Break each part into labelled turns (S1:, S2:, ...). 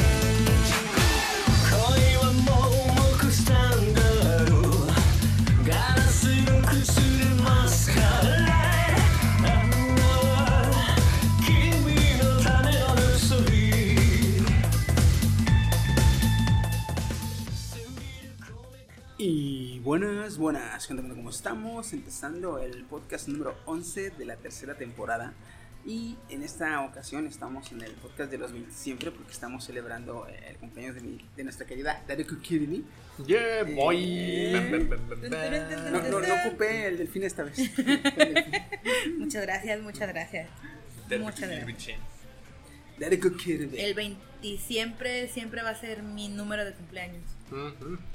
S1: 「恋はもうくしたんだろう」「ガラスのくすりますから」「あんなは君のための盗み」
S2: Y buenas, buenas, gente, ¿cómo estamos? Empezando el podcast número 11 de la tercera temporada. Y en esta ocasión estamos en el podcast de los 20 siempre porque estamos celebrando eh, el cumpleaños de, mi- de nuestra querida Daruku Kirini.
S3: Yeah,
S2: No, no, no ocupé el delfín esta vez.
S4: Muchas gracias, muchas gracias. Muchas gracias.
S2: Daruku Kirini.
S4: El 20 siempre, siempre va a ser mi número de cumpleaños.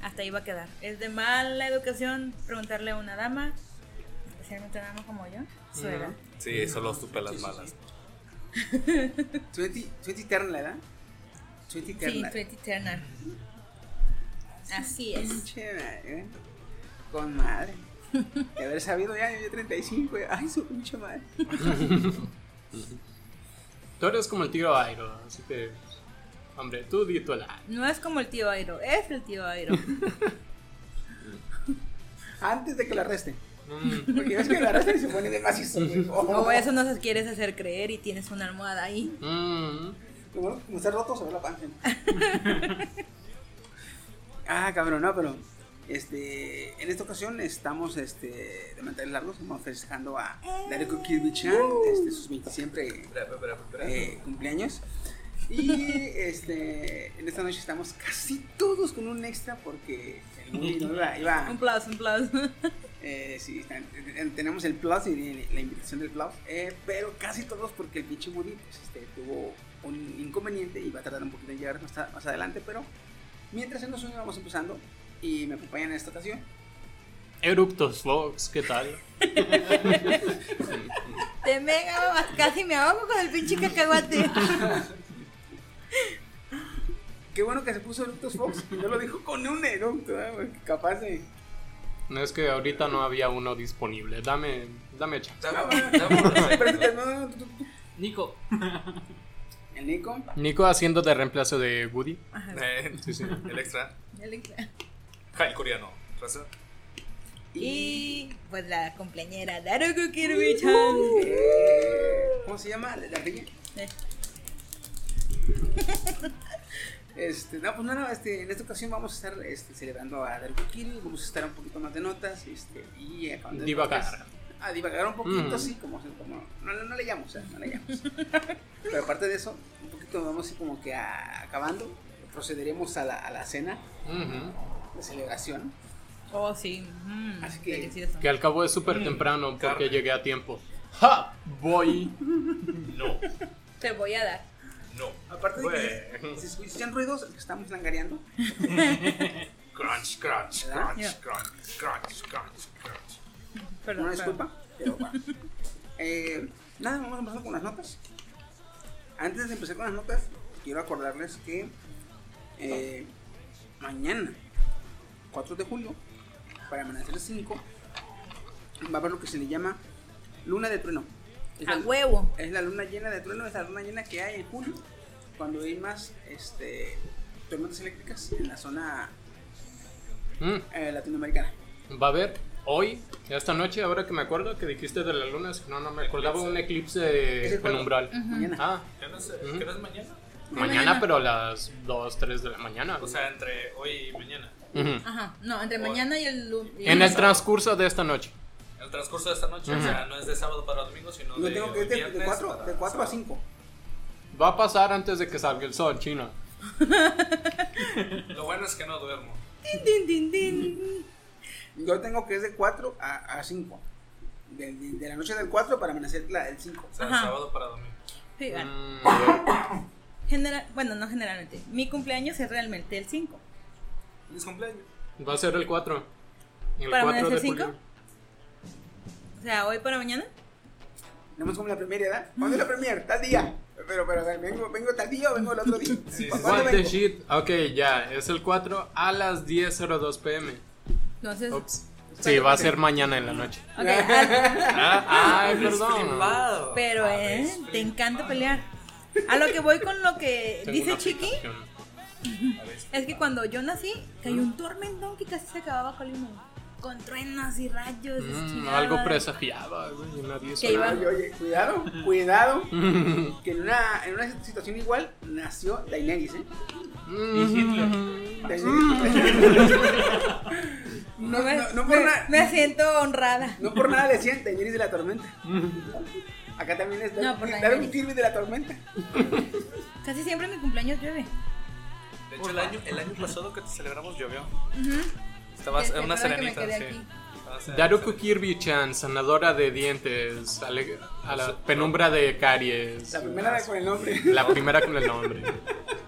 S4: Hasta ahí va a quedar. Es de mala educación preguntarle a una dama, especialmente a una dama como yo, su edad.
S5: Sí, solo supe las malas.
S2: Sueti Terna, la edad. Sueti
S4: Sí,
S2: Terna.
S4: Tweety Turner. Así es.
S2: Pinche madre, ¿eh? Con madre. De haber sabido ya, yo 35. ya. Ay, su pinche madre.
S5: Tú eres como el tío Airo, así que. Hombre, tú di tu edad.
S4: No es como el tío Airo, es el tío Airo.
S2: Antes de que la arresten.
S5: Mm.
S2: Porque ves que la arrestan y se pone de macizo. güey. Oh,
S4: O eso no se quieres hacer creer y tienes una almohada ahí.
S5: Mm.
S2: Lo bueno, que como está roto, se ve la panza. ah, cabrón, no, pero. Este, en esta ocasión estamos este, de mantener largos, estamos festejando a Dareko Kirby-chan, este, sus 20 siempre eh, cumpleaños. Y este, en esta noche estamos casi todos con un extra porque el mundo iba, iba
S4: Un plus, un plus.
S2: eh, sí, están- ten- tenemos el plus y la- la invitación del plus, eh, pero casi todos porque el pinche Woody pues, este, tuvo un inconveniente y va a tardar un poquito en llegar más, ta- más adelante, pero mientras él nos une vamos empezando y me acompañan en esta ocasión.
S5: Eructos Vox, ¿qué tal?
S4: Te mega mamas, casi me ahogo con el pinche cacahuate.
S2: Qué bueno que se puso Eructos Fox, y no lo dijo con un eructo, ah, porque capaz de...
S5: No es que ahorita no había uno disponible. Dame, dame chance.
S2: Ah, Pero, no, no, no, tú- tú-
S3: Nico.
S2: El Nico,
S5: Nico haciendo de reemplazo de Woody.
S3: Eh,
S5: Sí, sí.
S3: el extra.
S4: Dale, claro.
S3: Hi, coreano. Raza.
S4: Y pues la compañera Daruku Kirby-chan.
S2: eh, ¿cómo se llama? La, la niña.
S4: Eh,
S2: Este, no, pues nada, este, en esta ocasión vamos a estar este, celebrando a Darko Kill, vamos a estar un poquito más de notas este, y acabando de
S5: Divagar.
S2: notas- Ah, divagar un poquito,
S5: Mm.
S2: sí, como, como no, no, no le llamo, o sea, no le llamo. Pero aparte de eso, un poquito vamos así como que a- acabando, procederemos a la, a la cena
S5: Ujú.
S2: de celebración.
S4: Oh, sí. mm,
S2: Así que-
S4: delicioso.
S5: Que al cabo es súper temprano porque
S3: carne.
S5: llegué a tiempo. Mm. ¡Ja! Voy.
S3: No,
S4: Te voy a dar.
S3: no.
S2: Aparte de que
S3: Bueno.
S2: si- si escuchan ruidos, es que estamos langareando.
S3: Crunch, crunch,
S2: ¿Verdad?
S3: crunch, crunch, crunch, crunch, crunch.
S4: Perdón.
S2: Una
S4: perdón.
S2: disculpa, pero bueno. Eh, nada, vamos a empezar con las notas. Antes de empezar con las notas, quiero acordarles que eh, mañana, 4 de julio, para amanecer 5, va a haber lo que se le llama luna de trueno. Es
S4: A
S2: la-
S4: huevo.
S2: Es la luna llena de trueno, es la luna llena que hay en julio, cuando hay más este, tormentas eléctricas en la zona
S5: Mm,
S2: eh, latinoamericana.
S5: Va a haber hoy, esta noche, ahora que me acuerdo que dijiste de la luna, si no, no me acordaba un eclipse
S2: el jueves.
S5: penumbral.
S2: Mañana.
S5: Ah,
S3: ¿Qué no es,
S5: Ujú.
S3: qué no es mañana?
S5: mañana, pero a las 2, 3 de la mañana.
S3: O sea, entre hoy y mañana.
S5: Ujú.
S4: Ajá, no, entre mañana y el lu- y
S5: En el
S4: lunes.
S5: transcurso de esta noche.
S3: El transcurso de esta noche, o sea, no es de sábado para domingo, sino
S2: Yo
S3: de
S2: tengo que ir de-
S3: viernes
S2: de 4
S3: para
S2: de cuatro a
S3: sábado.
S2: 5.
S5: Va a pasar antes de que salga el sol, chino.
S3: Lo bueno es que no duermo.
S4: Din, din, din.
S2: Yo tengo que es de 4 a 5. De, de- de la noche del 4 para amanecer la del 5.
S3: O sea,
S4: Ajá.
S3: sábado para domingo.
S2: Ah.
S4: Fíjate.
S5: Mm, a
S4: General, bueno, no generalmente. Mi cumpleaños es realmente el 5.
S3: Feliz cumpleaños.
S5: ver, va a ser el 4. El
S4: ¿Para
S5: 4 de
S4: amanecer cinco?
S5: julio.
S4: O sea, hoy para mañana.
S2: Tenemos como la primera edad. ¿Cuándo es la primera? Tal día. Pero, pero, o sea, vengo, vengo tal día o vengo el otro día.
S3: Sí, sí,
S2: ¿Cuándo
S5: What the
S2: vengo?
S5: shit. Ok, ya, es el 4 a las 10.02 pm.
S4: Entonces,
S5: Ups. Sí, va a ser mañana en la noche. Ah,
S4: ok, al-
S3: Ah,
S5: Ay, perdón.
S4: pero eh, te encanta pelear. A lo que voy con lo que
S5: Tengo
S4: dice
S5: una
S4: Chiqui
S5: aplicación.
S4: es que cuando yo nací cayó un tormentón que casi se acababa Colima. Con truenos y rayos. y
S5: Mm,
S4: chingadas.
S5: algo presagiaba, güey, y nadie hizo
S4: Que iba-
S2: Oye,
S5: nada.
S2: oye, cuidado, cuidado. que en una, en una situación igual nació Daenerys, ¿eh?
S3: Mm.
S2: no,
S4: No me,
S2: no- no por
S4: me-
S2: nada.
S4: me siento honrada.
S2: No por nada decían Daenerys de la tormenta. Acá también es
S4: No, por
S2: dar un
S4: Daenerys.
S2: Kirby de la tormenta.
S4: Casi siempre en mi cumpleaños llueve.
S3: De hecho, el año, el año pasado que te celebramos llovió.
S4: Te-
S3: Estabas
S4: te
S3: en una
S4: acuerdas Este, que me
S3: serenita,
S4: quedé
S3: sí.
S4: aquí.
S3: Estabas en-
S5: Daruku Kirby-chan, sanadora de dientes, ale- a la penumbra de caries.
S2: La primera vez con el nombre.
S5: La primera con el nombre.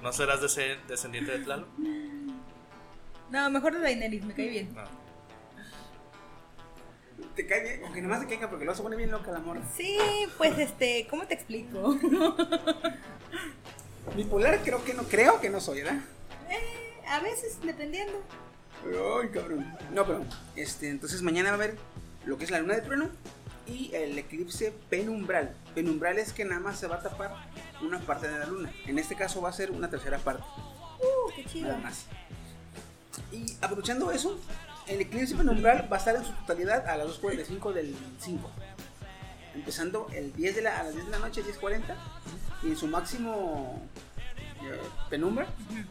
S3: ¿No serás dese- descendiente de Tlaloc?
S4: No, mejor de Daenerys, me cae bien.
S2: Te cae bien, aunque nomás te caiga porque luego se pone bien loca la morra.
S4: Sí, pues este, ¿cómo te explico?
S2: Bipolar creo que no, creo que no soy, ¿verdad?
S4: Eh, a veces, dependiendo.
S2: Ay, cabrón. No, pero este, entonces mañana va a haber lo que es la luna de trueno y el eclipse penumbral. Penumbral es que nada más se va a tapar una parte de la luna. En este caso va a ser una tercera parte,
S4: Uh, qué chido.
S2: nada más. Y aprovechando eso, el eclipse penumbral va a estar en su totalidad a las 2.45 del 5. Empezando el 10 de la, a las 10 de la noche, 10.40. Y en su máximo eh, penumbra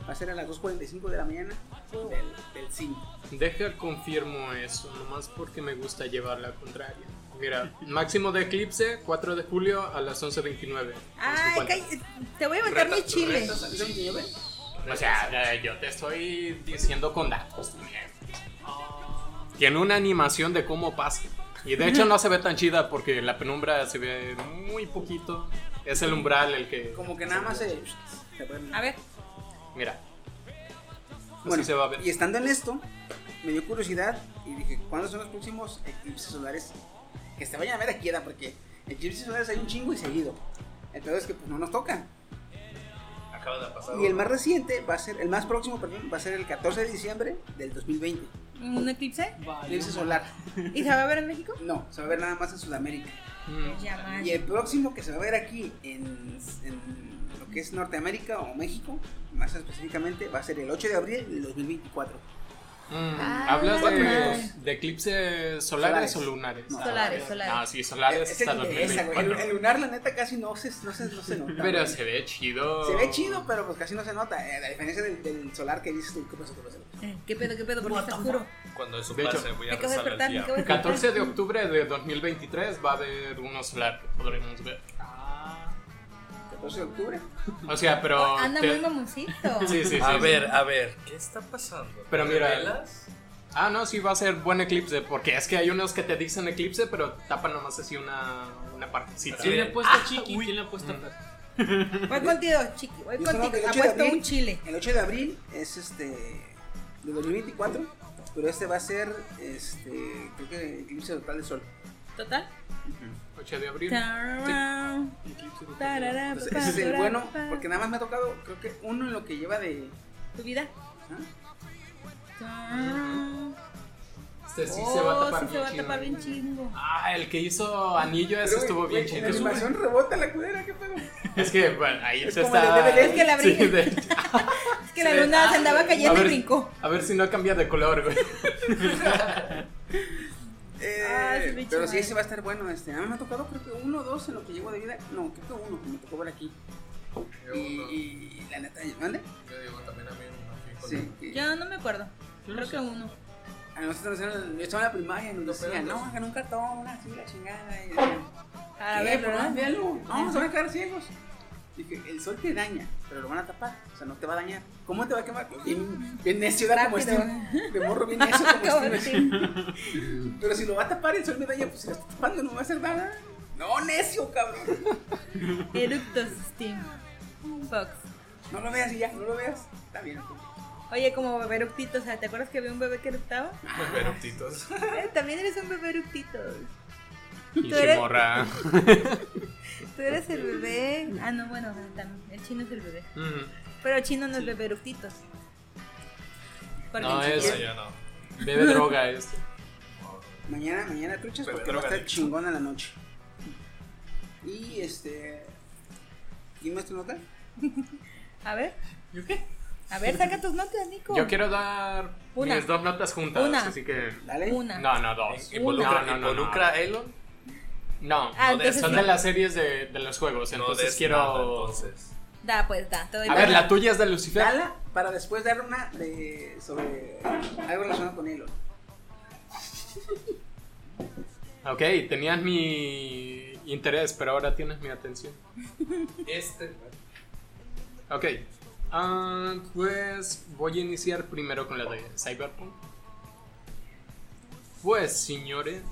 S2: va a ser a las 2.45 de la mañana del, del 5.
S5: Deja confirmo eso, nomás porque me gusta llevar la contraria. Mira, máximo de eclipse, 4 de julio a las 11.29.
S4: Ay,
S5: 11:50.
S4: calla- te voy a aventar mi chile.
S5: O sea, eh, yo te estoy diciendo con datos también. Tiene una animación de cómo pasa. Y de hecho no se ve tan chida porque la penumbra se ve muy poquito. Es el umbral el que...
S2: Como que nada más se. se pueden-
S4: A ver,
S5: Mira. Así
S2: Bueno,
S5: se va a ver.
S2: y estando en esto, me dio curiosidad y dije, ¿cuándo son los próximos eclipses solares? Que se vayan a ver aquí, era porque eclipses solares hay un chingo y seguido. Entonces, que pues no nos tocan.
S3: Acaba de pasar.
S2: Y el más reciente va a ser, el más próximo, perdón, va a ser el 14 de diciembre del 2020.
S4: ¿un eclipse?
S2: Eclipse solar.
S4: ¿Y se va a ver en México?
S2: No, se va a ver nada más en Sudamérica.
S5: Mm,
S4: Ya más.
S2: Y el próximo que se va a ver aquí en, en lo que es Norteamérica o México, más específicamente, va a ser el 8 de abril del 2024.
S5: mm,
S4: Ah,
S5: ¿Hablas
S4: cuatro
S5: de,
S4: minutos.
S5: de eclipses solares,
S2: Solares.
S5: o lunares?
S2: No,
S4: Solares,
S5: Ah,
S4: solares.
S5: Ah, sí, solares
S2: Ese
S5: hasta
S2: te interesa, güey. El,
S5: 2024.
S2: el lunar, la neta, casi no se, no se, no se nota.
S5: Pero
S2: güey.
S5: se ve chido.
S2: Se ve chido, pero pues casi no se nota. eh, a diferencia del, del solar que dices tú, ¿qué pasó? ¿Qué pasó?
S4: Eh, ¿Qué pedo, qué pedo? Porque está oscuro.
S3: Cuando eso
S5: De hecho,
S3: pase, voy
S4: Me
S3: a
S4: acabo de
S3: rezar al
S4: despertar, me acabo de
S3: diablo.
S5: El 14 de octubre de 2023 va a haber uno solar que podremos ver.
S2: 14 de octubre.
S5: O sea, pero...
S4: Oh, Anda
S5: te-
S4: muy mamoncito.
S5: Sí, sí, sí.
S3: A
S5: sí.
S3: ver, a ver, ¿qué está pasando?
S5: Pero mira-
S3: ¿Velas?
S5: Ah, no, sí va a ser buen eclipse, porque es que hay unos que te dicen eclipse, pero tapan nomás así una, una partecita.
S3: Sí,
S5: de-
S6: puesto
S7: Ah,
S6: Chiqui? ¿Quién le ha puesto
S4: Voy contigo, chiqui. Voy
S2: Y eso no,
S4: contigo.
S2: que el ocho de
S4: Apuesto
S2: abril-
S4: un chile.
S2: El 8 de abril es este. de 2024. Pero este va a ser. Este. Creo que eclipse total del sol.
S4: Total.
S5: 8 de abril.
S4: Tararán, tararán,
S2: Entonces, ese es el bueno.
S4: tararán,
S2: Porque nada más me ha tocado, creo que uno en lo que lleva de.
S4: Tu vida.
S2: ¿ah?
S5: Este sí
S4: oh,
S5: se va a tapar
S4: sí se
S5: bien
S4: va a
S5: chido.
S4: tapar bien chingo.
S5: Ah, el que hizo anillo, ese estuvo bien
S2: La
S5: chido.
S2: animación rebota la culera, qué pedo.
S5: Es que, bueno, ahí se
S2: como
S5: está.
S2: el de DVD.
S4: Es que la
S5: Sí,
S4: abrí.
S5: de hecho.
S4: Es que la luna se andaba
S5: A
S4: cayendo y
S5: ver-
S4: brincó.
S5: A ver si no cambia de color, güey.
S2: Eh,
S4: Ah, ese bicho
S2: pero sí,
S4: mal.
S2: ese va a estar bueno. Este. A mí me ha tocado, creo que uno o dos en lo que llevo de vida. No, creo que uno que me tocó ver aquí. Y, y la neta, ¿mande?
S3: Yo digo, también a mí no fijo.
S2: Sí. que-
S4: Yo no me acuerdo. Creo que uno.
S2: A nosotros nos hicieron- yo estaba en la primaria y nos decían, no, hagan un cartón, así la chingada. Y decían,
S4: A
S2: "¿Qué?
S4: ver,
S2: Pero
S4: ¿verdad?
S2: no, véanlo, no, se van a quedar ciegos. Dije, el sol te daña, pero lo van a tapar, o sea, no te va a dañar. ¿Cómo te va a quemar? Bien, bien necio, era como
S4: Rápido.
S2: Steve. De morro bien necio
S4: Acabo
S2: como
S4: de
S2: Steve.
S4: decir.
S2: Pero si lo va a tapar, el sol me daña, pues si lo está tapando no me va a hacer nada. No, necio, cabrón.
S4: Eructos Steam. Fox.
S2: No lo veas y ya, no lo veas. Está bien. ok.
S4: Oye, como bebé eructito, o sea, ¿te acuerdas que había un bebé que eructaba?
S3: Beberutitos.
S4: Eh, También eres un bebé eructito.
S5: Pinche morra.
S4: Tú eres el bebé. Ah, no, bueno, también. El chino es el bebé.
S5: Ujú.
S4: Pero el chino no es bebé eructitos. Porque
S5: No,
S4: el
S5: es-
S3: No, yo no.
S5: Bebe droga este.
S2: Mañana, mañana truchas
S3: Pero
S2: porque va a estar
S3: drogadicto.
S2: chingona la noche. Y este. ¿Y nuestra nota?
S4: A ver. A ver, saca tus notas, Nico.
S5: Yo quiero dar
S4: Una.
S5: mis dos notas juntas,
S4: Una.
S5: así que.
S2: Dale.
S4: Una.
S5: No, no, dos.
S3: Eh, ¿Involucra,
S5: No, no, no,
S3: involucra
S5: no.
S3: a Elon?
S5: No,
S4: Ah,
S5: no de-
S4: entonces
S5: son
S4: sí.
S5: de las series de, de los juegos, entonces
S3: des
S5: quiero.
S3: nada, entonces.
S4: Da, pues da. te doy
S5: A
S4: la
S5: ver, la
S4: mano.
S5: tuya es de Lucifer.
S2: Dala para después dar una de. sobre. algo relacionado con Elon.
S5: Ok, tenías mi interés, pero ahora tienes mi atención.
S3: Este.
S5: Ok, ah, pues voy a iniciar primero con la de Cyberpunk. Pues, señores,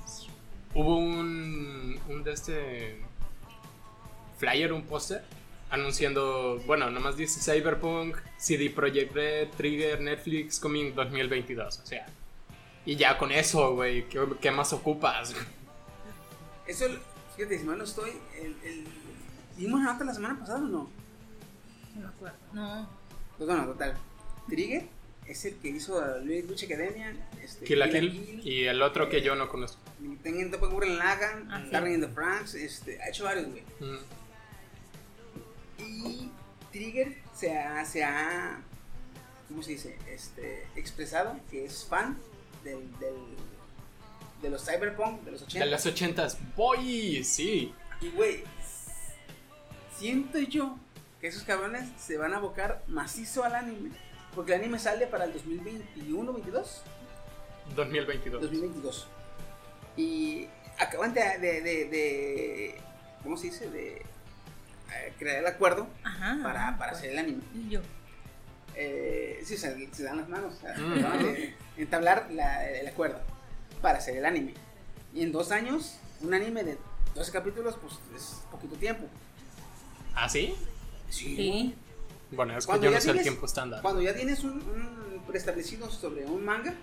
S5: hubo un, un de este flyer, un póster, anunciando, bueno, nomás dice Cyberpunk, CD Projekt Red, Trigger, Netflix, Coming 2022, o sea. Y ya con eso, güey, ¿qué, qué más ocupas?
S2: Eso, fíjate, si mal no estoy. El, el, ¿Dimos la nota la semana pasada o no?
S4: No me acuerdo. No.
S2: Pues bueno, total. Trigger es el que hizo a Luis Lucha Academia. Este,
S5: Kill la
S2: Kill la
S5: Kill y el otro que yo no conozco.
S2: Tengan Topa Gurren Lagan,
S4: Ah, sí.
S2: Darren in the Franks. Este, ha hecho varios, güey.
S5: Mm.
S2: Y Trigger se ha, se ha ¿cómo se dice? Este, expresado que es fan del, del- de los cyberpunk de los 80.
S5: De las ochentas, boy, sí.
S2: Y güey, s- siento yo que esos cabrones se van a abocar macizo al anime. Porque el anime sale para el 2021, 22,
S5: 2022.
S2: 2022. Y acaban de, de, de- de- ¿cómo se dice? De eh, crear el acuerdo
S4: Ajá.
S2: para, para hacer el anime.
S4: Y yo.
S2: eh, sí, o sea, se dan las manos, o sea,
S5: Mm.
S2: acaban de entablar la- el acuerdo para hacer el anime. Y en dos años, un anime de 12 capítulos, pues es poquito tiempo.
S5: ¿Ah, sí?
S2: Sí.
S4: Sí.
S5: Bueno, es que
S2: Cuando
S5: yo
S2: ya
S5: no sé el
S2: tienes-
S5: tiempo estándar.
S2: Cuando ya tienes un, un preestablecido sobre un manga,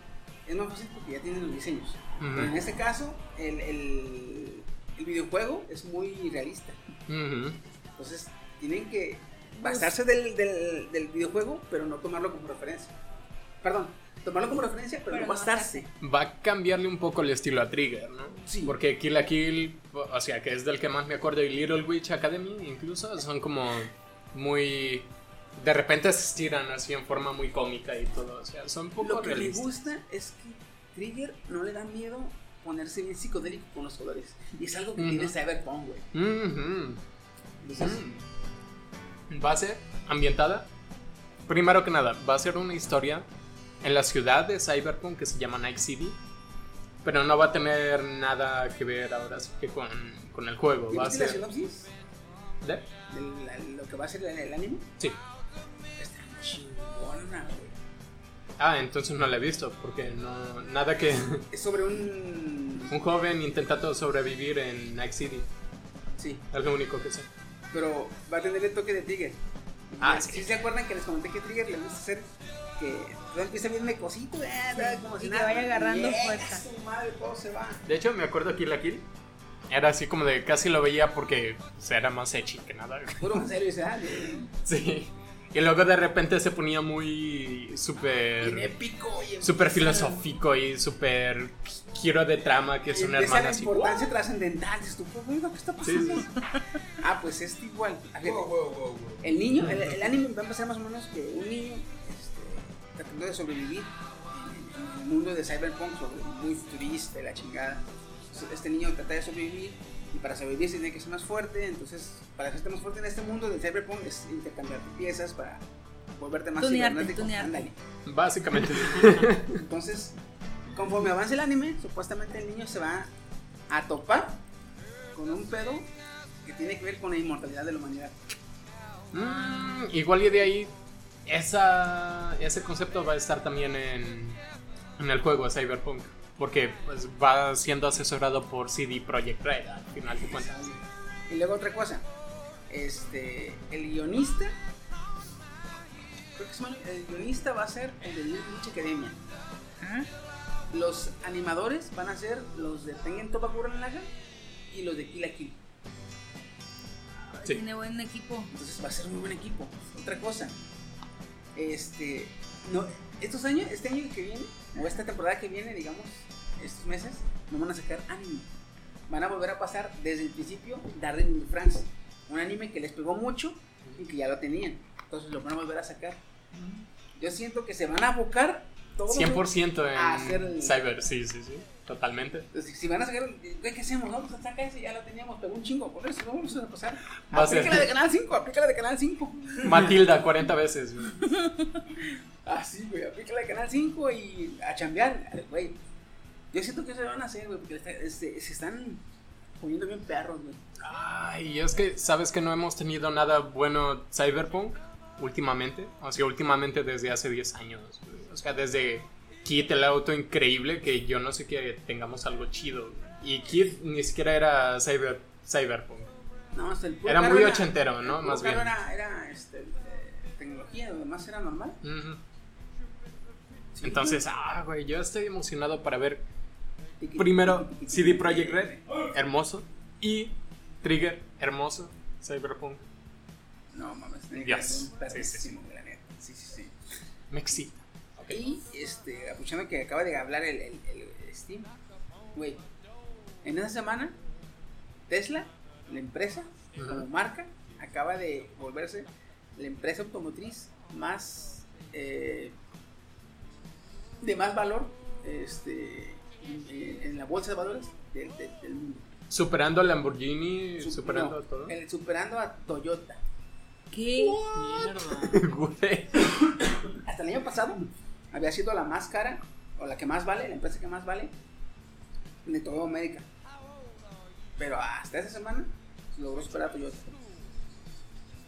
S2: es más fácil porque ya tienes los diseños.
S5: Ujú.
S2: Pero en este caso, el, el- el videojuego es muy realista.
S5: Ujú.
S2: Entonces, tienen que basarse del, del- del videojuego, pero no tomarlo como referencia. Perdón, tomarlo como referencia, pero,
S4: Pero
S2: no
S4: no
S2: basarse.
S5: Va a cambiarle un poco el estilo a Trigger, ¿no?
S2: Sí.
S5: Porque Kill la Kill, o sea, que es del que más me acuerdo, y Little Witch Academy incluso, son como muy... De repente se estiran así en forma muy cómica y todo. O sea, son un poco
S2: Lo que me
S5: realistas.
S2: gusta es que Trigger no le da miedo ponerse bien psicodélico con los colores. Y es algo que
S5: Ujú.
S2: tiene Cyberpunk, güey.
S5: Ujú.
S2: Entonces,
S5: Mm. Va a ser ambientada. Primero que nada, va a ser una historia en la ciudad de Cyberpunk que se llama Night City. Pero no va a tener nada que ver ahora sí que con, con el juego. Va a
S2: ¿viste la
S5: ser.
S2: sinopsis
S5: ¿De?
S2: de la- lo que va a ser el, el anime?
S5: Sí.
S2: Está chingona, güey.
S5: Ah, entonces no la he visto, porque no. Nada que.
S2: Es sobre un...
S5: Un joven intentando sobrevivir en Night City.
S2: Sí,
S5: Es lo único que sé.
S2: pero va a tener el toque de Trigger.
S5: Ah,
S2: si
S5: sí.
S2: se acuerdan que les comenté que Trigger le gusta hacer que todo empieza bien mecosito, eh, como si
S4: Y que
S2: nada.
S4: vaya agarrando
S2: Llega
S4: fuerza.
S2: su madre, todo se va.
S5: De hecho, me acuerdo Kill la Kill. Era así como pues, de casi lo veía porque o sea, era más echi que nada.
S2: Puro en serio, y se da, güey.
S5: Sí. Y luego de repente se ponía muy súper
S2: épico. y
S5: súper
S2: empieza-
S5: filosófico y súper pues, giro de trama que es
S2: y
S5: una
S2: empieza
S5: hermana
S2: la
S5: así.
S2: importancia trascendental. Dices tú, "Pues, bueno, ¿qué está pasando? Ah, pues es igual. A ver, El niño, el, el anime va a empezar más o menos que un niño este, tratando de sobrevivir en en el mundo de Cyberpunk, sobre muy futurista y la chingada. Entonces, Este niño trata de sobrevivir y para sobrevivir se tiene que ser más fuerte. Entonces, para hacerte más fuerte en este mundo de Cyberpunk es intercambiarte piezas para volverte más
S4: Tunearte,
S2: cibernético.
S4: tunearte.
S2: Ándale.
S5: Básicamente.
S2: Entonces, conforme avance el anime, supuestamente el niño se va a topar con un pedo que tiene que ver con la inmortalidad de la humanidad.
S5: Mm, igual y de ahí esa, ese concepto va a estar también en, en el juego Cyberpunk. Porque pues, va siendo asesorado por CD Projekt Red al final de cuentas.
S2: Y luego otra cosa, este, el guionista, creo que es Manuel, el guionista va a ser el de Little Witch Academia. Los animadores van a ser los de Tengen Topa Gurren Lagann y los de Kill la Kill.
S5: Sí.
S4: Tiene buen equipo.
S2: Entonces va a ser muy buen equipo. Otra cosa, este, no, estos años, este año que viene, o esta temporada que viene, digamos, estos meses, no van a sacar anime. Van a volver a pasar desde el principio Darren in France, un anime que les pegó mucho y que ya lo tenían. Entonces lo van a volver a sacar. Yo siento que se van a abocar todo.
S5: 100% en
S2: Ah, hacer el-
S5: Cyber, sí, sí, sí, totalmente.
S2: Entonces, si van a sacar, güey, ¿qué hacemos? No, pues saca ese, ya lo teníamos, pegó un chingo. Por eso no vamos a pasar.
S5: Va a ser-
S2: Aplícala de Canal 5, aplícala de Canal 5.
S5: Matilda 40 veces. güey.
S2: Así, güey, aplica la Canal 5 y a chambear, güey. Yo siento que eso lo van a hacer, güey, porque está- este, se están poniendo bien perros, güey.
S5: Ay, es que sabes que no hemos tenido nada bueno Cyberpunk últimamente. O sea, últimamente desde hace 10 años. güey. O sea, desde Kid, el auto increíble, que yo no sé que tengamos algo chido. Y Kid ni siquiera era cyber, Cyberpunk.
S2: No, hasta el puro
S5: Era
S2: carro
S5: muy ochentero, ¿no?
S2: el puro
S5: Más
S2: carro
S5: bien.
S2: Era, era este, eh, tecnología, lo demás era normal.
S5: Ujú. Entonces, ah, güey, yo estoy emocionado para ver
S2: Tiqui-
S5: primero
S2: tiqui- tiqui-
S5: CD Projekt Red, hermoso, y Trigger, hermoso, Cyberpunk.
S2: No, mames, tiene
S5: Yes.
S2: que ser un
S5: Sí, sí, sí.
S2: perrísimo, la neta. Sí, sí, sí.
S5: Me excita.
S2: Y, este, aprovechando que acaba de hablar el, el, el- el Steam, güey, en esa semana, Tesla, la empresa,
S5: Ujú.
S2: como marca, acaba de volverse la empresa automotriz más, eh, de más valor, este, en, en la bolsa de valores del, del- del mundo.
S5: Superando a Lamborghini,
S2: Sup-
S5: superando
S2: no, Eh.
S5: a todo.
S2: el- superando a Toyota.
S4: ¿Qué?
S5: Güey.
S2: hasta el año pasado había sido la más cara o la que más vale, la empresa que más vale de toda América. Pero hasta esa semana logró superar a Toyota.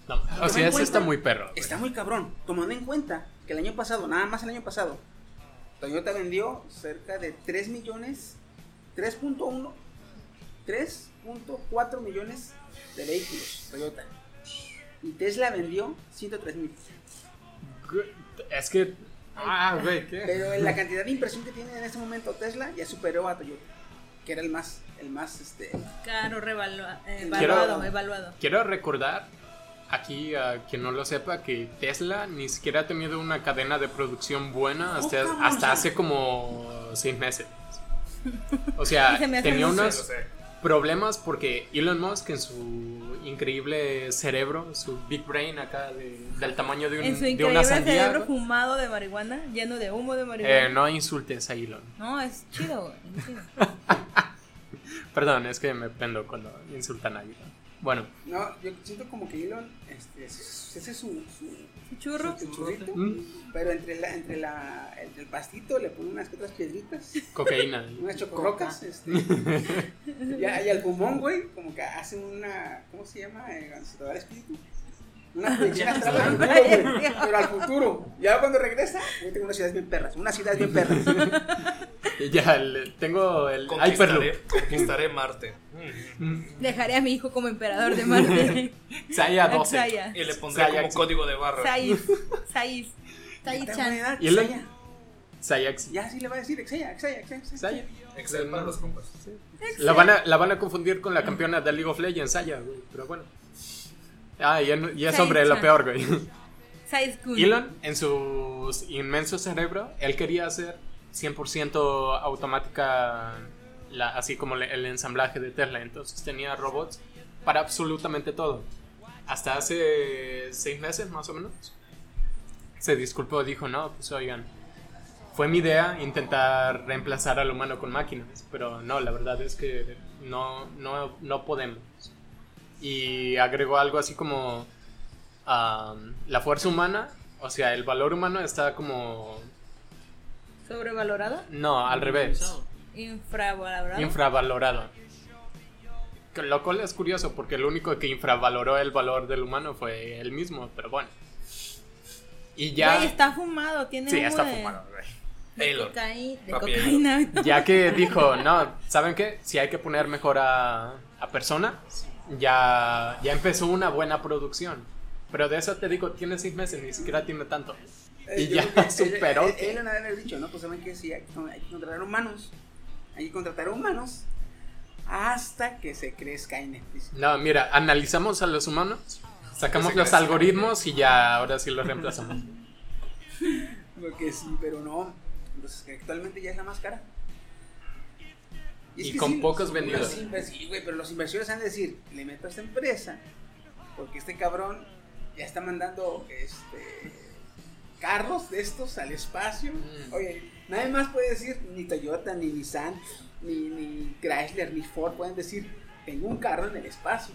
S5: No, o sea, Ah, ese
S2: cuenta-
S5: está muy perro. güey.
S2: Está muy cabrón, tomando en cuenta que el año pasado, nada más el año pasado, Toyota vendió cerca de 3 millones, 3.1, 3.4 millones de vehículos Toyota. Y Tesla vendió 103 mil.
S5: Güey, Es que. Ah, güey, ¿qué?
S2: Pero en la cantidad de impresión que tiene en este momento Tesla ya superó a Toyota, que era el más, el más, este,
S4: Caro, revaluado,
S2: Quiero-
S4: evaluado.
S5: Quiero recordar aquí a quien no lo sepa que Tesla ni siquiera ha tenido una cadena de producción buena hasta,
S2: cabrón, o
S5: hasta
S2: sea.
S5: hace como seis meses. O
S4: Y
S5: sea,
S4: se me hace
S5: tenía
S4: muy-
S5: unos problemas porque Elon Musk en su increíble cerebro, su big brain acá de- del tamaño de, un-
S4: En su
S5: de una
S4: increíble
S5: sandía.
S4: cerebro
S5: güey.
S4: fumado de marihuana, lleno de humo de marihuana.
S5: Eh, no insultes a Elon.
S4: No, es chido, güey. es chido.
S5: Perdón, es que me prendo cuando insultan a Elon. Bueno,
S2: no, yo siento como que Elon, este, ese es su, su,
S4: Un Churro.
S2: su churrito,
S5: mm,
S2: pero entre la, entre la, entre el pastito le pone unas que otras piedritas,
S5: cocaína.
S2: unas chocorrocas, este, y, a- y al pulmón, güey, como que hace una, ¿cómo se llama? Eh, cuando se te va el espíritu. Una proyección astral al futuro, güey, pero al futuro. Ya cuando regresa, yo tengo unas ciudades bien perras, unas ciudades bien perras.
S5: Y Ya, le- tengo el
S3: Conquistaré,
S5: Hyperloop.
S3: conquistaré Marte.
S4: Dejaré a mi hijo como emperador de Marte.
S5: Saya 12.
S4: Xaya.
S3: Y le pondré como
S5: Sayax.
S3: código de barra.
S4: Saiz. Saiz.
S2: De tal
S4: Saiz-chan.
S2: manera,
S5: Y el-
S2: Xayah.
S5: Sayax.
S2: Ya sí le va a decir Exeya, Exeya, Exeya.
S5: Saya.
S3: Excel para los compas.
S5: La van, a, la van a confundir con la campeona de League of Legends, Saya, güey. Pero bueno. Ah, y, en- y es
S4: Saya
S5: hombre, lo
S4: Chan.
S5: peor, güey.
S4: High School.
S5: Elon, en su inmenso cerebro, él quería hacer 100% automática, la- así como le- el ensamblaje de Tesla. Entonces tenía robots para absolutamente todo. Hasta hace seis meses más o menos. Se disculpó, dijo, no, pues oigan, fue mi idea intentar reemplazar al humano con máquinas, pero no, la verdad es que no, no, no podemos. Y agregó algo así como am, la fuerza humana, o sea, el valor humano está como...
S4: ¿Sobrevalorado?
S5: No, al revés,
S4: ¿Infravalorado?
S5: infravalorado. Que Lo cual es curioso porque el único que infravaloró el valor del humano fue él mismo, pero bueno. Y ya...
S4: Güey, está fumado, tiene
S5: sí,
S4: humo
S5: está
S4: de-
S5: fumado, güey.
S4: De,
S3: Elon.
S4: cocaí- de
S3: Papi
S4: cocaína.
S5: Ya que dijo, no, ¿saben qué? Si hay que poner mejor a, a persona, ya, ya empezó una buena producción. Pero de eso te digo, tiene seis meses, ni siquiera tiene tanto.
S2: Eh,
S5: Y
S2: yo
S5: ya
S2: creo que
S5: superó
S2: Él,
S5: que-
S2: él, él había dicho, ¿no? Pues saben que sí, hay que, hay que contratar humanos. Hay que contratar humanos hasta que se cree Skynet. dice.
S5: No, mira, analizamos a los humanos, sacamos
S3: Ese
S5: los
S3: crece.
S5: algoritmos y ya ahora sí los reemplazamos.
S2: Porque sí, pero no. Pues que actualmente ya es la más cara. es
S5: Y
S2: que
S5: con pocos
S2: los
S5: vendidos.
S2: inver- Sí, güey, pero los inversores han de decir, le meto a esta empresa, porque este cabrón ya está mandando este carros de estos al espacio.
S5: Mm.
S2: Oye, nadie más puede decir, ni Toyota, ni Nissan, ni, ni Chrysler, ni Ford pueden decir, tengo un carro en el espacio.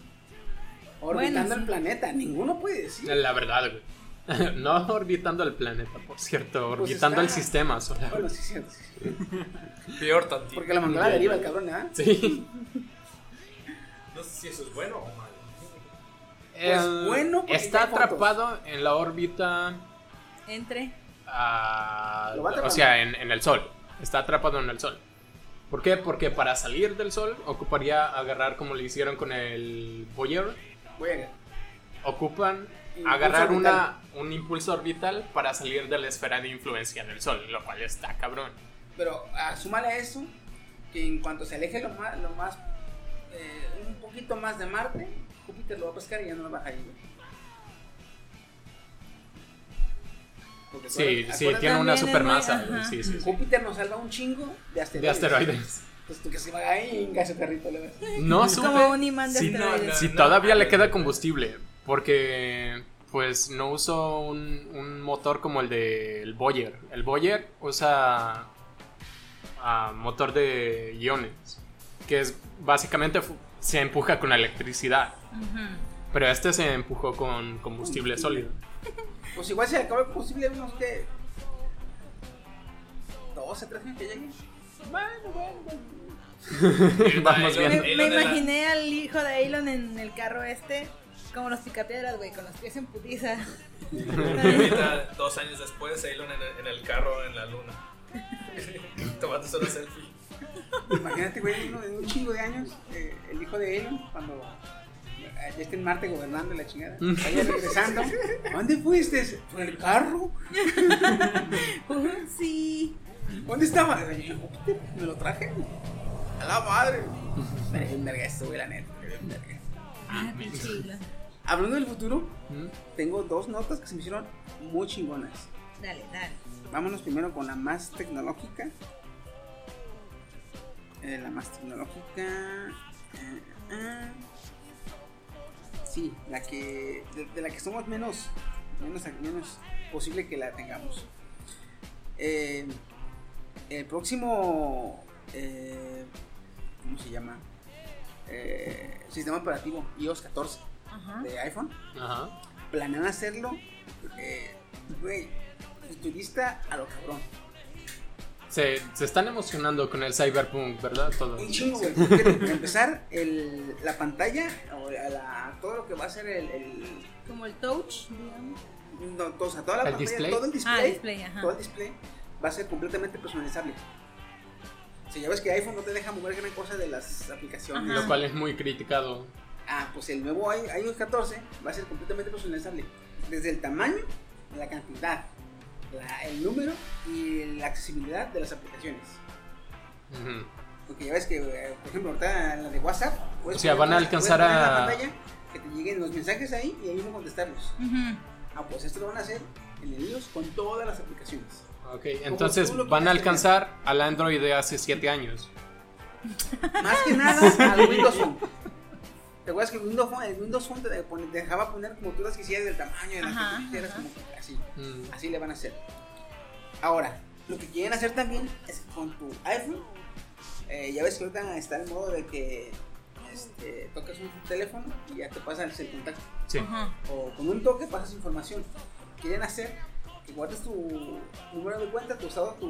S2: Orbitando
S4: Bueno, sí.
S2: el planeta, ninguno puede decir.
S5: La verdad, güey. No orbitando el planeta, por cierto,
S2: Pues
S5: orbitando el
S2: está-
S5: sistema solar.
S2: Bueno, sí, es cierto. sí.
S3: Peor tantito.
S2: Porque la mandó a la
S5: Ya,
S2: deriva
S5: ya.
S2: el cabrón, ¿ah?
S5: Sí.
S3: No sé si eso es bueno o malo.
S5: Eh,
S2: Pues bueno, porque
S5: está
S2: ya hay fotos.
S5: atrapado en la órbita
S4: Entre.
S5: a-
S2: Lo va atrapando.
S5: o sea, en, en el sol. Está atrapado en el sol. ¿Por qué? Porque para salir del sol ocuparía agarrar como le hicieron con el Voyager.
S2: Voy a-
S5: Ocupan
S2: Impulso
S5: agarrar una, un impulso orbital para salir de la esfera de influencia del sol, lo cual está cabrón.
S2: Pero ah, súmale a eso que en cuanto se aleje lo más, lo más eh, un poquito más de Marte, Júpiter lo va a pescar y ya no lo va a dejar ir. Porque
S5: Sí,
S2: acuérdate-
S5: sí,
S2: acuérdate,
S5: tiene
S4: también
S5: una
S4: es muy-
S5: supermasa.
S4: ajá.
S5: Sí, sí, sí.
S2: Júpiter nos salva un chingo de asteroides.
S5: De asteroides.
S2: Pues tú que se va a inga ese perrito, le ves.
S5: No
S4: Es
S5: supe
S4: como un imán de
S5: si,
S4: asteroides.
S3: no, no.
S5: si todavía le queda combustible, porque pues no usó un, un motor como el del Boyer. El Boyer usa ah, motor de iones, que es básicamente fu- se empuja con electricidad,
S4: Ujú.
S5: pero este se empujó con combustible sólido.
S2: Pues igual se acaba el posible unos que. 12, 13 años que lleguen.
S5: Vamos
S3: Elon-
S5: bien.
S4: Me, me
S3: Elon era-
S4: imaginé al hijo de Elon en el carro este, como los picapiedras, güey, con los pies en putiza.
S3: Y ahorita, dos años después, Elon en el, en el carro en la luna. Tomándose una selfie.
S2: Imagínate, güey, uno de un chingo de años, eh, el hijo de Elon, cuando eh, ya está en Marte gobernando la chingada, vaya regresando. ¿A ¿Dónde fuiste? ¿Por el carro?
S4: Uh, sí.
S2: ¿Dónde estaba? Me lo traje. A la madre. Pero es un verga esto, güey, la neta. es un verga.
S4: Ah, qué chido.
S2: Hablando del futuro,
S5: ¿Mm?
S2: tengo dos notas que se me hicieron muy chingonas.
S4: Dale, dale.
S2: Vámonos primero con la más tecnológica. Eh, la más tecnológica. eh, ah. Sí, la que. De, de la que somos menos. Menos, menos posible que la tengamos. Eh, el próximo. eh, ¿Cómo se llama? Eh, sistema operativo iOS 14
S4: Ajá.
S2: de iPhone
S5: Ajá.
S2: planean hacerlo, eh, güey, futurista a lo cabrón.
S5: Se, se están emocionando con el cyberpunk, ¿verdad? Todos.
S2: Un chingo, güey. Fíjate, Para empezar, el, la pantalla, o la- la- todo lo que va a ser el. el-
S4: Como el touch, digamos.
S2: no, to- o sea, toda la
S5: ¿El
S2: pantalla,
S5: display?
S2: todo el display,
S4: Ah, display, ajá.
S2: todo el display va a ser completamente personalizable. O sea, ya ves que iPhone no te deja mover gran cosa de las aplicaciones.
S5: Lo cual es muy criticado.
S2: Ah, pues el nuevo i- iOS 14 va a ser completamente personalizable. Desde el tamaño, la cantidad, la- el número y la accesibilidad de las aplicaciones.
S5: Ujú.
S2: Porque ya ves que, eh, por ejemplo, ahorita en la de WhatsApp. puedes
S5: O sea,
S2: poner
S5: van a
S2: una-
S5: alcanzar
S2: puedes poner en
S5: a-
S2: la pantalla que te lleguen los mensajes ahí y ahí mismo contestarlos.
S4: Ujú.
S2: ah, pues esto lo van a hacer en el iOS con todas las aplicaciones.
S5: Ok, entonces
S2: tú lo
S5: van a
S2: quieres
S5: alcanzar al Android de hace 7 años.
S2: Más que nada al Windows Phone. ¿Te acuerdas que el Windows Phone, el Windows Phone te, de- pone- te dejaba poner como tú las quisieras, del tamaño de las
S4: Ajá,
S2: que tú quisieras,
S4: ajá.
S2: como que así?
S5: Mm.
S2: Así le van a hacer. Ahora, lo que quieren hacer también es que con tu iPhone, eh, ya ves que ahorita está el modo de que este, tocas un teléfono y ya te pasa el contacto.
S5: Sí.
S4: Ajá.
S2: O con un toque pasas información. Quieren hacer que guardes tu número de cuenta, tu estado, tu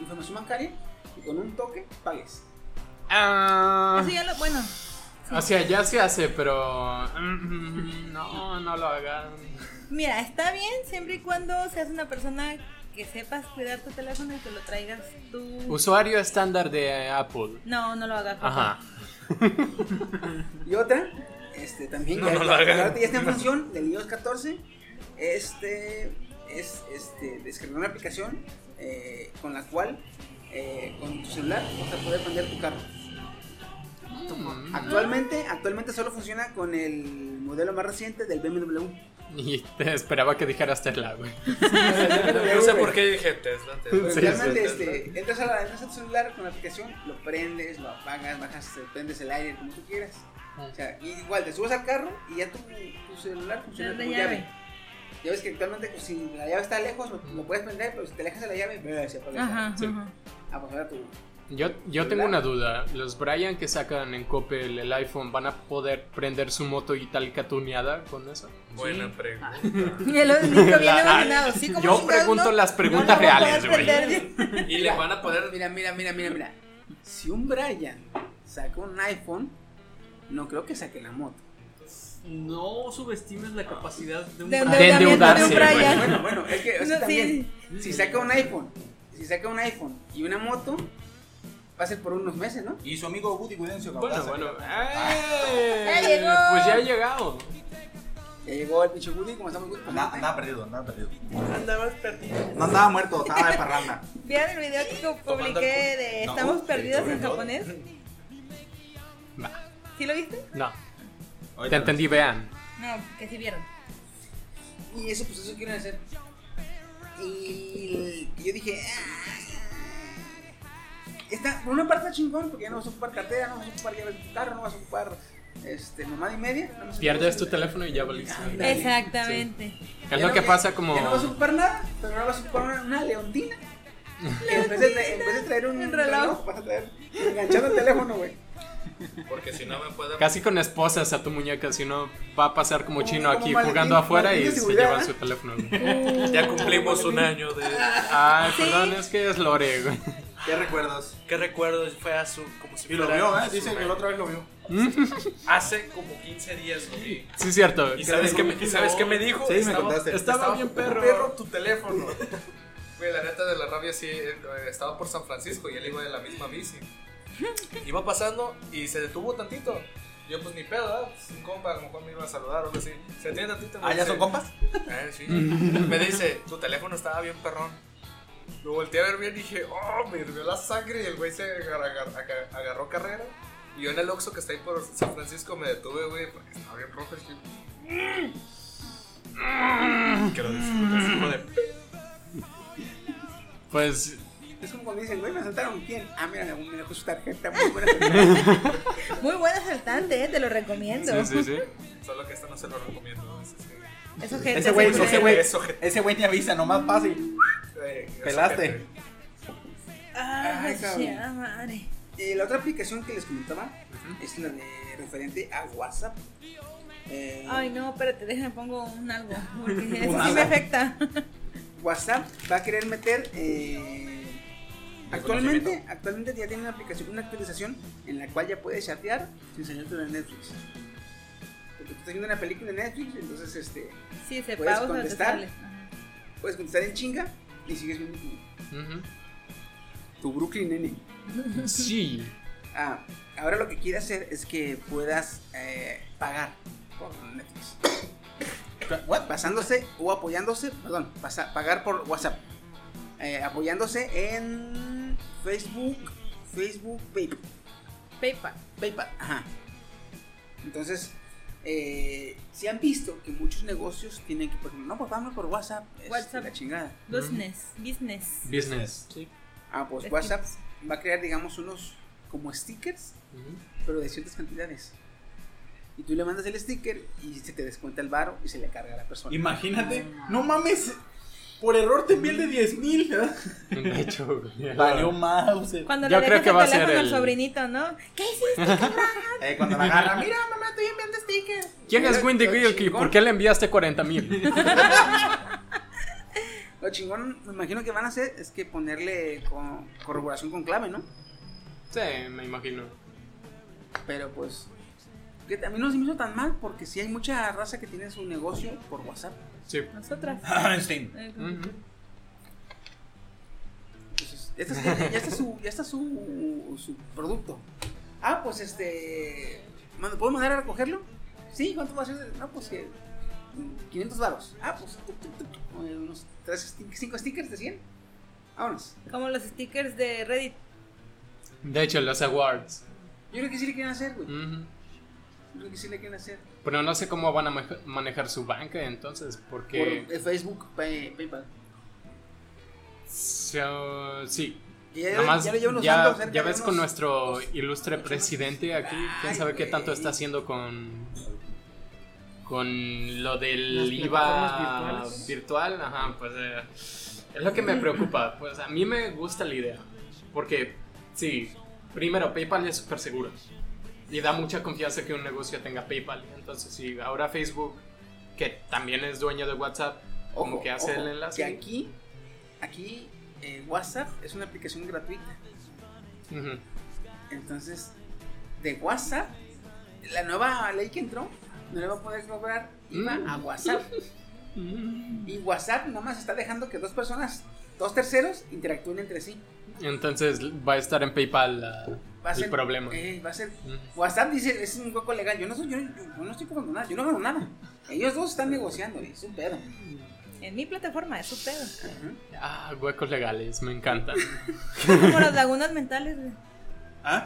S2: información bancaria y con un toque pagues.
S5: Ah,
S4: Eso ya lo, bueno,
S5: o sea, ya se hace, pero. mm, No, no lo hagan.
S4: mira, está bien siempre y cuando seas una persona que sepas cuidar tu teléfono y que lo traigas tú.
S5: Usuario estándar de Apple.
S4: No, no lo hagas.
S5: Ajá.
S2: Y otra, este, también
S3: No,
S2: ya,
S3: no lo hagan.
S2: ahorita ya está en función del iOS 14, este, es este, descargar una aplicación eh, con la cual eh, con tu celular vas a poder prender tu carro.
S3: Mm.
S2: Actualmente, actualmente solo funciona con el modelo más reciente del BMW.
S5: Y te esperaba que dijeras Tesla, güey.
S3: No sé por qué dije Tesla. Tesla.
S2: Pero
S5: Sí,
S2: realmente,
S3: sí, sí.
S2: este, entras, a la- entras a tu celular con la aplicación, lo prendes, lo apagas, bajas, eh, prendes el aire, como tú quieras. O sea, y igual te subes al carro y ya tu, tu celular funciona
S4: Prende
S2: como
S4: llave.
S2: llave. Ya ves que actualmente pues, si la llave está lejos, lo, lo puedes prender, pero si te alejas de la llave, ¡blah! se apaga.
S4: Ajá,
S5: Sí.
S4: ajá.
S2: Ah, pues ahora tu.
S5: Yo, yo tengo una duda. ¿Los Brian que sacan en Coppel el iPhone van a poder prender su moto itálica tuneada con eso?
S3: Buena pregunta.
S4: Y el otro bien
S5: La-
S4: emocionado. Sí, como
S5: yo
S4: chingados,
S5: pregunto
S4: ¿no?
S5: las
S4: No
S5: preguntas
S4: la voy a
S5: reales,
S4: poder
S5: güey.
S4: prender.
S3: Y le van a poder.
S2: Mira, mira, mira, mira, mira. Si un Brian saca un iPhone, no creo que saque la moto.
S6: No subestimes la capacidad de un
S4: De
S6: Brian.
S5: De
S4: endeudamiento de
S5: endeudarse,
S4: un Brian.
S2: Bueno, bueno, es que, o sea,
S4: No, sí.
S2: también, si saca un iPhone, si saca un iPhone y una moto, va a ser por unos meses, ¿no?
S7: Y su amigo Woody Gudencio
S5: Bueno, bueno.
S4: Ya
S5: ¡Ay!
S4: llegó.
S5: Pues ya ha llegado.
S2: Ya llegó el pinche Woody, como estamos Woody, pues,
S7: Andaba,
S2: no,
S7: perdido, andaba perdido.
S6: Andabas perdido.
S7: No andaba muerto, estaba de parranda.
S4: ¿Vieron el video que publiqué de
S7: No,
S4: Estamos
S7: sí,
S4: perdidos
S7: sobre
S4: en
S7: todo.
S4: japonés?
S5: Va.
S4: ¿Sí lo viste?
S5: No,
S7: Oye,
S5: te entendí, vean.
S4: No, que sí vieron.
S2: Y eso, pues eso quieren hacer. Y yo dije, "Ah". está, por una parte está chingón, porque ya no vas a ocupar cartera, no vas a ocupar llaves de tu carro, no vas a ocupar este, mamada y media. nada más
S5: Pierdes tu
S2: ocupas-
S5: teléfono y ya valiste.
S4: Ah,
S2: Ándale.
S4: Exactamente.
S5: Es
S2: Ya
S5: lo
S2: no-
S5: que
S2: ya-
S5: pasa como...
S2: Ya no vas a ocupar nada, pero ahora vas a ocupar una, una leontina. Que en, vez de, tra- en vez de traer un,
S4: Un reloj.
S2: vas a traer enganchado el teléfono, güey.
S3: Porque si no me pueden.
S5: Casi con esposas a tu muñeca, si no va a pasar como chino
S2: como
S5: aquí
S2: maletín-
S5: jugando afuera
S2: maletín
S5: y
S2: de
S5: se
S2: seguridad,
S5: llevan
S2: ¿eh?
S5: su teléfono. güey.
S3: Ya cumplimos un año de.
S5: Ay, perdón, es que es Lore, güey.
S7: ¿Qué recuerdas?
S3: ¿Qué recuerdo? Fue a su. Como si
S7: Y lo
S3: fuera
S7: vio, ¿eh?
S3: hace
S7: Dice
S3: un
S7: que
S3: año.
S7: la otra vez lo vio.
S3: Hace como 15 días lo vi.
S5: Sí, es cierto.
S3: ¿Y sabes qué me, y sabes qué me dijo?
S7: Sí, me
S3: Estaba-
S7: contaste.
S3: Estaba bien perro.
S7: Perro tu teléfono.
S3: Güey, la neta de la rabia sí, eh, estaba por San Francisco y él iba de la misma bici. Iba pasando y se detuvo tantito. Yo pues ni pedo, ¿verdad? Pues, un compa, a lo mejor me iba a saludar o algo así. Se detiene tantito. y me
S7: ¿Ah, ya
S3: dice-
S7: son compas?
S3: Eh, sí. Me dice, tu teléfono estaba bien perrón. Lo volteé a ver bien y dije, oh, me hirvió la sangre. Y el güey se agar- agar- agar- agarró carrera. Y yo en el Oxxo que está ahí por San Francisco me detuve, güey, porque estaba bien rojo. Y dije, "Mm". que lo disfrutes, hijo de
S5: Pues
S2: Es como cuando dicen, güey, me asaltaron. ¿Quién? Ah, mira, me dejó su tarjeta. Muy buena tarjeta.
S4: Muy buen asaltante, ¿eh? te lo recomiendo.
S5: Sí, sí, sí.
S3: Solo que esta no se lo recomiendo. es- es que-
S4: Eso gente
S7: Ese güey,
S4: siempre-
S7: ese güey,
S3: Eso, gente.
S7: ese güey ni avisa, nomás pasa y
S3: eh, es
S7: pelaste.
S3: gente.
S4: Ah,
S2: Ay, cabrón.
S4: chingada madre.
S2: Eh, la otra aplicación que les comentaba es la de referente a WhatsApp. Eh,
S4: Ay, no, espérate, déjame pongo un algo. Porque eso sí
S2: algo.
S4: me afecta.
S2: WhatsApp va a querer meter. eh, actualmente, actualmente ya tiene una aplicación, una actualización en la cual ya puedes chatear sin salirte de Netflix. Porque tú estás viendo una película en Netflix, entonces este,
S4: Sí, se
S2: ¿Puedes
S4: pausa, te
S2: contestar?
S4: sale. Ajá.
S2: puedes contestar en chinga y sigues viendo tu,
S5: Ujú.
S2: tu Brooklyn Nene.
S5: Sí.
S2: Ah, ahora lo que quiere hacer es que puedas eh, pagar por Netflix. Basándose o apoyándose, perdón, pasa- pagar por WhatsApp. Eh, apoyándose en Facebook, Facebook Pay-
S4: PayPal.
S2: Mm. PayPal. Ajá. Entonces, eh, si han visto que muchos negocios tienen que, por ejemplo, no, pues vamos por WhatsApp, este,
S4: WhatsApp.
S2: la chingada.
S4: Business. Business.
S5: Business.
S2: Ah, pues
S4: Es
S2: WhatsApp va a crear, digamos, unos como stickers, pero de ciertas cantidades. Y tú le mandas el sticker y se te descuenta el varo y se le carga a la persona.
S7: Imagínate, no mames. Por error te envié el de 10 mil.
S5: De hecho, güey.
S7: Valió más.
S4: Cuando
S5: Yo
S4: le
S5: creo
S4: dejas
S5: que
S4: el
S5: va a
S4: teléfono
S5: ser
S4: al
S5: el-
S4: sobrinito, ¿no? ¿Qué hiciste, cabrón?
S7: Eh, cuando la agarra, mira.
S4: mamá, estoy enviando stickers.
S5: ¿Quién es Wendy Gilkey? ¿Por qué le enviaste 40 mil?
S2: Lo chingón, me imagino que van a hacer es que ponerle co- corroboración con clave, ¿no?
S5: Sí, me imagino.
S2: Pero pues, que a mí no se me hizo tan mal porque sí hay mucha raza que tiene su negocio por WhatsApp.
S5: Sí.
S4: Nosotras. Eh,
S7: Einstein.
S5: Ujú.
S2: Entonces, ya está, ya está su, ya está su, su producto. Ah, pues este. ¿me ¿Puedo mandar a recogerlo? Sí, ¿cuánto va a ser? No, pues que. mm, 500 varos. Ah, pues. tuc, tuc, tuc, eh, Unos 5 stickers de 100. Vámonos.
S4: Como los stickers de Reddit.
S5: De hecho, los awards.
S2: Yo creo que sí le quieren hacer, güey.
S5: Ujú.
S2: Yo creo que sí le quieren hacer.
S5: Pero no sé cómo van a maneja- manejar su banca entonces, porque...
S2: Por eh, Facebook, Pay- PayPal.
S5: So, sí.
S2: Que ya,
S5: Nada más,
S2: ya
S5: ya,
S2: lo llevan usando cerca
S5: ya
S2: de
S5: ves con
S2: unos-
S5: nuestro ilustre presidente aquí, quién sabe qué tanto está haciendo con con lo del
S6: Las
S5: IVA
S6: plataformas virtuales.
S5: virtual, ajá, pues eh, es lo que me preocupa, pues a mí me gusta la idea, porque sí, primero PayPal es súper seguro y da mucha confianza que un negocio tenga PayPal, entonces sí, ahora Facebook, que también es dueño de WhatsApp, como
S2: Ojo,
S5: que hace
S2: ojo,
S5: el enlace.
S2: Que aquí, aquí eh, WhatsApp es una aplicación gratuita.
S5: Ujú.
S2: Entonces, de WhatsApp, la nueva ley que entró, no le va a poder cobrar IVA
S5: Mm.
S2: a WhatsApp. Y WhatsApp nada más está dejando que dos personas, dos terceros, interactúen entre sí.
S5: Entonces va a estar en PayPal la-
S2: Va a
S5: el
S2: ser,
S5: problema.
S2: eh, va a ser.
S5: Mm.
S2: WhatsApp dice, es un hueco legal. Yo no, soy, yo, yo- yo no estoy cobrando nada, yo no gano nada. Ellos dos están negociando, y es un pedo.
S4: En mi plataforma, es su pedo.
S5: Ah, huecos legales, me encantan.
S4: Como las lagunas mentales, güey.
S7: ¿Ah?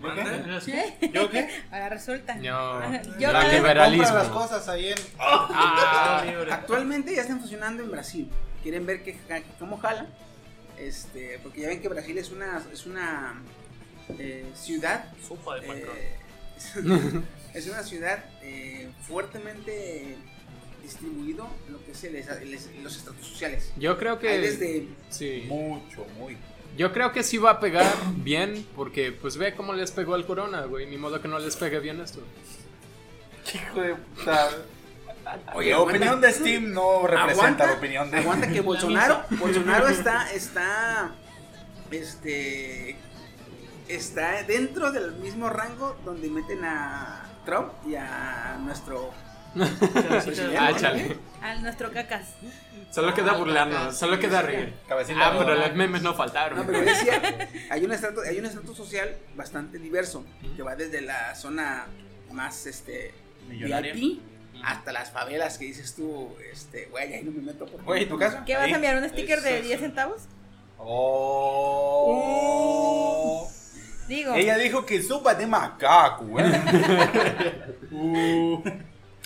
S7: ¿Yo qué? ¿Yo qué?
S4: Ahora resulta.
S5: No,
S4: Ajá. Yo
S5: la
S4: también-
S5: liberalismo.
S7: Compra las cosas ahí en.
S5: Ah,
S2: Actualmente ya están funcionando en Brasil. Quieren ver que, ja- cómo jala. Este, porque ya ven que Brasil es una, es una eh, ciudad.
S6: Sopa de patrón.
S2: eh, es una ciudad eh, fuertemente distribuido en lo que es el esa- el es- los estratos sociales.
S5: yo creo que
S2: Hay desde
S5: sí.
S7: Mucho, muy.
S5: Yo creo que sí va a pegar bien porque pues ve cómo les pegó el corona, güey, ni modo que no les pegue bien esto.
S7: Hijo de puta.
S4: Ah,
S2: Oye,
S7: la
S2: aguanta.
S7: opinión de Steam no representa
S2: aguanta,
S7: la opinión de.
S2: aguanta que Bolsonaro, Bolsonaro está, está, este, está dentro del mismo rango donde meten a Trump y a nuestro
S5: Ah, chale.
S4: Al nuestro cacas.
S5: Solo queda
S3: Ah,
S5: burlarnos, solo queda reír.
S7: Cabecita.
S5: Ah, pero los memes no faltaron.
S2: No, pero yo decía, hay un estrato, hay un estrato social bastante diverso, que va desde la zona más este
S7: Millonaria.
S2: VIP hasta las favelas que dices tú, este, güey, ahí no me meto porque
S7: Güey, ¿tu casa?
S4: ¿Qué vas
S7: Ahí.
S4: a enviar? ¿Un sticker de
S7: Eso,
S4: 10
S7: eso.
S4: centavos? Uh.
S7: Oh.
S4: Digo.
S7: Ella dijo que sopa de macaco, güey.
S8: ¿eh?
S7: Uh.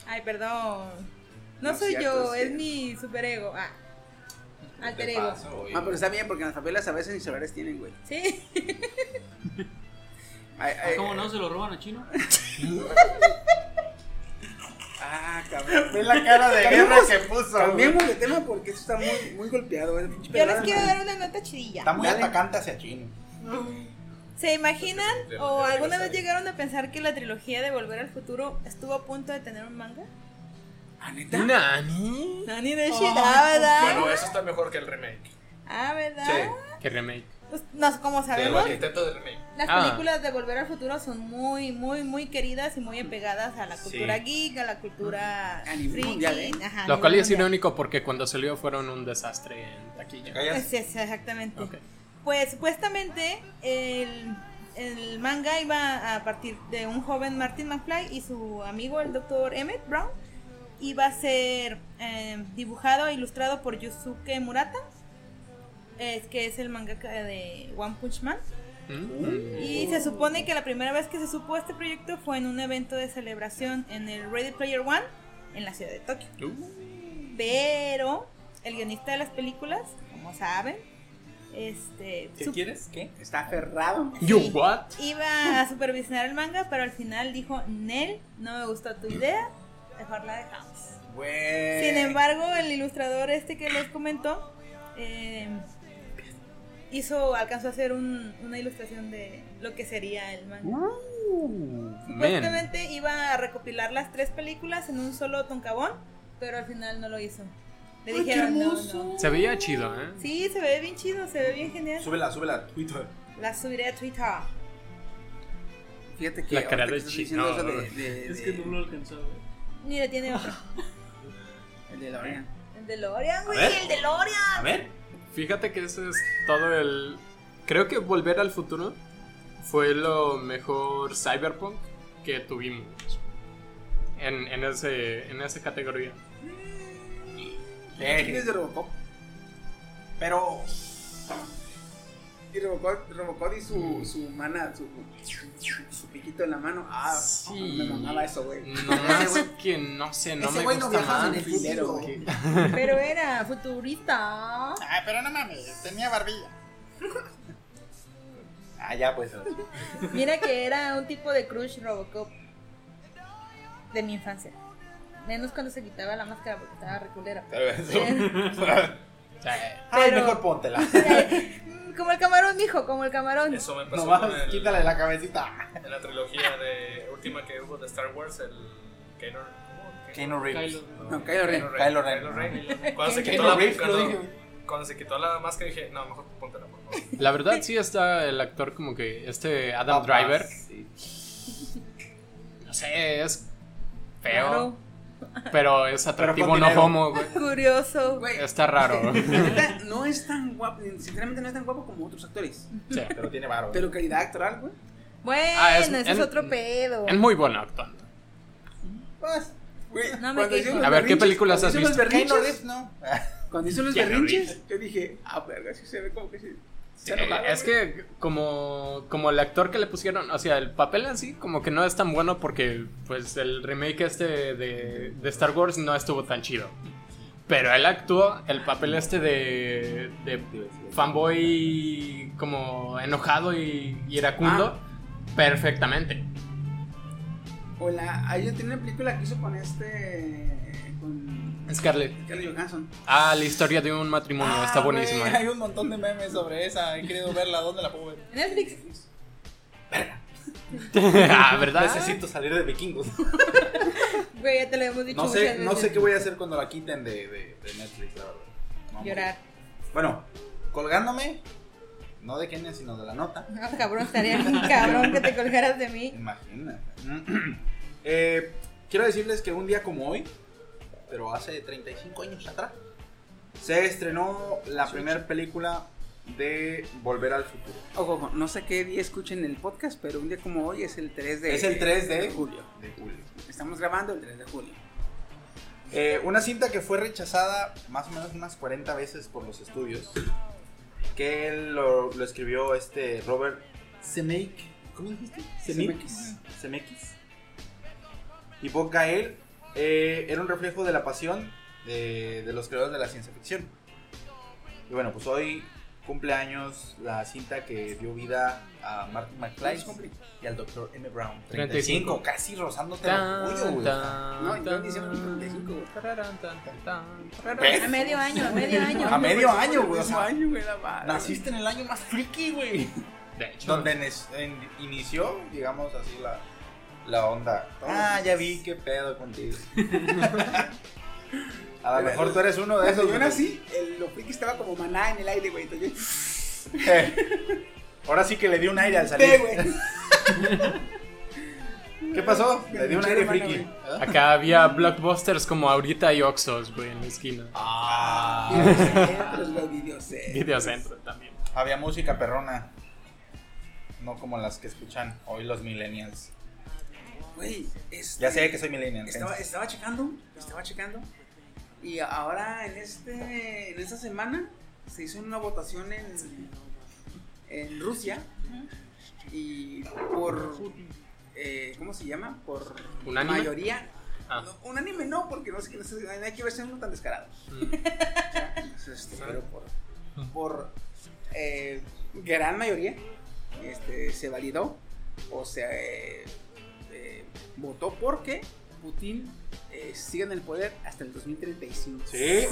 S4: Ay, perdón.
S2: No
S4: No,
S2: es
S4: soy
S2: cierto,
S4: yo,
S2: es
S4: es
S2: cierto.
S4: mi superego. Ah. Alter ego.
S2: Ah, pero está bien porque en las favelas a veces ni celulares tienen, güey.
S4: Sí.
S2: Ay, ay, eh.
S6: ¿Cómo no? ¿Se lo roban a Chino?
S2: Ah, cabrón.
S7: Ve la cara de guerra
S2: Cambiemos-
S7: que puso. güey.
S2: Cambiemos de tema porque esto está muy, muy golpeado. güey. Pinche
S4: Yo les
S2: pelada,
S4: quiero
S2: madre.
S4: dar una nota chidilla.
S7: Está muy
S2: Dale.
S7: atacante hacia Chino.
S4: ¿Se imaginan o alguna vez llegaron a pensar que la trilogía de Volver al Futuro estuvo a punto de tener un manga?
S2: ¿Ah, neta?
S5: Nani.
S4: Nani de shit, ah,
S3: Bueno,
S4: ¿verdad?
S3: eso está mejor que el remake.
S4: Ah, ¿verdad?
S5: Qué remake.
S4: Pues, no, como
S3: Pero
S4: sabemos,
S3: el intento del remake.
S4: las
S5: Ah.
S4: películas de Volver al Futuro son muy, muy, muy queridas y muy apegadas a la cultura geek, a la cultura
S2: A nivel mundial, ¿eh?
S4: ajá, a
S5: Lo
S4: nivel
S5: cual es
S4: mundial.
S5: irónico porque cuando salió fueron un desastre en taquilla.
S4: Pues, es- exactamente.
S5: Ok.
S4: Pues supuestamente el, el manga iba a partir de un joven Martin McFly y su amigo el doctor Emmett Brown. Iba a ser eh, dibujado e ilustrado por Yusuke Murata, es que es el mangaka de One Punch Man.
S9: Uh,
S5: Mm,
S4: Y se supone que la primera vez que se supo este proyecto fue en un evento de celebración en el Ready Player One en la ciudad de Tokio. Pero el guionista de las películas, como saben, este
S9: ¿Qué
S4: sup-
S9: quieres? ¿Qué?
S2: Está aferrado.
S5: You
S4: Sí.
S5: what?
S4: iba a supervisionar el manga, pero al final dijo, Nel, no me gustó tu idea, mejor la dejamos.
S2: Güey.
S4: Sin embargo, el ilustrador este que les comentó eh, hizo, alcanzó a hacer un- una ilustración de lo que sería el manga.
S5: Man.
S4: Supuestamente iba a recopilar las tres películas en un solo toncabón, pero al final no lo hizo. Le dijeron no, no.
S5: Se veía chido, ¿eh?
S4: Sí, se ve bien chido, se ve bien genial.
S10: Súbela, súbela a Twitter.
S4: La subiré a Twitter.
S2: Fíjate que.
S5: La
S2: ahorita
S5: cara de
S2: que estás diciendo
S5: chino.
S2: eso de- de-
S9: Es
S2: de-
S9: que no lo alcanzaba.
S4: Mira, tiene otro.
S2: El de la oreja.
S4: El DeLorean, güey,
S10: ver.
S4: el DeLorean.
S10: A ver.
S5: Fíjate que ese es todo el. Creo que Volver al Futuro fue lo mejor cyberpunk que tuvimos en, en, ese, en esa categoría.
S2: ¿Quién es de Robocop? Pero. Y Robocop, Robocop y su, su mana, su, su piquito en la mano. Ah, me mamaba eso, güey.
S5: No más que no sé, no
S2: Ese
S5: me
S2: güey no
S5: gusta
S2: viaja en
S5: más.
S2: el futuro.
S5: Que-
S4: Pero era futurista.
S2: Ah, pero no mames, tenía barbilla.
S8: Ah, ya, pues.
S4: Mira que era un tipo de crush Robocop de mi infancia. Menos cuando se quitaba la máscara porque estaba reculera.
S8: Ay,
S4: Pero- eh,
S8: mejor póntela.
S4: como el camarón, mijo, como el camarón.
S3: Eso me pasó
S8: Nomás
S3: con el-
S8: quítale la cabecita.
S3: en la trilogía de última que hubo de Star Wars, el Kano
S8: Keanu Reeves.
S2: No, Kylo Ren.
S8: Kylo Ren.
S3: Cuando se quitó
S8: Keanu
S3: la
S8: Reeves, lo
S3: cuando,
S8: dije.
S3: cuando se quitó la máscara dije, no, mejor póntela, por favor.
S5: La verdad sí está el actor como que este Adam
S8: Ah,
S5: Driver. No sé, es feo,
S4: Raro,
S5: pero es atractivo, no
S8: dinero.
S5: homo, güey.
S4: curioso.
S2: Güey,
S5: Está raro.
S2: la neta, no es tan guapo, sinceramente no es tan guapo como otros actores.
S5: Sí.
S8: Pero tiene varo.
S2: Pero calidad actoral, güey.
S4: Bueno,
S5: Ah, es-
S4: ese es
S5: en-
S4: otro pedo.
S5: Es muy bueno actuando.
S2: Pues, güey,
S4: No me
S2: cuando
S4: quejo.
S2: hizo los
S5: A ver, ¿qué
S2: berrinches-
S5: películas has
S2: cuando hizo los
S8: Keanu
S2: berrinches-
S8: Reeves, no.
S2: Cuando hizo los
S5: Keanu
S2: berrinches, yo dije, ah, verga, sí se ve como que se. se
S5: Eh,
S2: enojaba,
S5: es
S2: güey.
S5: que como, como el actor que le pusieron, o sea, el papel en sí como que no es tan bueno porque pues el remake este de, de Star Wars no estuvo tan chido. Pero él actuó el papel este de, de fanboy como enojado y, y iracundo
S8: Ah.
S5: perfectamente.
S2: O la. Ahí yo tenía una película que hizo con este. Con.
S5: Scarlett.
S2: Scarlett Johansson.
S5: Ah, la historia de un matrimonio,
S8: Ah,
S5: está buenísima. eh.
S8: güey, hay un montón de memes sobre esa. He querido verla. ¿Dónde la puedo ver?
S4: Netflix.
S5: ah, ¿verdad?
S8: Necesito salir de vikingos.
S4: Güey, ya te lo hemos dicho
S8: No sé,
S4: muchas
S8: no
S4: veces.
S8: sé qué voy a hacer cuando la quiten de, de- de Netflix, la verdad. No,
S4: Llorar.
S8: hombre. Bueno, colgándome, no de Kenia, sino de la nota.
S4: No, Ah, cabrón, estaría bien cabrón que te colgaras de mí.
S8: Imagínate. Eh, quiero decirles que un día como hoy, pero hace 35 años atrás, se estrenó la primera película de Volver al Futuro.
S2: Ojo, ojo, no sé qué día escuchen el podcast, pero un día como hoy es el 3 de
S8: Es el 3 de-
S2: julio.
S8: De julio.
S2: Estamos grabando el 3 de julio.
S8: Eh, una cinta que fue rechazada más o menos unas 40 veces por los estudios. Que lo, lo escribió este Robert Zemeckis. ¿Cómo dijiste? Zemeckis. Zemeckis. Y Bob Gael eh, era un reflejo de la pasión de, de los creadores de la ciencia ficción. Y bueno, pues hoy cumpleaños la cinta que dio vida a Martin McFly y al Dr. M. Brown. 35,
S5: 35.
S8: casi rozándote el orgullo,
S5: Tan,
S8: güey.
S5: tan,
S2: No, yo en
S5: tan,
S2: diciembre cumplí 35, güey.
S5: tararán, tan, tan, tan.
S8: ¿Ves?
S4: Pues, A medio año, a medio año.
S8: A medio año, güey. o
S2: Mismo
S8: sea,
S2: año, güey, la madre.
S8: Naciste en el año más friki, güey.
S5: De hecho,
S8: Donde nes- en- inició, digamos así, la, la onda. Ah, ya vi qué pedo contigo. A lo mejor tú eres uno de esos.
S2: Cuando yo
S8: güey.
S2: nací, el, lo friki estaba como maná en el aire, güey. Entonces, yo-
S8: Ahora sí que le di un aire al
S2: Ve,
S8: salir.
S2: güey.
S8: ¿Qué pasó?
S2: Me
S8: Le di un
S2: pinché
S8: aire
S2: la mano,
S8: friki.
S2: güey.
S8: ¿Ah?
S5: Acá había blockbusters como ahorita y Oxos, güey, en la esquina.
S2: Ah. Videocentros, güey, videocentros.
S5: Videocentro también.
S8: Había música perrona. No como las que escuchan hoy los millennials.
S2: Güey, este,
S8: Ya sé que soy millennial.
S2: Estaba,
S8: entonces.
S2: estaba checando, estaba checando. Y ahora en este en esta semana se hizo una votación en en Rusia y por eh, ¿cómo se llama? Por
S5: ¿Un anime?
S2: mayoría
S5: Ah.
S2: no, un anime no porque no sé qué no sé, no hay que verse uno tan descarado
S5: Mm.
S2: Este, pero por, por, eh, gran mayoría este, se validó o se eh, eh, votó porque Putin eh, siga en el poder hasta el 2035
S7: Sí.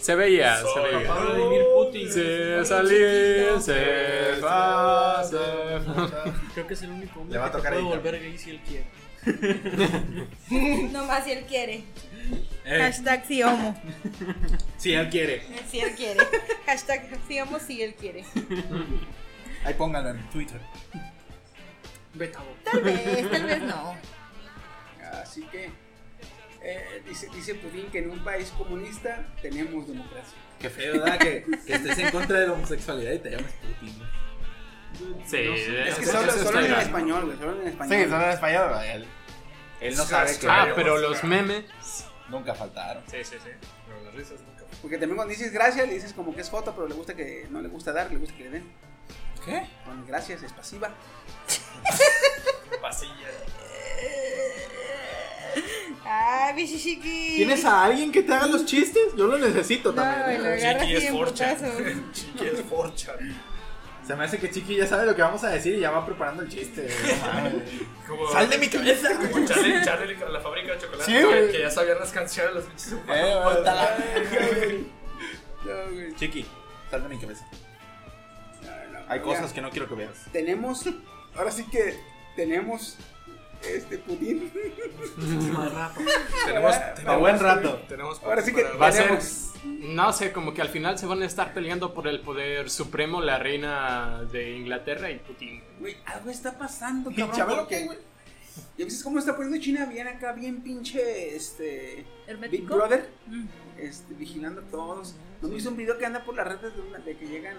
S5: Se veía, se veía.
S6: Vladimir Putin.
S5: Se salía, se va, se va.
S6: Creo que es el único hombre
S7: Le va a
S6: que te
S7: tocar
S6: puede
S7: editar.
S6: volver gay si él quiere.
S4: Nomás si él quiere.
S7: Eh.
S4: Hashtag si homo.
S8: Si él quiere.
S4: Si él quiere. Hashtag si homo si él quiere.
S7: Ahí pónganlo en Twitter.
S4: Tal vez, tal vez no.
S2: así que eh, dice, dice Putin que en un país comunista tenemos democracia
S7: Qué feo, ¿verdad? que, que estés en contra de la homosexualidad y te llames Putin.
S5: Sí,
S2: es que
S5: eso-
S2: solo,
S5: eso
S2: solo
S5: está
S2: en
S5: grave.
S2: español güey solo en español
S7: Sí, son en español. ¿verdad? Él, él no sabe que
S5: Ah, pero los memes.
S7: nunca faltaron.
S5: Sí, sí, sí.
S3: Pero las risas nunca.
S2: Porque también cuando dices gracias, le dices como que es foto, pero le gusta que no le gusta dar, le gusta que le den.
S7: ¿Qué?
S2: Con gracias, es pasiva.
S4: Ay, bichichiqui.
S7: ¿Tienes a alguien que te haga los chistes? Yo lo necesito
S4: No,
S7: también.
S4: lo agarras
S3: Chiqui es
S4: bien
S3: forcha.
S4: putazo.
S3: Chiqui es forcha.
S7: Se me hace que Chiqui ya sabe lo que vamos a decir y ya va preparando el chiste. güey. No mames.
S3: Como, Eh,
S7: ¡Sal de mi cabeza!
S3: Como Charlie, Charlie con la fábrica de chocolate.
S7: Sí,
S3: que-
S7: güey.
S3: Que ya sabían las canciones, los pinches.
S7: Eh, güey.
S2: No, güey.
S7: Chiqui, sal de mi cabeza.
S2: No, no,
S7: Hay
S2: ya.
S7: cosas que no quiero que veas.
S2: Tenemos, ahora sí que tenemos este Putin.
S3: Tenemos.
S2: Ah,
S3: tenemos-
S7: buen rato.
S3: Tenemos.
S2: Ahora sí que
S3: para-
S5: Va a ser.
S2: tenemos.
S5: No sé, como que al final se van a estar peleando por el poder supremo, la reina de Inglaterra y Putin.
S2: Güey, algo está pasando,
S7: ¿Y
S2: cabrón.
S7: Chabelo
S2: porque-
S7: qué, güey?
S2: ¿Ya viste cómo está poniendo China bien acá, bien pinche, este... Big
S4: Hermético.
S2: Brother,
S4: Mm.
S2: este, vigilando a todos. No me hizo un video que anda por las redes de, una- de que llegan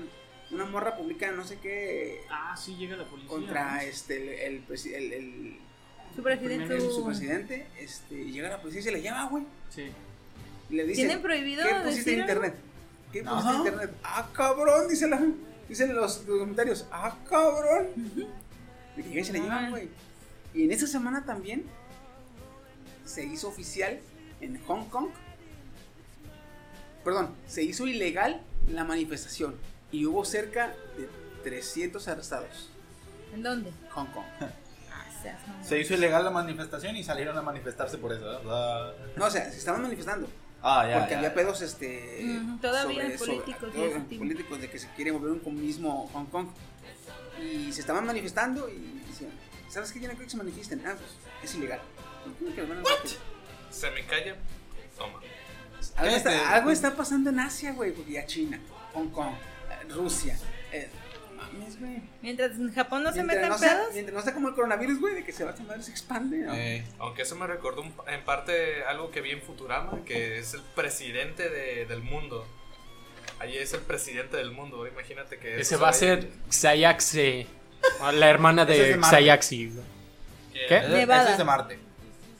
S2: una morra publica no sé qué
S6: Ah, sí, llega la policía.
S2: contra este el, el presi- el- el-
S4: Su presidente.
S2: el-
S4: su-
S2: su presidente, este, y llega la policía y se la lleva, güey.
S6: Sí.
S2: Y le dice,
S4: ¿Tienen prohibido
S2: ¿qué pusiste
S4: decir
S2: en
S4: algo?
S2: internet? ¿Qué pusiste
S7: Ajá.
S2: en internet? Ah, cabrón, dicen, la- dicen los, los comentarios, ah, cabrón. De que llegan y se la llevan,
S4: Ah.
S2: güey. Y en esa semana también se hizo oficial en Hong Kong, perdón, se hizo ilegal la manifestación y hubo cerca de 300 arrestados.
S4: ¿En dónde?
S2: Hong Kong.
S4: Ah, seas mamón.
S7: Se hizo ilegal la manifestación y salieron a manifestarse por eso. ¿verdad?
S2: No, o sea, se estaban manifestando.
S7: Ah, ya.
S2: porque
S7: ya.
S2: había pedos este
S4: Ujú, todavía
S2: sobre- sobre-
S4: políticos y
S2: todavía
S4: ese tipo.
S2: políticos de que se quiere volver un comunismo Hong Kong y se estaban manifestando y decían sabes qué? yo no creo que se manifiesten ah pues es ilegal No creo que lo van a hacer.
S3: Se me calla. Toma.
S2: algo, está,
S7: Este-
S2: algo está pasando en Asia güey porque ya China Hong Kong eh, Rusia eh, mames güey
S4: Mientras en Japón no se
S2: Mientras
S4: metan
S2: no sea-
S4: pedos.
S2: mientras no sea como el coronavirus güey de que se va a tomar se expande ¿no?
S7: Eh,
S3: Aunque eso me recordó un- en parte algo que vi en Futurama, que es el presidente de- del mundo. Allí es el presidente del mundo, ahora imagínate que...
S5: Ese
S3: eso
S5: va a
S3: se vaya-
S5: ser Xayaxe, la hermana
S7: Ese es
S5: de
S7: de Marte.
S5: Xayaxi.
S3: que-
S5: ¿Qué?
S7: ese-
S4: Nevada.
S7: ese es de Marte.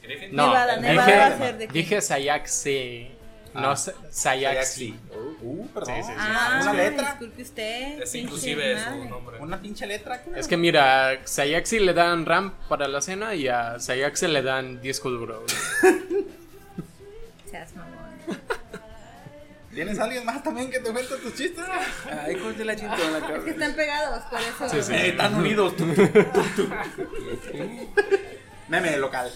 S3: Griffin.
S5: No,
S4: Nevada,
S5: dije-
S4: Nevada va a ser de
S5: Dije Xayaxe, no
S7: Ah.
S5: Xayaxi.
S7: Uh, perdón.
S5: Sí, sí, sí.
S4: Ah,
S7: Una letra.
S4: disculpe usted.
S3: Es
S4: pinche
S3: inclusive es
S4: madre.
S3: su nombre.
S7: Una pinche letra. ¿qué?
S5: Es que mira, a Xayaxi le dan RAM para la cena y a Xayaxe le dan disco duro.
S4: Seas mamón.
S7: ¿Tienes alguien más también que te cuente tus chistes?
S2: ay hijos de la chingada
S4: Es que
S2: cabrón.
S4: están pegados, por eso.
S5: Sí,
S2: Eh,
S5: sí.
S7: están unidos. Meme local.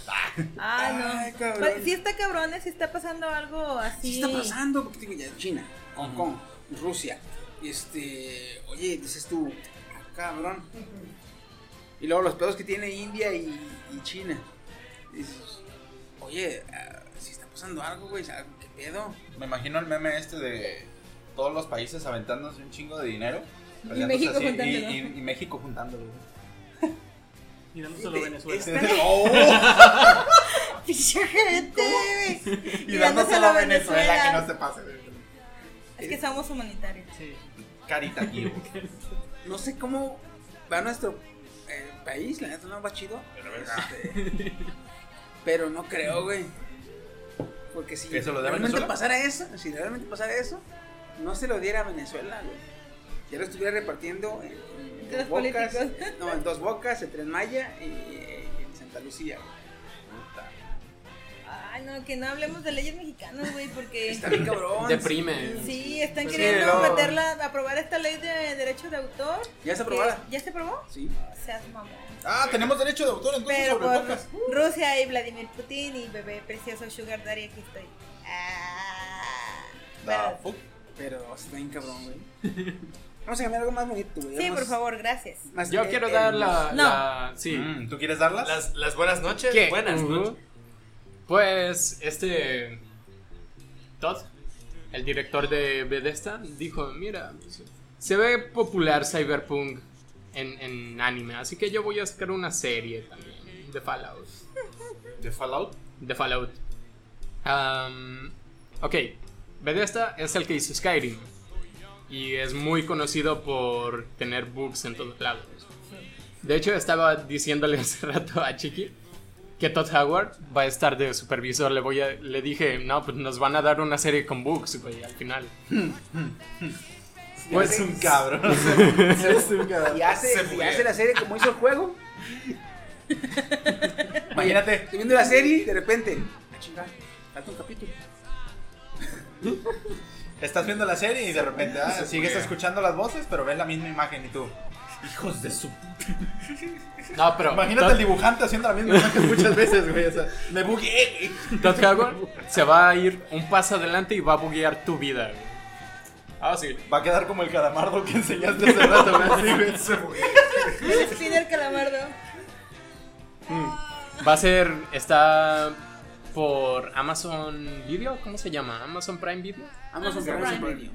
S4: Ah, no.
S2: Ay, cabrón.
S4: Pero sí está cabrón, eh, sí está pasando algo así.
S2: ¿Qué está pasando? Porque digo, ya China, Hong Kong, Rusia. Este, oye, dices tú, ah, cabrón. Y luego los pedos que tiene India y, y China. Dices, oye, ah, si está pasando algo, güey, ¿sabes ¿qué pedo?
S7: Me imagino el meme este de todos los países aventándose un chingo de dinero.
S4: Y México
S7: peleándose así,
S4: juntándolo.
S7: Y, y- y México juntándolo. güey.
S6: Mirándoselo a Venezuela.
S2: Está-
S7: Oh,
S4: Pinche gente, güey.
S7: y dándoselo a Venezuela, que no se pase. güey.
S4: Es que somos humanitarios.
S6: Sí.
S7: Carita aquí. güey.
S2: No sé cómo va nuestro eh, país, la neta no va chido. Este, pero no creo, güey. Porque si
S7: ¿Que se lo dé a
S2: realmente
S7: Venezuela?
S2: pasara eso, si realmente pasara eso, no se lo diera a Venezuela, güey. ya lo estuviera repartiendo en, en
S4: Entre
S2: dos
S4: los
S2: bocas,
S4: políticos.
S2: no, en dos bocas, en Tren Maya y, y en Santa Lucía. güey.
S4: Ay, no, que no hablemos de leyes mexicanas, güey, porque...
S2: Está bien cabrón.
S5: Deprime.
S4: Sí, están
S2: Pues sí,
S4: queriendo
S2: no.
S4: meterla, aprobar esta ley de derecho de autor.
S2: ¿Ya está
S4: que-
S2: aprobada?
S4: ¿Ya se aprobó?
S2: Sí.
S4: Seas mamón.
S7: Ah, tenemos derecho de autor entonces
S4: Pero
S7: sobre
S4: por
S7: podcast.
S4: Rusia y Vladimir Putin y bebé precioso Sugar Daddy, aquí estoy. Ah. Bueno,
S2: Pero está bien cabrón, güey. Vamos a cambiar algo más bonito, güey.
S4: sí,
S2: vamos-
S4: por favor, gracias.
S2: más
S5: Yo
S2: eh,
S5: quiero
S2: eh,
S5: dar la.
S4: No.
S5: la- sí.
S7: Mm, ¿Tú quieres darlas?
S3: Las, las buenas noches.
S5: ¿Qué?
S3: Buenas
S5: Ujú.
S3: noches.
S5: Pues este Todd, el director de Bethesda, dijo, mira, se ve popular Cyberpunk en, en anime, así que yo voy a sacar una serie también de Fallout.
S7: ¿De Fallout?
S5: De Fallout. Am, ok, Bethesda es el que hizo Skyrim y es muy conocido por tener bugs en todos lados. De hecho, estaba diciéndole hace rato a Chiqui que Todd Howard va a estar de supervisor. Le, voy a, le dije, no, pues nos van a dar una serie con bugs, güey, al final. Pues-
S7: Eres un cabrón. Eres un cabrón.
S2: Y hace,
S3: Se
S2: y
S3: fue.
S2: hace la serie como hizo el juego.
S7: Imagínate.
S2: Estoy viendo la serie y de repente. Ah, chinga, falta un capítulo.
S7: Estás viendo la serie y de repente ah, sigues escuchando las voces, pero ves la misma imagen y tú. Hijos de su.
S5: No, pero
S7: Imagínate el dibujante haciendo la misma imagen muchas veces, güey. O sea, me bugué.
S5: Todd, Todd Howard se va a ir un paso adelante y va a buguear tu vida. güey. Ah, sí.
S7: Va a quedar como el calamardo que enseñaste hace rato, güey. así, güey.
S4: Spider Calamardo.
S5: Va a ser, está por Amazon Video, ¿cómo se llama? Amazon Prime Video.
S2: Amazon Prime Video.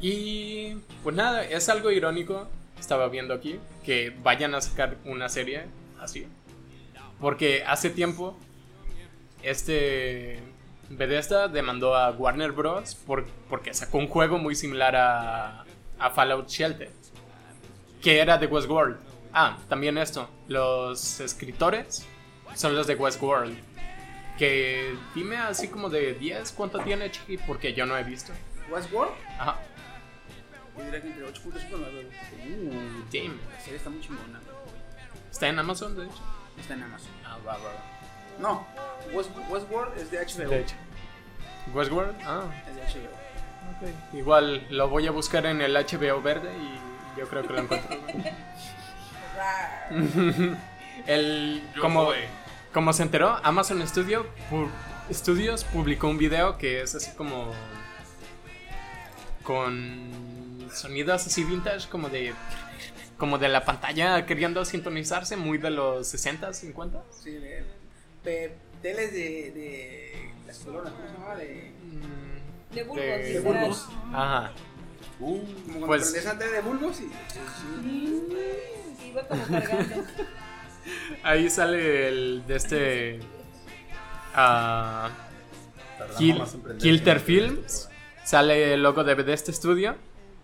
S5: Y pues nada, es algo irónico, estaba viendo aquí, que vayan a sacar una serie así. Porque hace tiempo, este Bethesda demandó a Warner Bros. por- porque sacó un juego muy similar a, a Fallout Shelter, que era de Westworld. Ah, también esto, los escritores son los de Westworld. Que dime así como de 10 cuánto tiene Chiqui, porque yo no he visto.
S2: Westworld.
S5: Ajá.
S2: Yo diría que entre 8.5 y 9.
S5: Uh, damn.
S2: La serie está muy chingona.
S5: Está en Amazon, de hecho.
S2: Está en Amazon.
S5: Ah, va, va, va.
S2: No, West- Westworld es de HBO.
S5: De hecho. Westworld, ah,
S2: Es de HBO.
S5: ok. Igual lo voy a buscar en el HBO verde y yo creo que lo encuentro. el,
S3: Yo
S5: como,
S3: soy.
S5: como se enteró, Amazon Studio pu- Studios publicó un video que es así como. con sonidos así vintage, como de. como de la pantalla queriendo sintonizarse, muy de los 60, 50.
S2: Sí, de, de teles de, de las colonas, ¿cómo se llama? De,
S5: Mm,
S4: De Bulbos.
S5: De
S4: literal.
S5: Bulbos. Ajá.
S2: como cuando
S5: Pues-
S2: prendes antes de bulbos y...
S4: Mm, Iba como cargando.
S5: Ahí sale el de este. ah,
S7: Tardamos
S5: Kill-
S7: más en prender
S5: Kilter
S7: que-
S5: Films. Sale el logo de, de este estudio.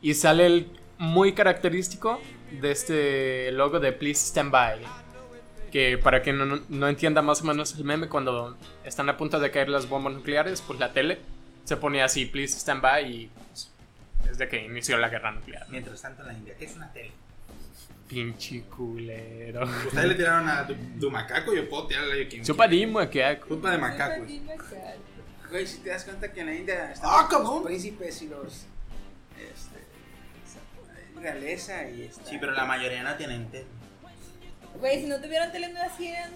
S5: Y sale el muy característico de este logo de Please Stand By. Que para que no, no entienda más o menos el meme, cuando están a punto de caer las bombas nucleares, pues la tele se pone así: Please Stand By. Y pues, desde que inició la guerra nuclear.
S7: Mientras tanto en la India, ¿qué es una tele?
S5: Pinche culero.
S7: Ustedes le tiraron a tu, tu macaco, yo puedo tirarle a yo quien
S5: Supa dimo que.
S7: Culpa de macaco. güey.
S4: Pero
S2: Güey, si te das cuenta que en la India están
S7: ¡Ah,
S2: los
S7: cabrón!
S2: príncipes y los... Este, realeza y... Esta,
S7: Sí, pero la mayoría no tienen tele.
S4: Güey, si no tuvieran tele, no hacían.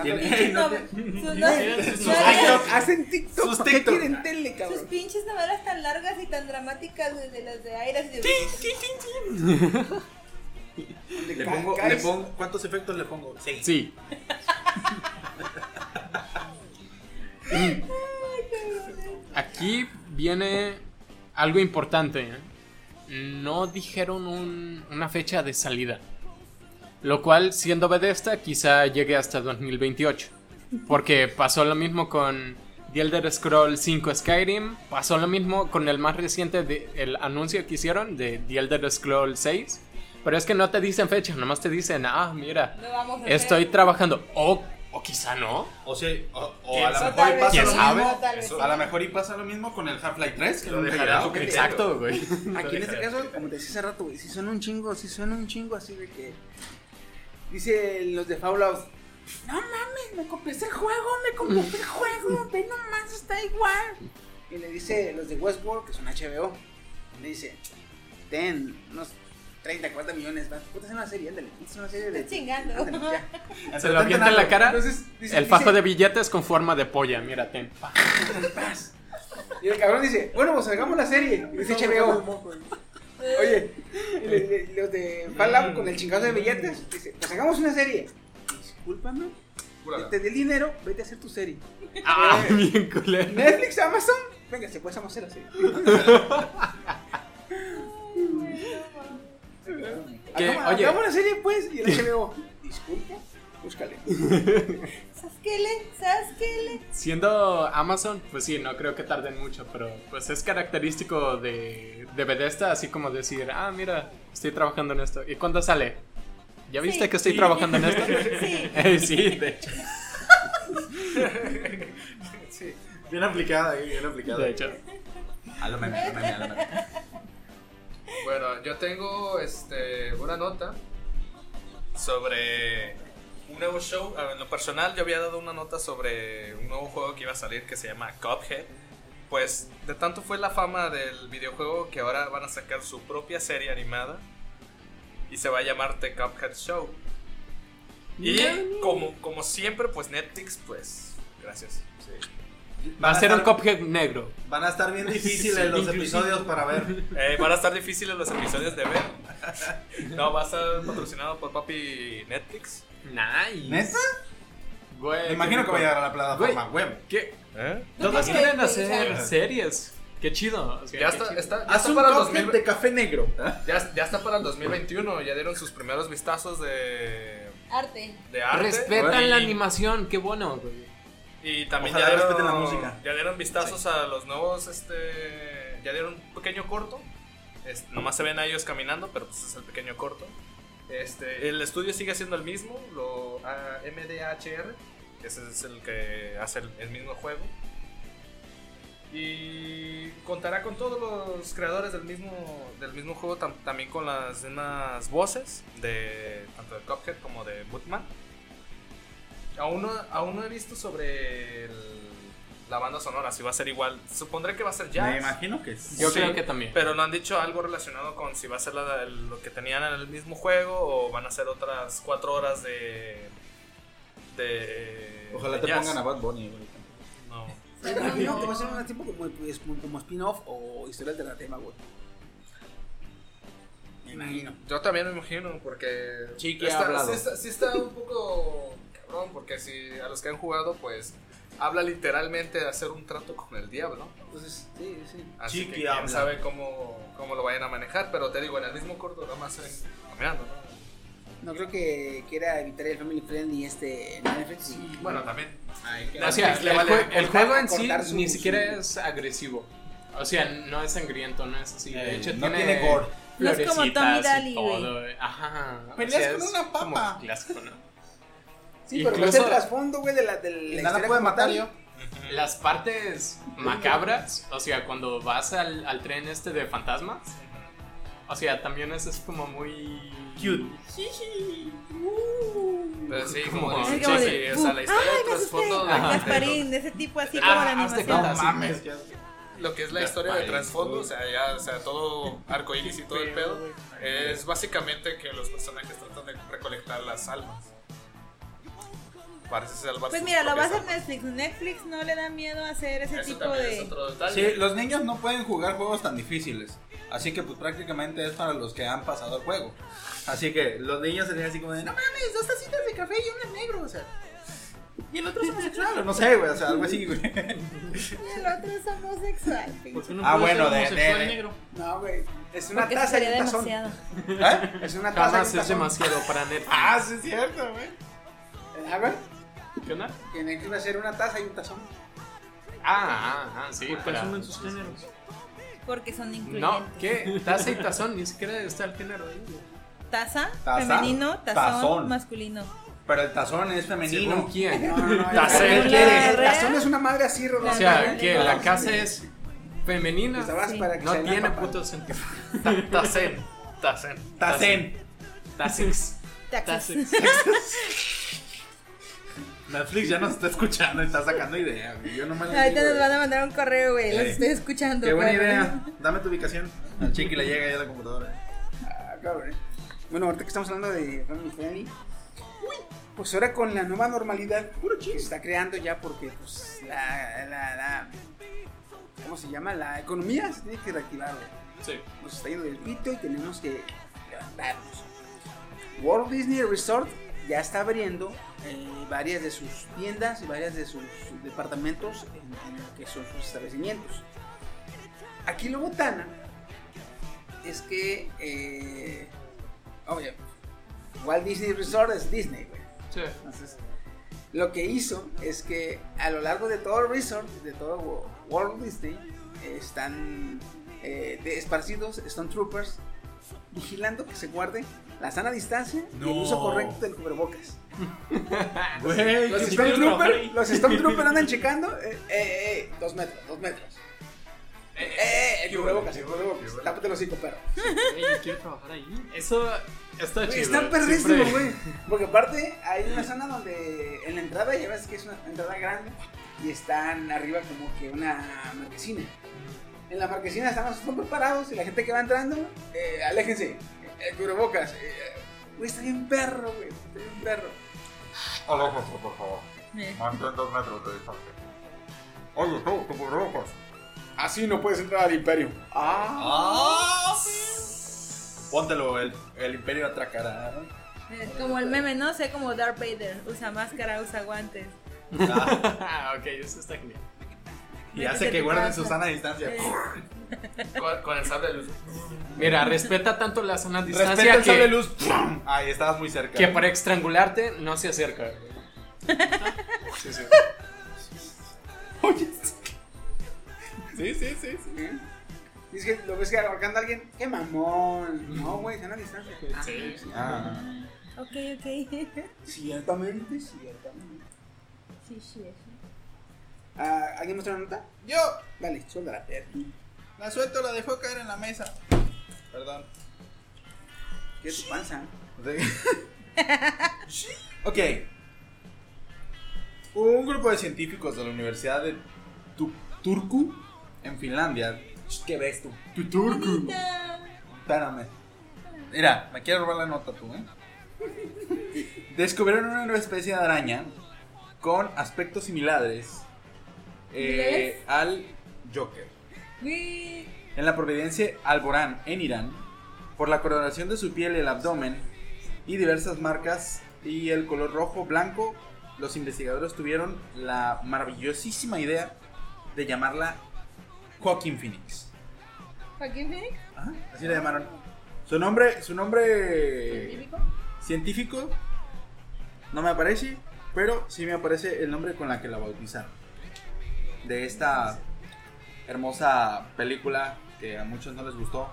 S7: Tienen-
S4: pinches
S7: no
S4: novelas.
S7: te-
S4: Sus-
S3: Sí,
S4: no-
S3: sí,
S4: no
S3: sus-
S4: harían-
S2: Hacen TikTok,
S7: Sus
S2: ¿qué
S7: TikTok.
S2: quieren tele,
S4: Sus
S2: cabrón?
S4: pinches novelas tan largas y tan dramáticas, güey, de las de Aires. De...
S7: Le pongo, le pongo, ¿cuántos efectos le pongo? Sí.
S5: Sí. Aquí viene algo importante. No dijeron un- una fecha de salida. Lo cual, siendo Bethesda, quizá llegue hasta 2028. Porque pasó lo mismo con The Elder Scrolls 5 Skyrim. Pasó lo mismo con el más reciente de- el anuncio que hicieron de The Elder Scrolls 6. Pero es que no te dicen fecha, nomás te dicen, ah, mira,
S4: No vamos a hacer.
S5: Estoy trabajando. Ok. O quizá no.
S7: O sea, o, o
S5: ¿Quién
S7: a lo
S5: sabe?
S7: mejor y pasa
S5: ¿Quién
S7: lo
S5: sabe?
S7: mismo.
S4: Tal vez
S7: Eso- A lo mejor y pasa lo mismo con el Half-Life 3, que
S8: Lo
S7: lo nunca
S8: dejará
S7: llegó.
S8: su criterio.
S5: Exacto, güey.
S2: Aquí en este caso, como te decía hace rato, güey, sí suena un chingo, sí suena un chingo así de que. Dicen los de Fallout. No mames, me compré el juego, me compré el juego, ve nomás, está igual. Y le dice los de Westworld, que son HBO, le dice, ten unos 30, 40 millones, va, puta, es una serie, ándale, es una serie de...
S4: Estás chingando.
S2: ándale, ya.
S5: Se lo avienta en la cara.
S2: Entonces, dice- Ah.
S5: El fajo
S2: dice-
S5: de billetes con forma de polla, mira, ten. pa.
S2: Paz. Y el cabrón dice, bueno, pues hagamos la serie. Y dice HBO. Oye, y le- le- los de Fallout con el chingazo de billetes, dice, pues hagamos una serie. Discúlpame, te di el dinero, vete a hacer tu serie.
S5: Ah, bien culero.
S2: Netflix, Amazon, venga, se puede hacer la serie.
S5: Que,
S2: Hagamos,
S5: oye.
S2: hagamos la serie, pues, y el HBO. Disculpa, búscale.
S4: Sasquele, Sasquele.
S5: Siendo Amazon, pues sí, no creo que tarden mucho, pero pues es característico de, de Bethesda, así como decir, ah, mira, estoy trabajando en esto. ¿Y cuándo sale? ¿Ya viste
S4: Sí.
S5: que estoy trabajando en esto?
S4: Sí.
S5: Eh, sí, de hecho.
S7: Bien aplicada, eh, bien aplicada.
S5: De hecho.
S7: A lo meme, a lo meme, a lo meme.
S3: Bueno, yo tengo este, una nota sobre un nuevo show. A ver, En lo personal, yo había dado una nota sobre un nuevo juego que iba a salir que se llama Cuphead. Pues de tanto fue la fama del videojuego que ahora van a sacar su propia serie animada y se va a llamar The Cuphead Show. Y como, como siempre, pues Netflix, pues gracias.
S5: Va a ser un
S7: estar-
S5: cuphead negro.
S7: Van a estar bien difíciles los episodios para ver.
S3: Eh, van a estar difíciles los episodios de ver. No, va a estar patrocinado por papi Netflix.
S5: Nice.
S7: ¿Neta?
S5: Güey,
S7: Me
S5: qué
S7: imagino que
S5: rico.
S7: va a llegar a la plataforma web.
S5: ¿Qué?
S4: No
S5: Todos
S4: te
S5: quieren
S4: crees,
S5: hacer
S4: güey.
S5: series. Qué chido. o sea,
S3: Ya
S5: qué
S3: está,
S5: chido.
S3: está, ya
S7: Haz
S3: está
S7: un
S3: para el
S7: cupcake
S3: 2000
S7: de café negro.
S3: ya, ya está para el 2021. Ya dieron sus primeros vistazos de,
S4: Arte.
S3: de arte.
S5: Respetan la
S3: Y-
S5: animación, qué bueno, güey.
S3: Y también
S7: Ojalá
S3: ya dieron,
S7: respeten la música.
S3: ya dieron vistazos a los nuevos, este, ya dieron un pequeño corto. Es- nomás se ven a ellos caminando, pero pues es el pequeño corto. Este, el estudio sigue siendo el mismo, lo ah, MDHR, que ese es el que hace el, el mismo juego. Y contará con todos los creadores del mismo, del mismo juego, tam- también con las mismas voces, de, tanto de Cuphead como de Bootman. Aún no, aún no he visto sobre el- la banda sonora, si va a ser igual. Supondré que va a ser jazz.
S7: Me imagino que sí.
S5: Yo
S3: Sí,
S5: creo que también.
S3: Pero no han dicho algo relacionado con si va a ser la- el- lo que tenían en el mismo juego o van a ser otras cuatro horas de. de.
S7: Ojalá
S3: de
S7: te
S3: jazz.
S7: pongan a Bad Bunny. güey.
S3: No.
S2: No, que va a ser un tipo como, pues, como, como spin-off o historia alternativa, güey. Me imagino.
S3: Yo también me imagino, porque.
S7: Sí, que ha
S3: está,
S7: hablado.
S3: sí, está, sí está un poco cabrón, porque si a los que han jugado, pues. habla literalmente de hacer un trato con el diablo.
S2: Entonces, sí, sí.
S3: Así
S7: Chiqui
S3: que quién
S7: habla.
S3: sabe cómo, cómo lo vayan a manejar, pero te digo, en el mismo corto nada más se ven caminando, ¿no?
S2: No creo que quiera evitar el Family Friendly este en Netflix.
S3: Bueno, también.
S5: O sea, el,
S3: Le vale
S5: jue- el juego en sí
S2: cortar su-
S5: ni
S2: su-
S5: siquiera es agresivo. O sea, no es sangriento, no es así. De
S7: Eh,
S5: hecho,
S7: no
S5: tiene,
S7: tiene gore.
S4: No es como Tommy
S5: florecitas y
S4: Daly, güey.
S5: todo, eh. Ajá. o
S7: Peleas
S5: sea,
S7: con
S5: es
S7: una
S5: como
S7: papa.
S5: clásico, ¿no?
S2: Sí, pero
S5: Incluso-
S2: ves el trasfondo, güey, de la, de la
S7: Y
S2: historia
S7: nada puede
S2: como
S7: matar
S2: tal.
S7: yo.
S5: Las partes macabras, o sea, cuando vas al, al tren este de fantasmas, o sea, también eso es como muy... Cute.
S3: Pero sí,
S5: Como-
S3: como dice
S5: Sí,
S4: como
S3: Chiqui,
S4: de,
S3: o sea, la historia
S4: ¡Ay,
S3: del
S4: me asusté!
S3: trasfondo de-
S5: Ajá.
S4: Gasparín, de ese tipo así como la
S5: Ah, hazte cuenta,
S4: animación.
S5: sí.
S3: lo que es la historia de trasfondo, o sea, ya, o sea, todo arcoíris y todo el pedo, es básicamente que los personajes tratan de recolectar las almas. Parece salvar
S4: Pues
S3: sus
S4: mira, lo va a
S3: propias
S4: hacer
S3: almas.
S4: Netflix. Netflix no le da miedo hacer ese
S3: Eso
S4: tipo
S3: también
S4: de.
S3: es otro detalle.
S7: Sí, los niños no pueden jugar juegos tan difíciles. Así que pues prácticamente es para los que han pasado el juego. Así que los niños serían así como de, no mames, dos tacitas de café y uno es negro, o sea. Y el otro es homosexual, o no sé, güey, o sea, algo así, güey.
S4: Y el otro es homosexual.
S6: ¿Por qué no
S7: Ah,
S6: puede ser
S7: bueno, de-
S6: homosexual
S7: de-
S6: negro?
S2: No, güey. Es una
S4: Porque eso
S2: taza y
S4: sería
S2: un tazón.
S4: demasiado.
S7: ¿Eh?
S2: Es una taza
S5: Jamás
S2: y un
S5: es
S2: tazón.
S5: demasiado para Netflix.
S7: Ah, sí es cierto, güey.
S2: Ah, güey.
S5: ¿Qué onda?
S2: Que Netflix va a ser una taza y un tazón.
S5: Ah, ah, ah, sí,
S6: Porque
S5: pero...
S6: asumen sus géneros.
S4: Porque son incluyentes.
S5: No, ¿qué? Taza y tazón, ni siquiera está el género ahí, güey.
S4: Taza,
S7: Taza,
S4: femenino, tazón,
S7: tazón.
S4: masculino.
S8: Pero el tazón es femenino.
S5: ¿Según quién?
S2: No, no, no,
S5: Tazón.
S2: el- el- el- el
S4: Real.
S2: tazón es una madre así, Rodolfo.
S5: O sea,
S4: Real.
S5: que la casa es femenina.
S2: Estabas
S4: Sí.
S2: para que
S5: No
S2: sea la
S5: tiene
S2: papá.
S5: puto sentido. Ta- Tazen. Tazen.
S8: Tacén.
S5: Tazen.
S4: Taxes.
S8: Netflix ya nos está escuchando y está sacando idea. güey. Yo nomás le
S4: Ahorita
S8: digo,
S4: nos van a mandar un correo, güey. Los
S8: Sí.
S4: estoy escuchando.
S8: Qué buena
S4: pero-
S8: idea. Dame tu ubicación. Al chiqui le llega ya la computadora.
S2: Ah, cabrón. Bueno, ahorita que estamos hablando de Family Friendly, pues ahora con la nueva normalidad que se está creando ya porque pues la, la, la- ¿cómo se llama? La economía se tiene que reactivar, güey.
S5: Sí.
S2: nos está yendo del pito y tenemos que levantarnos. Walt Disney Resort ya está abriendo eh, varias de sus tiendas y varias de sus departamentos en, en lo que son sus establecimientos. Aquí lo botana es que, eh, oye, Walt Disney Resort es Disney, güey.
S5: Sí.
S2: Entonces, lo que hizo es que a lo largo de todo el resort, de todo Wo- Walt Disney, eh, están eh, de- esparcidos, están troopers vigilando que se guarde la sana distancia y el uso correcto del cubrebocas.
S5: Güey,
S2: Los
S5: qué chido trabajar ahí.
S2: Stormtroopers los Stormtroopers andan checando, eh, eh, eh, dos metros, dos metros. Eh, eh, eh, cubrebocas, cubrebocas, tápate el hocico, perro.
S11: Ey, yo quiero trabajar ahí.
S5: Eso está
S2: Güey,
S5: chido. eh,
S2: Está perrísimo,
S5: Siempre-
S2: güey. Porque aparte hay una zona donde en la entrada ya ves que es una entrada grande y están arriba como que una marquesina. En la marquesina están los están preparados y la gente que va entrando, eh, aléjense, eh, cubrebocas. eh, eh. Güey, está bien perro, güey. Está bien perro.
S8: Aléjense, por favor.
S4: Eh.
S8: Mantén dos metros de distancia. Oye, tú, tu cubrebocas.
S2: Así no puedes entrar al imperio. Ah.
S8: Póntelo, el, el imperio atracará.
S4: Eh, Como el meme, no sé, como Darth Vader. Usa máscara, usa guantes.
S5: Ah, ok, eso está genial.
S8: Y hace que guarden su sana distancia.
S4: Eh,
S3: Con, con el sable de luz.
S5: Mira, respeta tanto la zona de
S8: Respeta
S5: distancia
S8: el sable
S5: que,
S8: luz. ¡Pum! Ahí estabas muy cerca.
S5: que para estrangularte no se acerca. Sí, sí.
S8: Sí, sí, sí. sí.
S2: ¿Eh? Y es que lo ves que abarcando a alguien. ¡Qué mamón! No, güey, sana distancia. Ah,
S5: Sí.
S8: Ah.
S4: Ok, ok.
S2: Ciertamente, ciertamente.
S4: Sí, sí, sí.
S2: Ah, ¿Alguien muestra una nota?
S8: Yo
S2: Dale, suéltala, perro.
S8: la suelto, la dejo caer en la mesa. Perdón.
S2: ¿Qué es tu panza?
S8: ok. Un grupo de científicos de la Universidad de Tu- Turku, en Finlandia. ¿Qué ves tú? Turku. Espérame. Mira, me quiero robar la nota tú, ¿eh? Descubrieron una nueva especie de araña con aspectos similares eh, al Joker.
S4: Uy,
S8: En la providencia Alborán, en Irán, por la coloración de su piel y el abdomen y diversas marcas y el color rojo blanco, los investigadores tuvieron la maravillosísima idea de llamarla Joaquín Phoenix.
S4: ¿Joaquín Phoenix?
S8: Ajá, así la llamaron. Su nombre, su nombre
S4: ¿Científico?
S8: científico no me aparece, pero sí me aparece el nombre con la que la bautizaron. De esta hermosa película que a muchos no les gustó,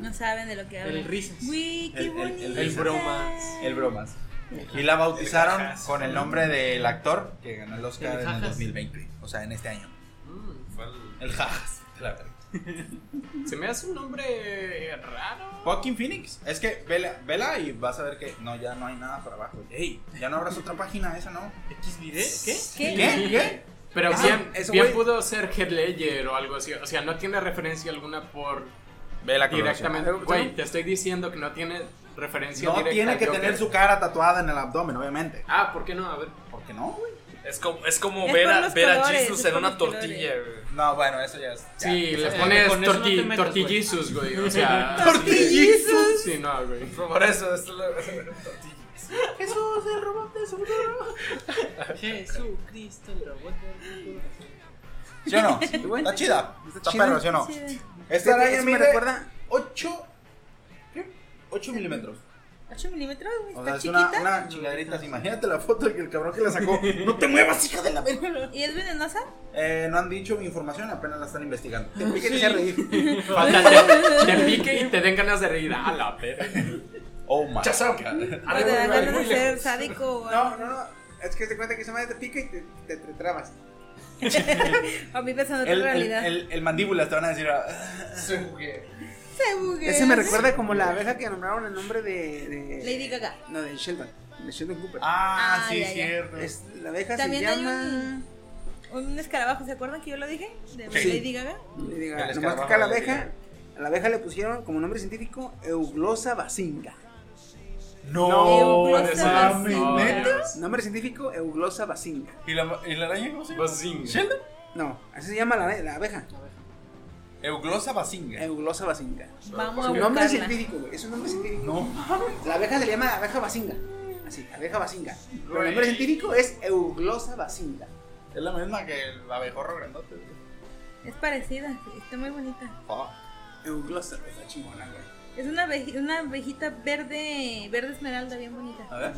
S4: No saben de lo que hablan.
S11: El risas.
S4: Uy, qué
S8: El- el-
S4: bonito.
S8: el
S5: bromas.
S8: El Bromas. Y la bautizaron con el nombre del actor que ganó el Oscar en el 2020, o sea, en este año. El Jajas, de la verga.
S5: Mm, Se me hace un nombre raro.
S8: Joaquin Phoenix. Es que vela, vela y vas a ver que no, ya no hay nada para abajo. Ey, ya no abras otra página, esa no.
S11: ¿Qué?
S4: ¿Qué?
S8: ¿Qué? ¿Qué?
S5: Pero
S8: Ah,
S5: bien,
S8: ese
S5: bien
S8: güey.
S5: pudo ser Head Ledger o algo así. O sea, no tiene referencia alguna por
S8: Vela
S5: directamente.
S2: Ah,
S5: Güey, te estoy diciendo que no tiene referencia
S8: No
S5: directa.
S8: tiene que
S5: al Joker.
S8: tener su cara tatuada en el abdomen, obviamente.
S5: Ah, ¿por qué no? A ver.
S8: ¿Por qué no, güey?
S3: Es como, es como
S4: Es
S3: ver,
S4: por
S3: a,
S4: los
S3: ver a
S4: colores,
S3: Jesus
S4: es
S3: en
S4: por
S3: una
S4: los colores.
S3: tortilla. güey.
S8: No, bueno, eso ya es.
S5: Sí, le
S11: sea,
S5: pones
S11: con eso no te
S5: torti-
S11: metas,
S5: tortillizos, güey. O sea.
S4: Tortillizos.
S5: Sí, no, güey.
S3: Por eso, es lo- es lo-
S11: Jesucristo, el robot.
S8: ¿Sí o no? Está chida. Está
S2: chida.
S8: perro, ¿sí o no?
S4: Sí.
S8: Esta araña
S2: Eso me
S8: mide
S2: recuerda
S8: 8 8 milímetros.
S4: 8 milímetros, güey.
S8: O
S4: Está
S8: sea, es una,
S4: chiquita.
S8: una chingaderita. así. Imagínate la foto que el cabrón que la sacó. ¡No te muevas, hija de la verga!
S4: ¿Y es venenosa?
S8: Eh, no han dicho mi información, apenas la están investigando.
S2: Te pica y te hace reír.
S5: Ah, Falta te, te pique y te den ganas de reír. A la verga.
S7: Oh my.
S4: O te dan ganas de
S6: muy
S4: ser
S6: lejos.
S4: sádico. o
S2: No, no, no. Es que te cuenta que esa madre te pica y te, te, te trabas.
S4: A mí pensando en
S7: El,
S4: otra
S7: el,
S4: realidad.
S7: el, el mandíbula te van a decir. ah,
S4: Se buguea.
S2: Ese me recuerda como la abeja que nombraron el nombre de. de-
S4: Lady Gaga.
S2: No, de Sheldon. De Sheldon Cooper.
S7: Ah,
S4: Ah,
S7: sí,
S4: ya, ya.
S7: cierto.
S2: Es- la abeja
S4: También
S2: se
S4: hay
S2: llama.
S4: un, un escarabajo, ¿se acuerdan que yo lo dije? De
S2: Sí.
S4: Lady Gaga.
S2: Le diga, nomás
S7: El escarabajo
S2: que acá la
S7: de Lady
S2: abeja.
S7: Gaga.
S2: A la abeja le pusieron como nombre científico Euglosa basinga.
S4: No,
S5: Ese-
S4: mames,
S5: no,
S4: ¿neta?
S2: Nombre científico Euglosa basinga.
S7: ¿Y la, ¿Y la araña cómo se llama?
S5: Bazing.
S7: ¿Sheldon?
S2: No, así se llama la, la abeja.
S7: Euglosa basinga.
S2: Euglosa basinga.
S4: Vamos a
S2: Su nombre
S4: buscarla.
S2: científico, güey. Es un nombre científico.
S7: No
S2: La abeja se le llama abeja basinga. Así, abeja basinga. Pero el nombre científico es Euglosa basinga.
S7: Es la misma que el abejorro grandote. güey.
S4: Es parecida, sí, está muy bonita.
S7: Ah,
S2: Euglosa, güey, está chingona, güey.
S4: Es una, abeji- una abejita verde, verde esmeralda, bien bonita.
S7: A ver.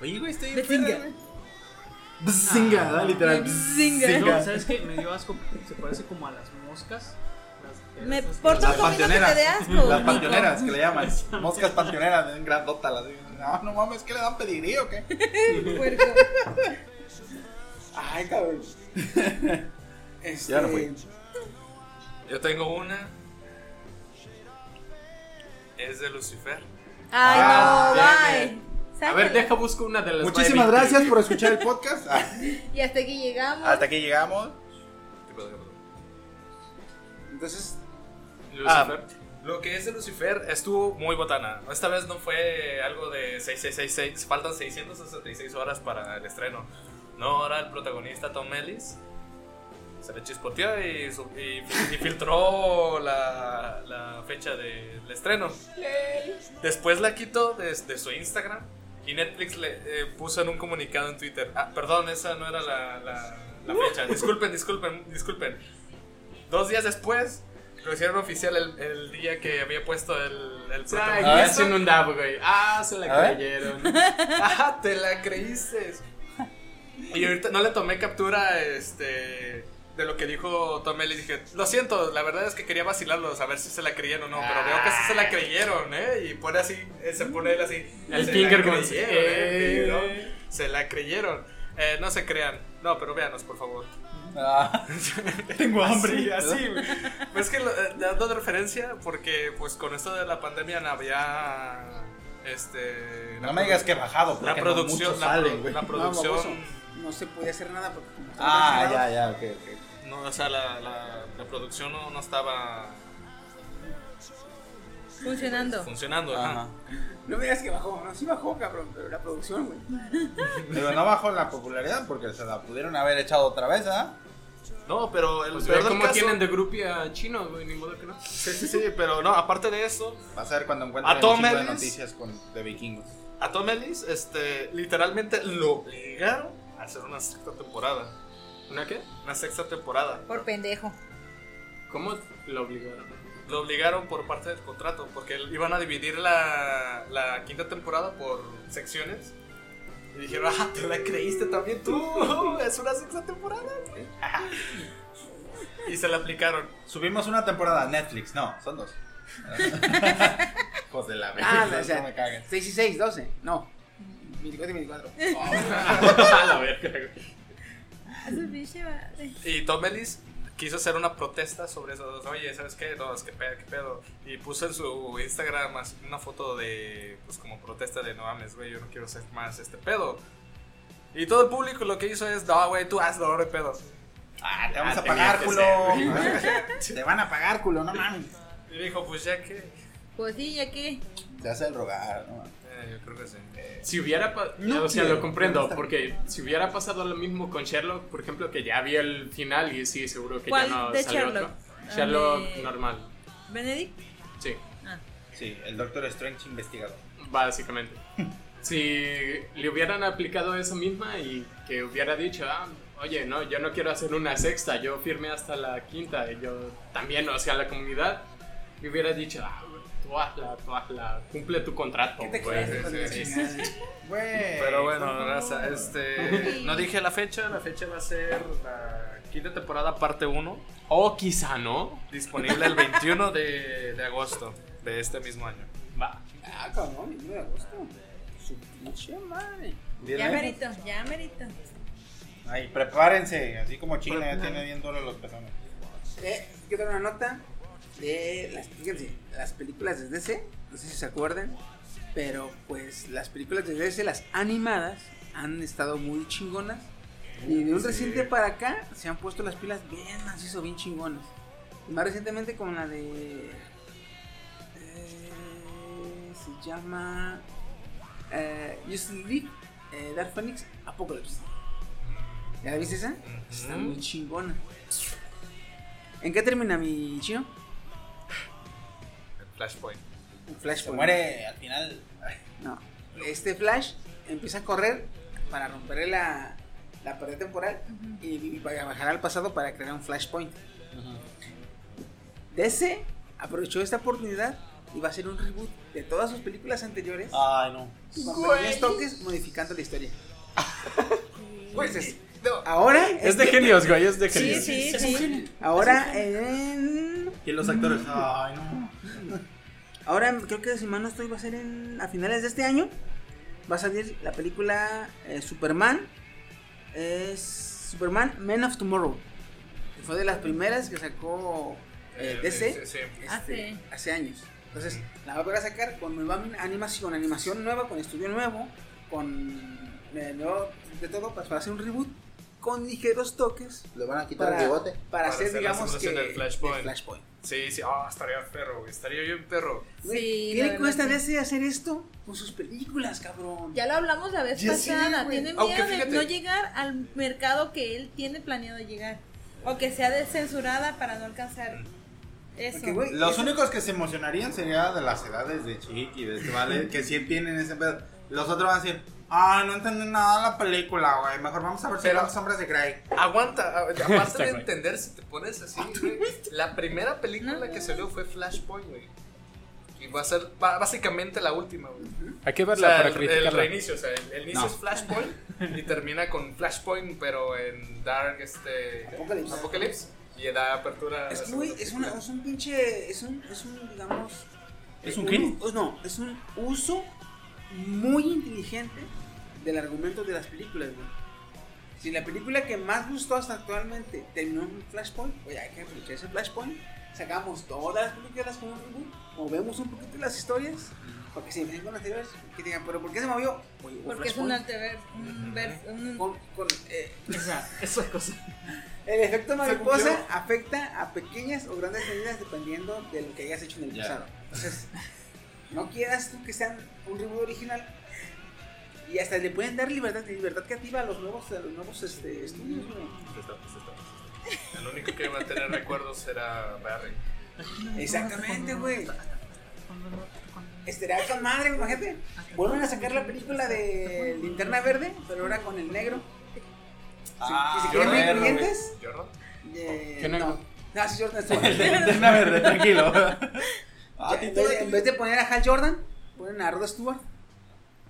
S7: Oye, güey, estoy
S4: Bazinga.
S7: enfermo. Bazinga, da, literal.
S4: Bazinga.
S6: No, ¿sabes qué? Me dio asco. Se parece como a las moscas. Las-
S4: Me
S6: esas-
S4: porto
S7: Las
S4: como que te dé
S7: panteoneras.
S4: asco.
S7: Las
S4: Nico.
S7: panteoneras que le llaman. Moscas panteoneras, en grandota. Las... No, no mames, ¿qué le dan pedigrí o qué?
S4: Puerco.
S2: Ay, cabrón. Este,
S7: Ya no fui.
S3: Yo tengo una. Es de Lucifer.
S4: Ay, no,
S7: Ah, sí,
S4: bye.
S5: A ver,
S4: Sáquenla.
S5: deja busco una de las
S7: Muchísimas
S5: nueve.
S7: gracias por escuchar el podcast. Ah,
S4: Y hasta aquí llegamos.
S7: Hasta aquí llegamos.
S2: Entonces,
S3: Lucifer. Ah, Lo que es de Lucifer estuvo muy botana. Esta vez no fue algo de 6666. Faltan 666 horas para el estreno. No, ahora el protagonista Tom Ellis se le chispoteó y, su- y- y filtró la, la fecha del estreno. Después la quitó de, de su Instagram y Netflix le eh, puso en un comunicado en Twitter. Ah, perdón, esa no era la, la- la fecha. Disculpen, disculpen, disculpen. Dos días después lo hicieron oficial el, el día que había puesto el, el
S5: Ay,
S3: protagonista.
S5: ya se inundaba, güey. Ah, se
S7: A
S5: la
S7: ver.
S5: creyeron.
S3: Ah, te la creíste. Y ahorita no le tomé captura este de lo que dijo Tom Ellis. Dije, lo siento, la verdad es que quería vacilarlos a ver si se la creían o no. Pero veo que sí se la creyeron, ¿eh? Y pone así, eh, se pone él así.
S5: El
S3: "Se la
S5: finger guns.
S3: creyeron,
S5: Eh.
S3: eh, finger guns". Se la creyeron. Eh, no se crean. No, pero véanos, por favor.
S7: Ah,
S3: Tengo hambre. Así, güey. Pues es que lo- eh, dando de referencia, porque pues con esto de la pandemia no había. Este.
S7: no me digas que he bajado.
S3: La
S7: porque no
S3: producción,
S7: muchos
S3: la,
S7: salen,
S3: pro-
S7: güey.
S3: la
S2: no, baboso,
S3: producción,
S2: no se podía hacer nada porque como
S7: Ah,
S2: estaba
S7: ya, ya, ok, ok.
S3: no, o sea, la, la- la producción no, no estaba
S4: Funcionando.
S3: funcionando. ajá.
S7: Ajá.
S2: cancelado. No me digas que bajó, no, sí bajó, cabrón, pero la producción, güey.
S7: Pero no bajó la popularidad porque se la pudieron haber echado otra vez, ¿ah?
S3: No, pero el
S5: Pues
S3: peor
S5: ve
S3: del
S5: cómo
S3: caso-
S5: tienen de groupie a chino, güey. Ni modo que no.
S3: Sí, sí, sí, pero no, aparte de eso,
S7: Va a ser cuando encuentren
S3: A Tom
S7: un chingo de
S3: Ellis.
S7: noticias con, de vikingos.
S3: a Tom Ellis, este, literalmente lo obligaron a hacer una sexta temporada.
S5: ¿Una qué?
S3: Una sexta temporada.
S4: Por pendejo.
S5: ¿Cómo lo obligaron?
S3: Lo obligaron por parte del contrato, porque iban a dividir la, la quinta temporada por secciones. Y dijeron, ah, te la creíste también tú, es una sexta temporada. güey". y se la aplicaron.
S7: Subimos una temporada a Netflix, no, son dos. Hijos de la verga,
S2: Ah, o sea,
S7: no me caguen.
S2: 6 y 6, 12. No. 24 y 24.
S5: a la verga, güey.
S4: A Ah, su pinche madre.
S3: Y Tom Ellis quiso hacer una protesta sobre eso. Oye, ¿sabes qué? No, es que pedo, qué pedo. Y puso en su Instagram así una foto de, pues como protesta de no mames, güey, yo no quiero hacer más este pedo. Y todo el público lo que hizo es, no, güey, tú hazlo, no hay pedo.
S7: Ah, te vamos
S3: Ah,
S7: a pagar, culo.
S3: tenía
S7: te van a pagar, culo, no mames.
S3: Y dijo, pues ya que.
S4: Pues sí, ya que.
S7: Se hace el rogar, no mames.
S3: Eh, yo creo que sí.
S5: Si hubiera pa-
S7: No
S5: o sea,
S7: quiero,
S5: lo
S7: no
S5: comprendo,
S7: está
S5: porque si hubiera pasado lo mismo con Sherlock, por ejemplo, que ya había el final y sí, seguro que ya
S4: ¿Cuál
S5: no
S4: de
S5: salió
S4: Sherlock?
S5: otro. Sherlock
S4: Ah, de-
S5: normal,
S4: Benedict.
S5: sí,
S4: Ah.
S7: Sí, el Doctor Strange investigador.
S5: básicamente. si le hubieran aplicado esa misma y que hubiera dicho, ah, oye, no, yo no quiero hacer una sexta, yo firme hasta la quinta, y yo también, o sea, la comunidad, le hubiera dicho, ah, tú hazla, tú hazla, cumple tu contrato,
S2: ¿Qué te
S5: güey".
S2: crees? hijo de la
S5: Sí, sí, sí.
S2: chingada?
S7: Güey.
S3: Pero bueno, raza, este. No dije la fecha, la fecha va a ser la quinta temporada, parte 1,
S5: O quizá no.
S3: disponible el 21 de, de agosto de este mismo año.
S5: Va.
S2: Ah, cabrón, el 1 de agosto. Su pinche madre.
S4: Ya
S7: Dile.
S4: merito, ya merito.
S7: Ahí, prepárense, así como China ya tiene bien dólares los pezones.
S2: Eh, yo tengo una nota de las, fíjense, las películas de DC, no sé si se acuerdan, pero pues las películas de DC, las animadas, han estado muy chingonas. Y de un reciente para acá se han puesto las pilas bien macizo, bien chingonas. Y más recientemente con la de... eh, se llama... Eh, Justice League, eh, Dark Phoenix, Apocalypse. ¿Ya la viste esa? Está muy chingona. ¿En qué termina mi chino?
S3: Flashpoint.
S2: Un Flash
S7: Se
S2: por-
S7: muere al final.
S2: No. Este Flash empieza a correr para romper la, la pared temporal y, y para bajar al pasado para crear un Flashpoint. DC aprovechó esta oportunidad y va a hacer un reboot de todas sus películas anteriores
S5: Ah.
S7: Ay, no.
S2: con pequeños toques modificando la historia. pues es-
S3: No.
S2: ahora este,
S5: Es de genios, güey, es de
S4: Sí,
S5: genios.
S4: sí, sí.
S2: ahora en
S7: ¿Y los actores? Ay, no.
S2: Ahora creo que si mal no estoy va a ser en, a finales de este año. Va a salir la película eh, Superman. Es Superman Men of Tomorrow. Que fue de las primeras que sacó eh,
S3: Eh,
S2: DC
S3: sí, sí.
S2: este,
S4: Hace-
S2: hace años. Entonces la va a volver a sacar con nueva anim- animación, animación nueva, con estudio nuevo, con eh, nuevo de todo pues, para hacer un reboot con ligeros toques
S7: ¿Le van a quitar
S2: para,
S7: el bigote?
S2: para
S3: Para
S2: hacer,
S3: hacer la
S2: digamos que
S3: simulación del Flashpoint.
S2: el Flashpoint.
S3: Sí, sí. Ah, estaría perro, güey. Estaría bien perro.
S4: Sí,
S2: Güey,
S4: la
S2: ¿Qué le
S4: verdad
S2: cuesta
S4: sí.
S2: DC hacer esto con sus películas, cabrón?
S4: Ya lo hablamos la vez
S3: Ya sé,
S4: pasada.
S3: güey.
S4: Tienen
S3: Aunque
S4: miedo de
S3: fíjate-
S4: no llegar al mercado que él tiene planeado llegar. O que sea descensurada para no alcanzar eso.
S2: Porque, güey,
S7: Los
S2: esa-
S7: únicos que se emocionarían serían de las edades de Chiqui, de este vale, que sí tienen ese pedo. Los otros van a decir, ah, no entendí nada de la película, güey. Mejor vamos a ver si
S3: Pero-
S7: los hombres de Grey.
S3: Aguanta, a-
S7: Este,
S3: aparte de
S5: güey.
S3: entender si te pones así,
S7: Ah,
S3: güey, La primera película que salió fue Flashpoint, güey. Y va a ser ba- básicamente la última, güey.
S5: Hay que
S3: O
S5: verla
S3: sea,
S5: para
S3: el, el
S5: criticarla.
S3: reinicio, o sea, el, el inicio
S7: No.
S3: es Flashpoint y termina con Flashpoint, pero en Dark este
S2: Apocalypse.
S3: Apocalypse, y da apertura. a la
S2: Es que, güey,
S3: segunda
S2: es, una-
S3: película.
S2: es un pinche. Es un, es un digamos.
S7: ¿Es
S2: eh,
S7: un qué?
S2: u- No, es un uso muy inteligente del argumento de las películas, güey. Si la película que más gustó hasta actualmente terminó en un Flashpoint, oye, hay que aprovechar ese Flashpoint. Sacamos todas las películas con un reboot, movemos un poquito las historias, para que se vean con las anteriores, que digan, pero ¿por qué se movió? Oye, hubo
S4: Porque es
S2: Flashpoint
S4: un alterver. un ver- un-
S2: con, con, eh,
S6: Esa cosa.
S2: El efecto
S3: Se
S2: mariposa afecta a pequeñas o grandes medidas dependiendo de lo que hayas hecho en el
S7: Ya.
S2: pasado. Entonces, no quieras tú que sean un reboot original. Y hasta le pueden dar libertad, libertad creativa a los nuevos, a los nuevos este, estudios, güey.
S3: Pues está, pues está, pues está. El único que va a tener recuerdos será Barry.
S2: Exactamente, güey. Estaría con madre, imagínate. Vuelven a sacar la película de Linterna Verde, pero ahora con el negro.
S7: Ah,
S2: y si quieren
S3: Jordan,
S2: ver
S3: güey.
S2: clientes,
S3: Jordan.
S2: eh,
S5: ¿Qué negro?
S2: no. No, sí, Jordan Stewart.
S7: Linterna verde, tranquilo. Ah,
S2: Ya, en, vez, en vez de poner a Hal Jordan, ponen a Rod Stewart.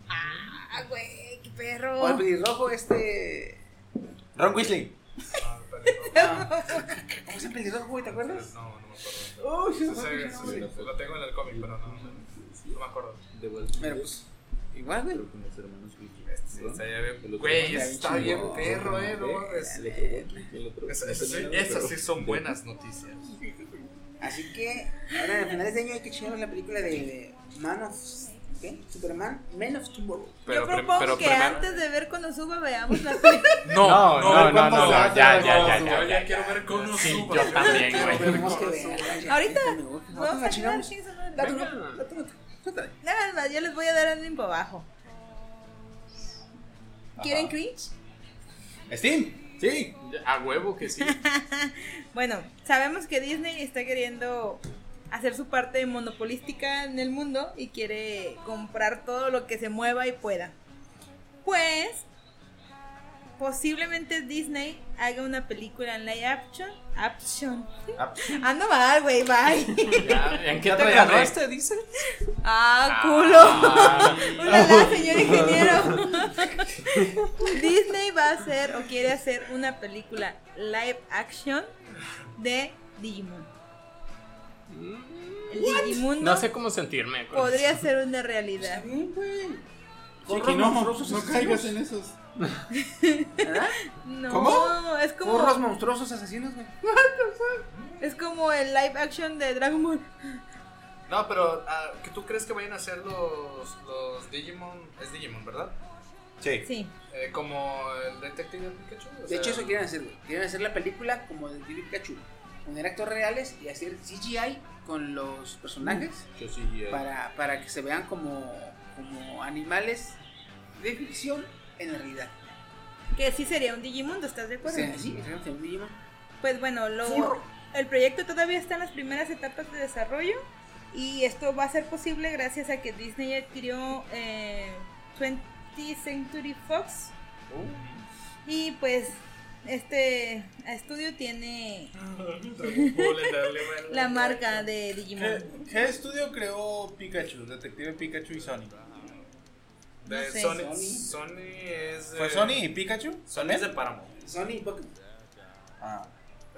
S4: Ah, güey, qué
S2: O al
S4: perro.
S2: pelirrojo este.
S7: Ron Weasley.
S3: Ah, Barry Robb.
S2: ¿Cómo es el pelirrojo, güey? ¿Te acuerdas?
S3: No, no me acuerdo.
S2: Uy,
S3: Sí,
S2: no,
S3: sí,
S2: no,
S3: sí,
S2: no,
S3: sí,
S2: no.
S3: lo tengo en el cómic, pero no, no me acuerdo.
S2: Pero pues. Igual, güey.
S3: Sí, está ya bien. Güey, está bien perro, eh. No, mames. Es- es- es- esas sí son buenas noticias.
S2: Así que, ahora a finales de año hay que chingarnos la película de, de Man of. ¿Qué? Superman, Man of Tomorrow.
S3: Pero,
S4: Yo
S3: prim-
S4: propongo
S3: pero
S4: que
S3: primero-
S4: antes de ver cuando suba veamos la película.
S5: No, no, no, no, no,
S7: ¿cuántos
S5: ya,
S7: años?
S5: ya, ya,
S7: No,
S5: ya, ya.
S3: quiero ver con unos
S5: Sí,
S3: subas.
S5: yo también, güey.
S2: Tenemos que ver.
S4: Ahorita,
S2: Vamos
S4: Vamos
S2: a
S4: a chingar,
S2: chingarnos.
S4: chingue su madre.
S2: Date una- date una- suéltale.
S4: Nada más, yo les voy a dar el limpo abajo. ¿Quieren cringe?
S7: Steam, sí.
S5: A huevo que sí.
S4: Bueno, sabemos que Disney está queriendo hacer su parte monopolística en el mundo y quiere comprar todo lo que se mueva y pueda. Pues, posiblemente Disney haga una película en live action. Action. Ah, no va, güey, bye.
S5: Ya, ¿En qué
S3: Ya
S5: te
S3: te
S5: agarraste?
S3: agarraste, dice.
S4: eh. Ah,
S5: Ah,
S4: culo. Ulala, señor ingeniero. Disney va a hacer o quiere hacer una película live action de Digimon. el Digimundo
S5: No sé cómo sentirme. con-
S4: podría ser una realidad.
S7: Bien, güey.
S8: Chiqui, no,
S7: no caigas en esos.
S4: No,
S7: ¿Cómo?
S4: es como
S7: Porros monstruosos asesinos, güey.
S4: es como el live action de Dragon Ball.
S3: No, pero ah, ¿qué tú crees que vayan a hacer los, los Digimon? Es Digimon, ¿verdad?
S7: Sí.
S4: Sí.
S3: Eh, como el Detective Pikachu. o
S2: De hecho,
S3: sea,
S2: eso quieren hacer, güey. Quieren hacer la película como de Detective Pikachu. Poner actores reales y hacer CGI con los personajes
S7: Yo sí. eh,
S2: para, para que se vean como, como animales de ficción en la realidad.
S4: Que sí sería un Digimundo, ¿estás de
S2: O
S4: acuerdo?
S2: sea, sí, exactamente, un Digimon.
S4: Pues bueno, lo- el proyecto todavía está en las primeras etapas de desarrollo y esto va a ser posible gracias a que Disney adquirió eh, 20th Century Fox
S3: Oh.
S4: y pues este estudio tiene la marca de
S7: ¿Qué,
S3: Eh,
S4: Digimon.
S7: qué estudio creó Pikachu? Detective Pikachu y Sony.
S3: de
S4: no sé.
S3: Sony, Sony es.
S7: ¿Fue
S3: eh,
S7: Sony y Pikachu?
S3: Sony es de Paramount.
S2: Sony y Pokémon.
S7: Ah.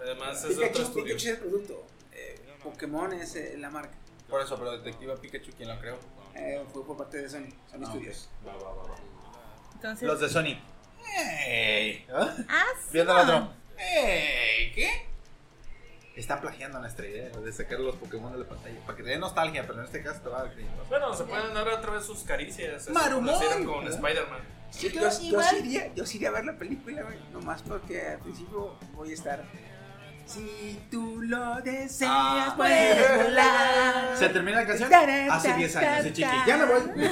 S3: Además es de otro
S2: Pikachu,
S3: estudio.
S2: Pikachu es el producto. Eh, Pokémon es eh, la marca.
S7: Por eso, pero Detective Pikachu, ¿quién lo creó?
S2: Eh, fue por parte de Sony,
S7: Ah,
S2: Sony Studios.
S4: Entonces,
S7: Los de Sony. ¡Ey! ¿Ah?
S4: ah, sí.
S7: Viendo al otro. ¡Ey! ¿Qué? Están plagiando nuestra idea de sacar los Pokémon de la pantalla. Para que te dé nostalgia, pero en este caso te va a dar cringe.
S3: Bueno, se pueden dar otra vez sus caricias. así
S7: Marumón.
S3: como lo hicieron con Spider-Man.
S2: Yo, yo, yo sí iría, yo sí iría a ver la película, güey. Nomás porque al principio voy a estar. Si tú lo deseas,
S7: Ah.
S4: pues,
S2: puedes volar.
S7: Se termina la canción
S2: Tarán,
S7: hace
S2: tarán,
S7: 10 años, sí, chiqui.
S4: tarán.
S7: Ya me voy.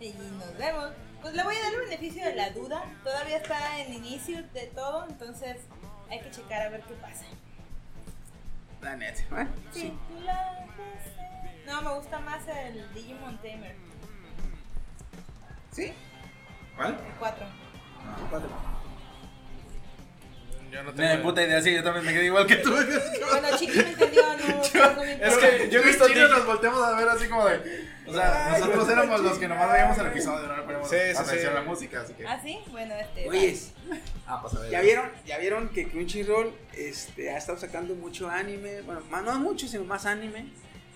S4: Y nos vemos. Pues le voy a dar el beneficio de la duda. Todavía está en inicio de todo, entonces hay que checar a ver qué pasa.
S2: La neta, ¿eh?
S4: Sí. tú la haces. No, me gusta más el Digimon Tamer,
S2: Sí.
S7: ¿Cuál?
S4: el 4.
S3: Yo no
S7: No, puta idea, sí, yo también me quedé igual que tú.
S4: Bueno, Chiqui me entendió, no, no me
S7: Es que yo he visto Chino nos volteamos a ver así como de. O sea, nosotros éramos los que nomás veíamos el episodio, no le poníamos
S3: Sí, sí,
S7: atención
S3: sí.
S7: a la música, así que.
S4: ¿Ah, sí? Bueno, este.
S2: Oye,
S7: Ah, pues a ver.
S2: ¿ya vieron, ya vieron que Crunchyroll este, ha estado sacando mucho anime. Bueno, más- no mucho, sino más anime.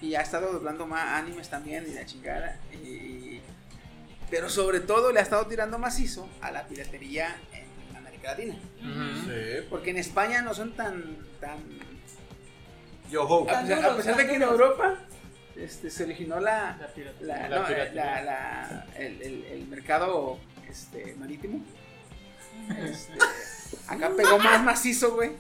S2: Y ha estado doblando más animes también y la chingada. Y, y- pero sobre todo le ha estado tirando macizo a la piratería en América Latina.
S5: Ujú.
S7: Sí.
S2: Porque en España no son tan. tan
S7: Yo ho.
S2: a, pesar, a pesar de que en Europa este, se originó la,
S6: La pirata.
S2: la-
S5: La
S2: no, eh,
S5: piratería.
S2: la- la- el, el- el mercado este, marítimo. Este, acá pegó más macizo, güey.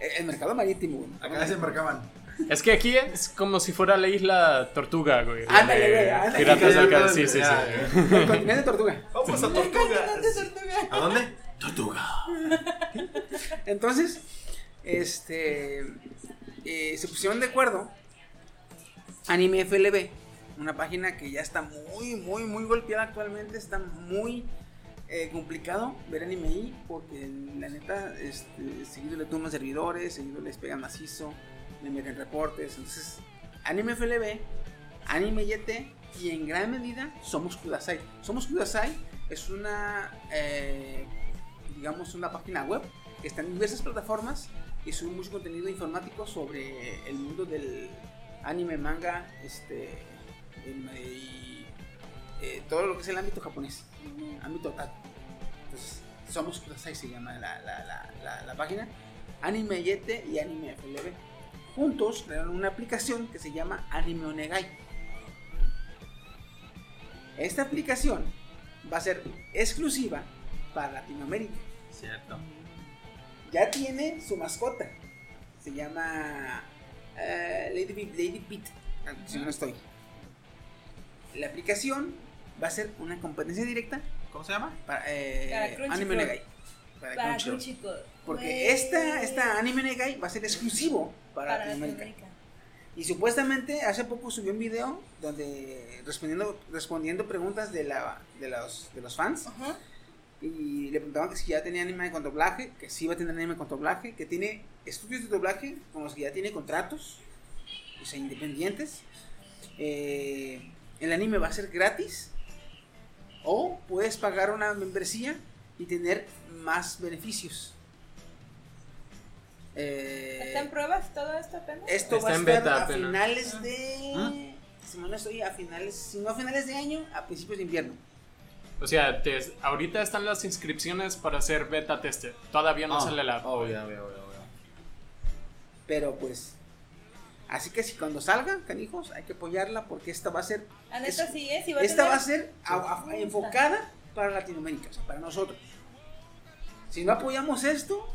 S2: Eh, El mercado marítimo, güey.
S7: Acá desembarcaban.
S5: Es que aquí es como si fuera la isla Tortuga, güey.
S2: Ándale,
S5: de
S2: güey, ándale.
S5: Piratas del Caribe. Sí,
S7: Ya,
S5: sí,
S7: ya.
S5: sí.
S2: El continente de tortuga.
S3: Vamos a Tortuga.
S7: ¿A dónde? Tortuga.
S2: Entonces, este, eh, se pusieron de acuerdo Anime FLB, una página que ya está muy, muy, muy golpeada actualmente, está muy eh, complicado ver anime ahí, porque la neta, este, seguido le toman servidores, seguido les pegan macizo, le meten reportes, entonces, Anime FLB, Anime YT, y en gran medida somos Kudasai. Somos Kudasai es una, eh, digamos, una página web que está en diversas plataformas y sube mucho contenido informático sobre el mundo del anime, manga, este, el- y eh, todo lo que es el ámbito japonés, ámbito otaku. Entonces, Somos Kudasai se llama la, la, la, la, la página, Anime Yete y Anime FLB. Juntos crearon una aplicación que se llama Anime Onegai. Esta aplicación va a ser exclusiva para Latinoamérica
S7: Cierto.
S2: ya tiene su mascota. Se llama eh, Lady, Bit- Lady Bit, ah, si no estoy. La aplicación va a ser una competencia directa
S7: ¿Cómo se llama?
S2: para, eh,
S4: Para Crunchyroll.
S2: Anime Negai. Para
S4: Para
S2: Crunchyroll.
S4: chico.
S2: Porque esta, esta Anime Negai va a ser exclusivo para,
S4: Para
S2: Latinoamérica.
S4: Latinoamérica.
S2: Y supuestamente hace poco subió un video donde respondiendo, respondiendo preguntas de, la, de, los, de los fans.
S4: Ajá.
S2: Y le preguntaban que si ya tenía anime con doblaje, que sí iba a tener anime con doblaje, que tiene estudios de doblaje con los que ya tiene contratos, o sea, independientes. Eh, el anime va a ser gratis o puedes pagar una membresía y tener más beneficios. Eh,
S4: ¿Está en pruebas todo esto apenas?
S2: Esto
S5: Está
S2: va a
S5: en
S2: estar
S5: beta
S2: a
S5: apenas. Ah.
S2: finales de. Si mal no estoy, a finales. Si no a finales de año, a principios de invierno.
S5: O sea, te- ahorita están las inscripciones para ser beta tester. Todavía no sale la.
S7: Oh, ya veo, ya veo.
S2: Pero pues. Así que si cuando salga, canijos, hay que apoyarla porque esta va a ser.
S4: La neta
S2: es-
S4: sí, ¿eh? Sí va a
S2: Esta
S4: tener-
S2: va a ser a- a- enfocada para Latinoamérica, o sea, para nosotros. Si no apoyamos esto,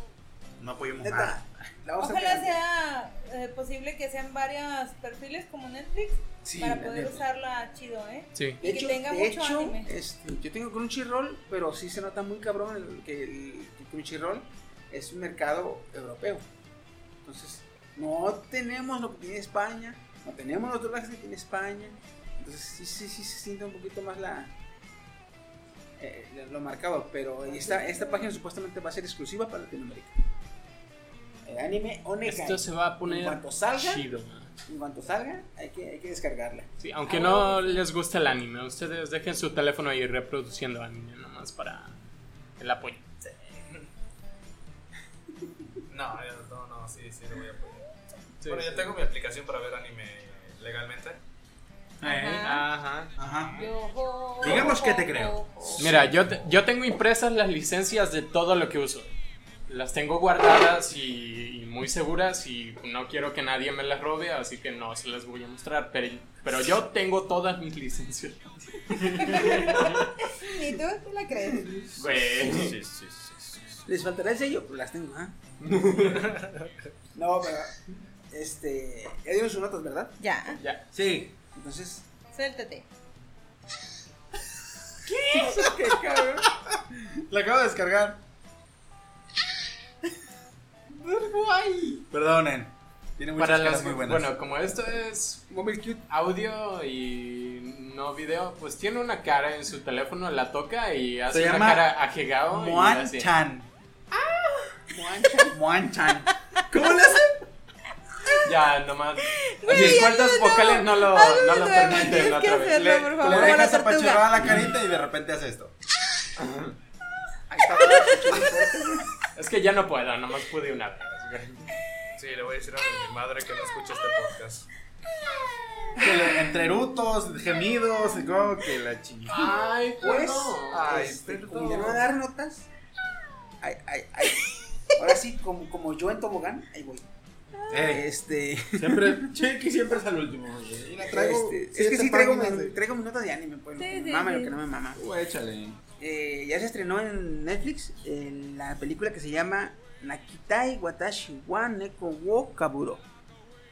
S7: No apoyemos
S2: neta,
S7: nada.
S2: la vamos a
S4: Ojalá
S2: tener.
S4: sea eh, posible que sean varios perfiles como Netflix
S2: Sí,
S4: para
S2: la
S4: poder
S2: neta.
S4: usarla chido, ¿eh?
S5: Sí.
S2: De
S4: y que
S2: hecho,
S4: tenga
S2: de
S4: mucho
S2: hecho,
S4: anime.
S2: este, yo tengo Crunchyroll, pero sí se nota muy cabrón el- que el que Crunchyroll es un mercado europeo. Entonces, no tenemos lo que tiene España, no tenemos los doblajes que tiene España. Entonces, sí, sí, sí se siente un poquito más la eh, lo- lo marcado, pero esta, esta página supuestamente va a ser exclusiva para Latinoamérica. El anime Onegai.
S5: Esto se va a
S2: en
S5: poner
S2: cuanto salga,
S5: chido. man.
S2: en cuanto salga, hay que, hay que descargarla.
S5: Sí, aunque no les gusta el anime, ustedes dejen su teléfono ahí reproduciendo anime nomás para el apoyo.
S3: No, yo- no, no, sí, sí, lo voy a apoyar.
S5: Sí,
S3: bueno, yo
S5: sí.
S3: tengo mi aplicación para ver anime legalmente.
S5: Ajá.
S7: Ajá.
S4: Yo, oh,
S7: Digamos
S4: oh,
S7: que te
S4: oh,
S7: creo.
S4: oh, oh.
S5: Mira, yo, te- yo tengo impresas las licencias de todo lo que uso. Las tengo guardadas y, y muy seguras y no quiero que nadie me las robe, así que no se las voy a mostrar. Pero, pero yo tengo todas mis licencias.
S4: ¿Y tú? ¿Tú la crees?
S5: Güey.
S7: Sí, sí, sí, sí.
S2: ¿Les faltará el sello? Pues las tengo, ¿ah? no, pero. Este. Ya dieron sus notas, ¿verdad?
S4: Ya,
S5: Ya.
S7: Sí.
S2: Entonces.
S4: suéltate.
S2: ¿Qué cabrón?
S7: La acabo de descargar. Perdonen. Tiene muchas
S5: Para
S7: caras
S5: las,
S7: muy buenas.
S5: bueno, como esto es
S2: Mobile Cute.
S5: audio y no video, pues tiene una cara en su teléfono, la toca y hace
S7: Se
S5: una
S7: llama
S5: cara ajegado. y
S7: Moan
S5: hace-
S7: Chan.
S2: Moancha.
S7: Moan Chan. ¿Cómo le hace?
S5: Ya, nomás.
S4: Güey,
S5: Mis cuerdas
S4: ayúdame,
S5: vocales no lo,
S4: ayúdame,
S5: no lo
S4: ayúdame,
S5: permiten
S4: tienes
S5: otra
S4: que
S5: vez.
S4: hacerlo.
S7: Le,
S4: por
S7: le
S4: favor, como la
S7: dejas
S4: tortuga.
S7: apachurrada la carita y de repente hace esto.
S2: Ahí está.
S5: Es que ya no puedo, nomás pude una vez. güey.
S3: Sí, le voy a decir a mi madre que no escuche este podcast.
S7: Que le- entre erutos, gemidos, y como que la chingada.
S5: Ay,
S2: Pues,
S3: Ay,
S2: este,
S3: perdón.
S2: como ya no voy a dar notas. Ay, ay, ay. Ahora sí, como, como yo en Tobogán, ahí voy. Este.
S7: Siempre, Chiqui siempre es al último. güey. Y la traigo.
S2: este, es
S7: siete
S2: que sí traigo,
S7: páginas
S2: mi-
S7: de-
S2: traigo mis notas de anime, pues.
S4: Sí,
S2: lo que me
S4: sí,
S2: mama y
S4: sí.
S2: lo que no me mama.
S7: Uh, échale.
S2: Eh, ya se estrenó en Netflix en la película que se llama Nakitai Watashi wa Neko wo Kaburo.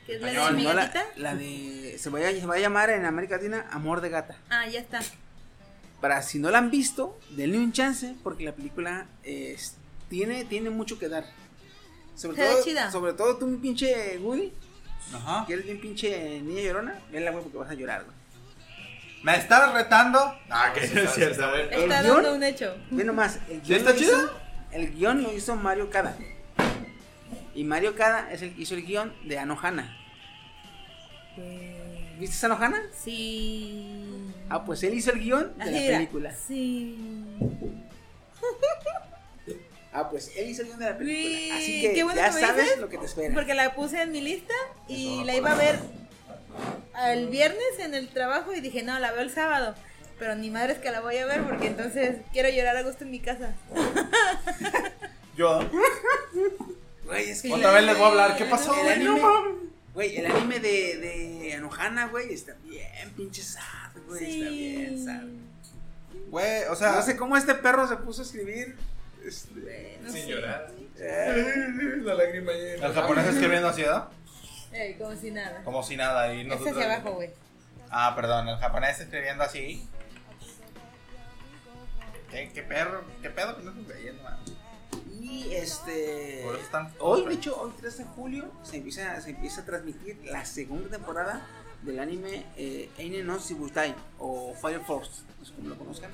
S4: ¿Qué es la
S7: Español,
S4: de mi
S2: No, la,
S4: gatita?
S2: la de. Se va, a, se va a llamar en América Latina Amor de Gata.
S4: Ah, ya está.
S2: Para si no la han visto, denle un chance porque la película es- tiene, tiene mucho que dar. Sobre
S4: Se ve
S2: todo,
S4: chida.
S2: sobre todo tú, un pinche Woody,
S7: Ajá.
S2: que eres bien pinche niña llorona, ven la porque vas a llorar, güey.
S7: ¿Me estás retando? Ah, que
S8: Pues
S3: Sí, está-
S7: es
S3: sí
S7: cierto.
S3: está bueno.
S2: ¿El
S4: Está
S2: guión?
S4: dando un hecho.
S2: Ve nomás, el
S7: ¿Ya
S2: guión,
S7: está
S2: lo
S7: chida?
S2: hizo, el guión lo hizo Mario Kada. Y Mario Kada es el que hizo el guión de Anohana. ¿Viste Anohana?
S4: Sí.
S2: Ah, pues él hizo el guión de
S4: Así
S2: la
S4: era.
S2: película.
S4: Sí.
S2: Ah, pues él hizo el guión de la
S4: Uy,
S2: película. Así que
S4: qué bueno
S2: ya
S4: que me
S2: sabes
S4: dices,
S2: lo que te espera.
S4: Porque la puse en mi lista y la iba a ver el viernes en el trabajo y dije, no, la veo el sábado. Pero ni madre es que la voy a ver porque entonces quiero llorar a gusto en mi casa.
S7: Yo.
S2: Güey, es que
S7: Otra vez le voy a hablar. ¿Qué
S4: Oh,
S7: pasó,
S2: el
S7: güey? No
S2: anime,
S7: mames.
S2: güey, el anime de, de Anohana, güey, está bien pinche sad, güey, Pues está bien sad.
S7: Güey, o sea.
S2: No sé cómo este perro se puso a escribir. este,
S4: Eh, no
S3: Sin
S4: sé.
S3: llorar.
S2: Eh,
S3: La lágrima llena.
S7: El japonés escribiendo así, ¿no?
S4: Eh, como si nada.
S7: Como si nada. Y
S4: Está
S7: nosotros...
S4: hacia abajo, güey.
S7: Ah, perdón, el japonés escribiendo así. ¿Qué, qué perro? ¿Qué pedo con esos güeyes, no mames?
S2: y este.
S7: Por eso están-
S2: Hoy, de hecho, hoy 3 de julio se empieza, se empieza a transmitir la segunda temporada del anime eh, Einen no Shibutai o Fire Force, no sé cómo lo conozcan.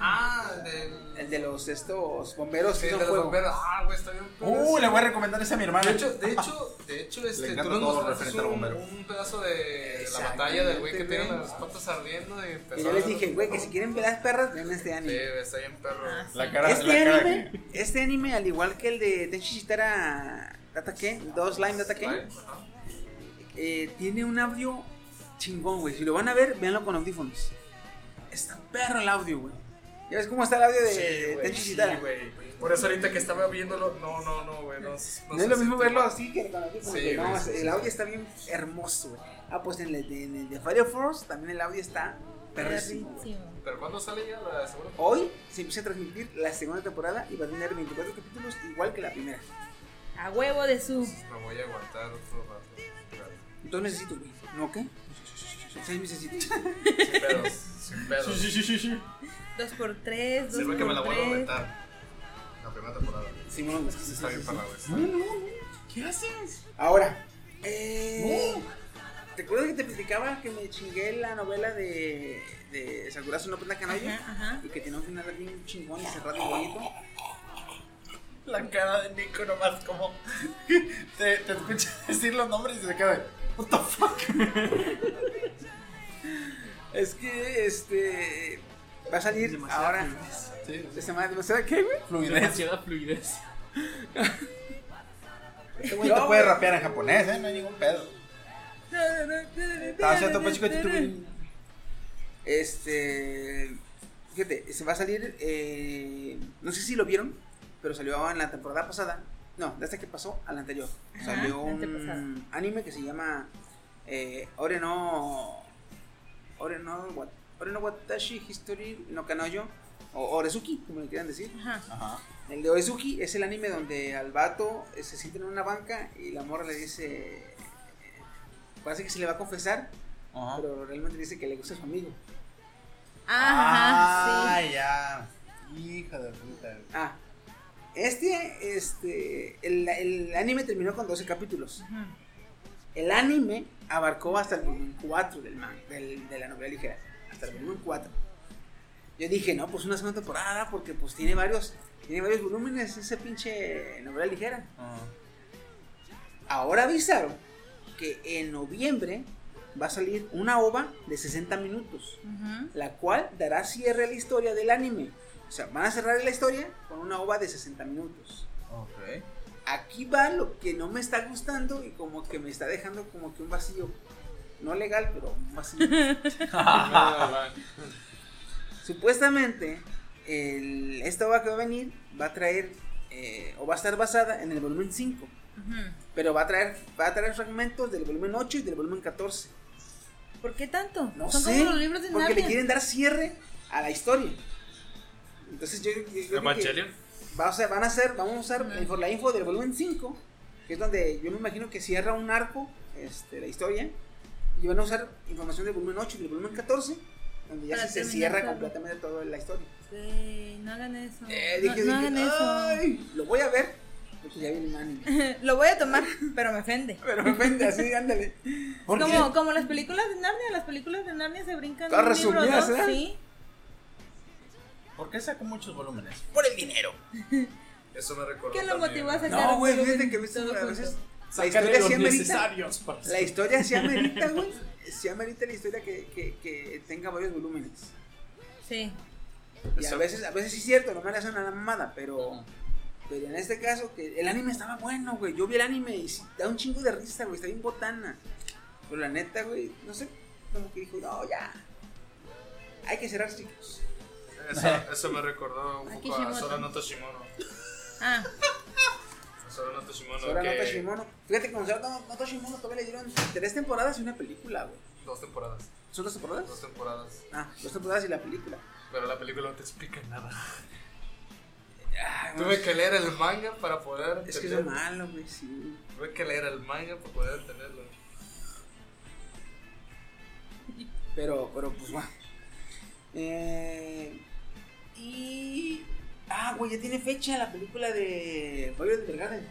S3: Ah, del.
S2: El de los estos bomberos.
S3: Sí,
S2: que
S3: de
S2: son
S3: los
S2: fuego.
S3: bomberos. Ah, güey, está bien.
S7: Uh, le voy a recomendar ese a mi hermano.
S3: De hecho, de hecho, de hecho, este,
S7: encanta
S3: tú nos
S7: todo
S3: mostraste
S7: referente al
S3: un,
S7: bombero.
S3: un pedazo de la
S2: Exactamente,
S3: batalla del güey que
S2: güey.
S3: tiene las patas ardiendo y
S2: Y
S3: empezó
S2: yo
S3: a-
S2: les dije, güey, que si quieren ver las perras, vean este
S3: Sí,
S2: anime.
S3: güey, está bien perro.
S7: La cara,
S2: Este
S7: la cara
S2: anime, este anime, al igual que el de Tenchi Shitara Data Ken, dos Slime Data Ken. Eh, tiene un audio chingón, güey. Si lo van a ver, véanlo con audífonos. Está perro el audio, güey. ¿Ya ves cómo está el audio de, de
S3: güey,
S2: Tenchi
S3: sí,
S2: Shitara?
S3: güey. Por eso ahorita que estaba viéndolo, no, no, no, güey. No, no
S2: No
S3: sé
S2: es lo
S3: si
S2: mismo
S3: te-
S2: verlo así que con audífonos,
S3: Sí,
S2: güey. No,
S3: güey, sí,
S2: el
S3: sí.
S2: audio está bien hermoso, güey. Ah, pues en el de, en el de Fire Force también el audio está perrísimo, güey.
S4: Perrísimo.
S3: ¿Pero cuándo sale ya la segunda?
S2: Hoy se empieza a transmitir la segunda temporada y va a tener 24 capítulos igual que la primera.
S4: A huevo de su.
S3: Lo voy a aguantar otro rato.
S2: Dos necesito, güey. ¿No qué? Seis necesito.
S3: Sin pedos, sin pedos.
S4: Dos por tres, dos
S3: Sirve
S4: por
S3: que me la voy a
S4: tres.
S3: aguantar. La primera temporada.
S2: Sí, bueno, pues,
S3: Está bien para la vez.
S2: Ahora, eh, ¿te acuerdas que te platicaba que me chingué la novela de, de Sakurazo no Panda Canalla?
S4: Ajá, ajá.
S2: Y que tenía un final bien chingón y cerrado y bonito.
S7: La cara de Nico nomás como te, te escucha decir los nombres y se queda de What the fuck?
S2: Es que, este, va a salir ahora.
S7: Sí,
S2: ¿De semana demasiada qué, güey?
S7: fluidez.
S6: Demasiada fluidez.
S7: Este güey te puede rapear en japonés, ¿eh? No hay ningún pedo. Ah, o sea,
S2: pues,
S7: topo chico, chico, chico.
S2: Este, fíjate, se va a salir, eh, no sé si lo vieron, pero salió en la temporada pasada. No, desde que pasó a la anterior.
S4: Ajá,
S2: salió
S4: la antepasada.
S2: un anime que se llama eh, Ore no Ore no Wa- Ore no Watashi History no Kanoyo o Orezuki, como le quieran decir.
S4: Ajá.
S7: Ajá.
S2: El de Orezuki es el anime donde al vato eh, se sienta en una banca y la morra le dice eh, parece que se le va a confesar,
S7: Ajá.
S2: pero realmente dice que le gusta su amigo.
S4: Ajá,
S7: ah,
S4: sí.
S7: ya. Hija de puta. güey.
S2: Ah, este, este, el, el anime terminó con 12 capítulos.
S4: Ajá.
S2: El anime abarcó hasta el volumen 4 del man, del- de la novela ligera. Hasta el volumen 4. Yo dije, no, pues una segunda temporada, porque pues tiene varios, tiene varios volúmenes ese pinche novela ligera.
S7: Ajá.
S2: Ahora avisaron que en noviembre va a salir una ova de 60 minutos,
S4: Ujú.
S2: la cual dará cierre a la historia del anime. O sea, van a cerrar la historia con una ova de 60 minutos
S7: Ok.
S2: aquí va lo que no me está gustando y como que me está dejando como que un vacío. No legal, pero un vacío. Supuestamente, el- esta obra que va a venir va a traer, eh, o va a estar basada en el volumen 5,
S4: Ujú.
S2: pero va a traer, va a traer fragmentos del volumen 8 y del volumen 14.
S4: ¿Por qué tanto?
S2: No
S4: Son
S2: sé,
S4: como los libros de
S2: porque le
S4: Narnia.
S2: quieren dar cierre a la historia. Entonces yo, yo- yo creo que-
S5: Evangelion.
S2: va a ser- van a hacer, vamos a usar la info- la info del volumen 5, que es donde yo me imagino que cierra un arco este, la historia, y van a usar información del volumen 8 y del volumen 14, donde ya
S4: Para
S2: se, se
S4: terminar
S2: cierra
S4: todo.
S2: completamente toda la historia.
S4: Güey, no hagan eso.
S2: Eh,
S4: no,
S2: dije,
S4: no
S2: dije,
S4: hagan eso.
S2: "Ay, lo voy a ver, porque ya viene un anime.
S4: Lo voy a tomar, pero me ofende.
S2: Pero me ofende, así, ándale. ¿Por
S4: Como, como las películas de Narnia, las películas de Narnia se brincan
S2: Todas
S4: de un libro,
S2: resumidas,
S4: ¿no?
S2: ¿eh?
S4: Sí.
S7: ¿Por qué sacó muchos volúmenes?
S2: Por el dinero.
S3: Eso me recordó.
S4: ¿Qué lo
S3: también.
S4: motivó a sacar?
S2: No, güey,
S4: todo
S2: fíjate
S4: en-
S2: que a veces,
S4: todo
S2: a
S4: junto?
S2: veces la
S6: Sacarle
S2: historia
S6: los
S2: sí amerita,
S6: necesarios para
S2: la historia sí amerita, güey, sí amerita la historia que, que, que tenga varios volúmenes.
S4: Sí.
S2: Y a veces, a veces sí es cierto, no me le hacen a la mamada, pero, pero en este caso, que el anime estaba bueno, güey. Yo vi el anime y sí, da un chingo de risa, güey, está bien botana. Pero la neta, güey, no sé, como que dijo, no, ya. Hay que cerrar chicos.
S3: Eso, eso me recordó un
S4: A
S3: poco a
S4: Kishimoto.
S3: Sora no Toshimono.
S4: Ah,
S3: A Sora no Toshimono.
S2: Ahora
S3: que
S2: no Toshimono. Fíjate, con Sora no, no Toshimono todavía le dieron tres temporadas y una película, güey.
S3: Dos temporadas.
S2: ¿Son dos temporadas?
S3: Dos temporadas.
S2: Ah, dos temporadas y la película.
S3: Pero la película no te explica nada.
S2: Ay, no,
S3: Tuve que leer el manga para poder
S2: es Ah, que es
S3: entenderlo.
S2: malo, güey, sí.
S3: Tuve que leer el manga para poder entenderlo.
S2: Pero, pero pues va. Eh, y. Ah, güey, ya tiene fecha la película de. Violet Evergarden.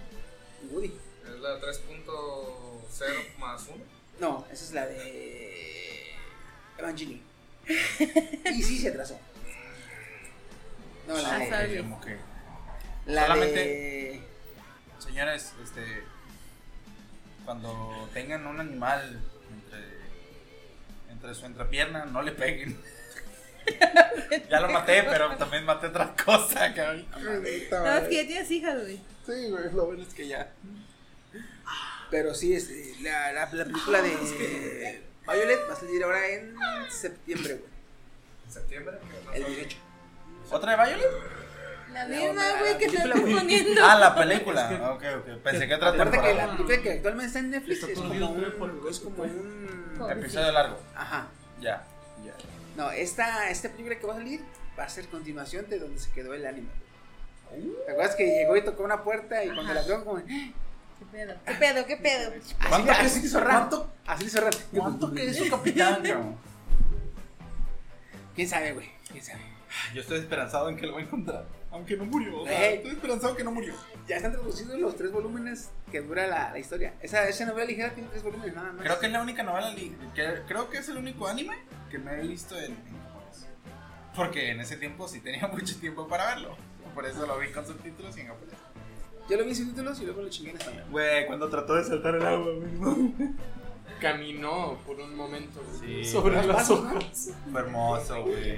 S2: de Woody.
S3: Es la 3.0 más 1.
S2: No, esa es la de. Evangelion. y sí se atrasó. No, la
S4: Ah,
S2: de.
S4: está
S7: Eh,
S4: bien.
S7: como que-
S2: La
S7: Solamente-
S2: de.
S7: Señores, este. Cuando tengan un animal entre, entre su entrepierna, no le peguen. ya lo maté, pero también maté otra cosa, cabrón.
S4: no, es que ya tienes hijas, güey.
S7: Sí, güey, lo bueno es que ya.
S2: Pero sí, es, eh, la, la, la película de eh, Violet va a salir ahora en septiembre, güey.
S3: ¿Septiembre? ¿Qué pasó?
S2: El 18.
S7: ¿Otra de Violet?
S4: La
S2: otra
S4: misma, güey, que te
S2: película,
S4: estoy
S2: güey.
S4: poniendo.
S7: Ah, la película. Ok, ok. Pensé que otra
S2: Aparte que la
S7: temporada.
S2: película que actualmente está en Netflix
S6: Está
S2: es
S6: todo
S2: como
S6: bien, pero
S2: un...
S6: luego
S2: Es
S6: se
S2: como
S6: fue.
S2: un...
S7: Episodio largo.
S2: Ajá.
S7: Ya. Ya.
S2: No, esta, esta película que va a salir va a ser continuación de donde se quedó el anime. ¿Te acuerdas que llegó y tocó una puerta y cuando
S4: Ajá.
S2: la abrió como... Así
S4: ¿Qué pedo? ¿Qué pedo? ¿Qué pedo? Ah,
S7: ¿Cuánto
S2: así
S7: que
S2: le hizo Ran. "Ah, Así le hizo Ran.
S7: ¿Cuánto que es su capitán, cabrón?
S2: ¿Quién sabe, güey? ¿Quién sabe?
S7: Yo estoy esperanzado en que lo voy a encontrar. Aunque no murió. o sea,
S2: Güey.
S7: estoy esperanzado que no murió.
S2: Ya están traducidos los tres volúmenes que dura la, la historia. Esa, esa novela ligera tiene tres volúmenes nada más.
S7: Creo que es la única novela. li- que- creo que es el único anime que me he visto en, en japonés. Porque en ese tiempo sí tenía mucho tiempo para verlo. Por eso lo vi con subtítulos y en japonés.
S2: Yo lo vi sin títulos y luego lo chingué en español.
S7: Güey, cuando trató de saltar el agua, güey.
S5: Caminó por un momento
S7: Sí.
S5: sobre las
S2: pasos, ¿no?
S5: hojas.
S7: Fue hermoso, güey.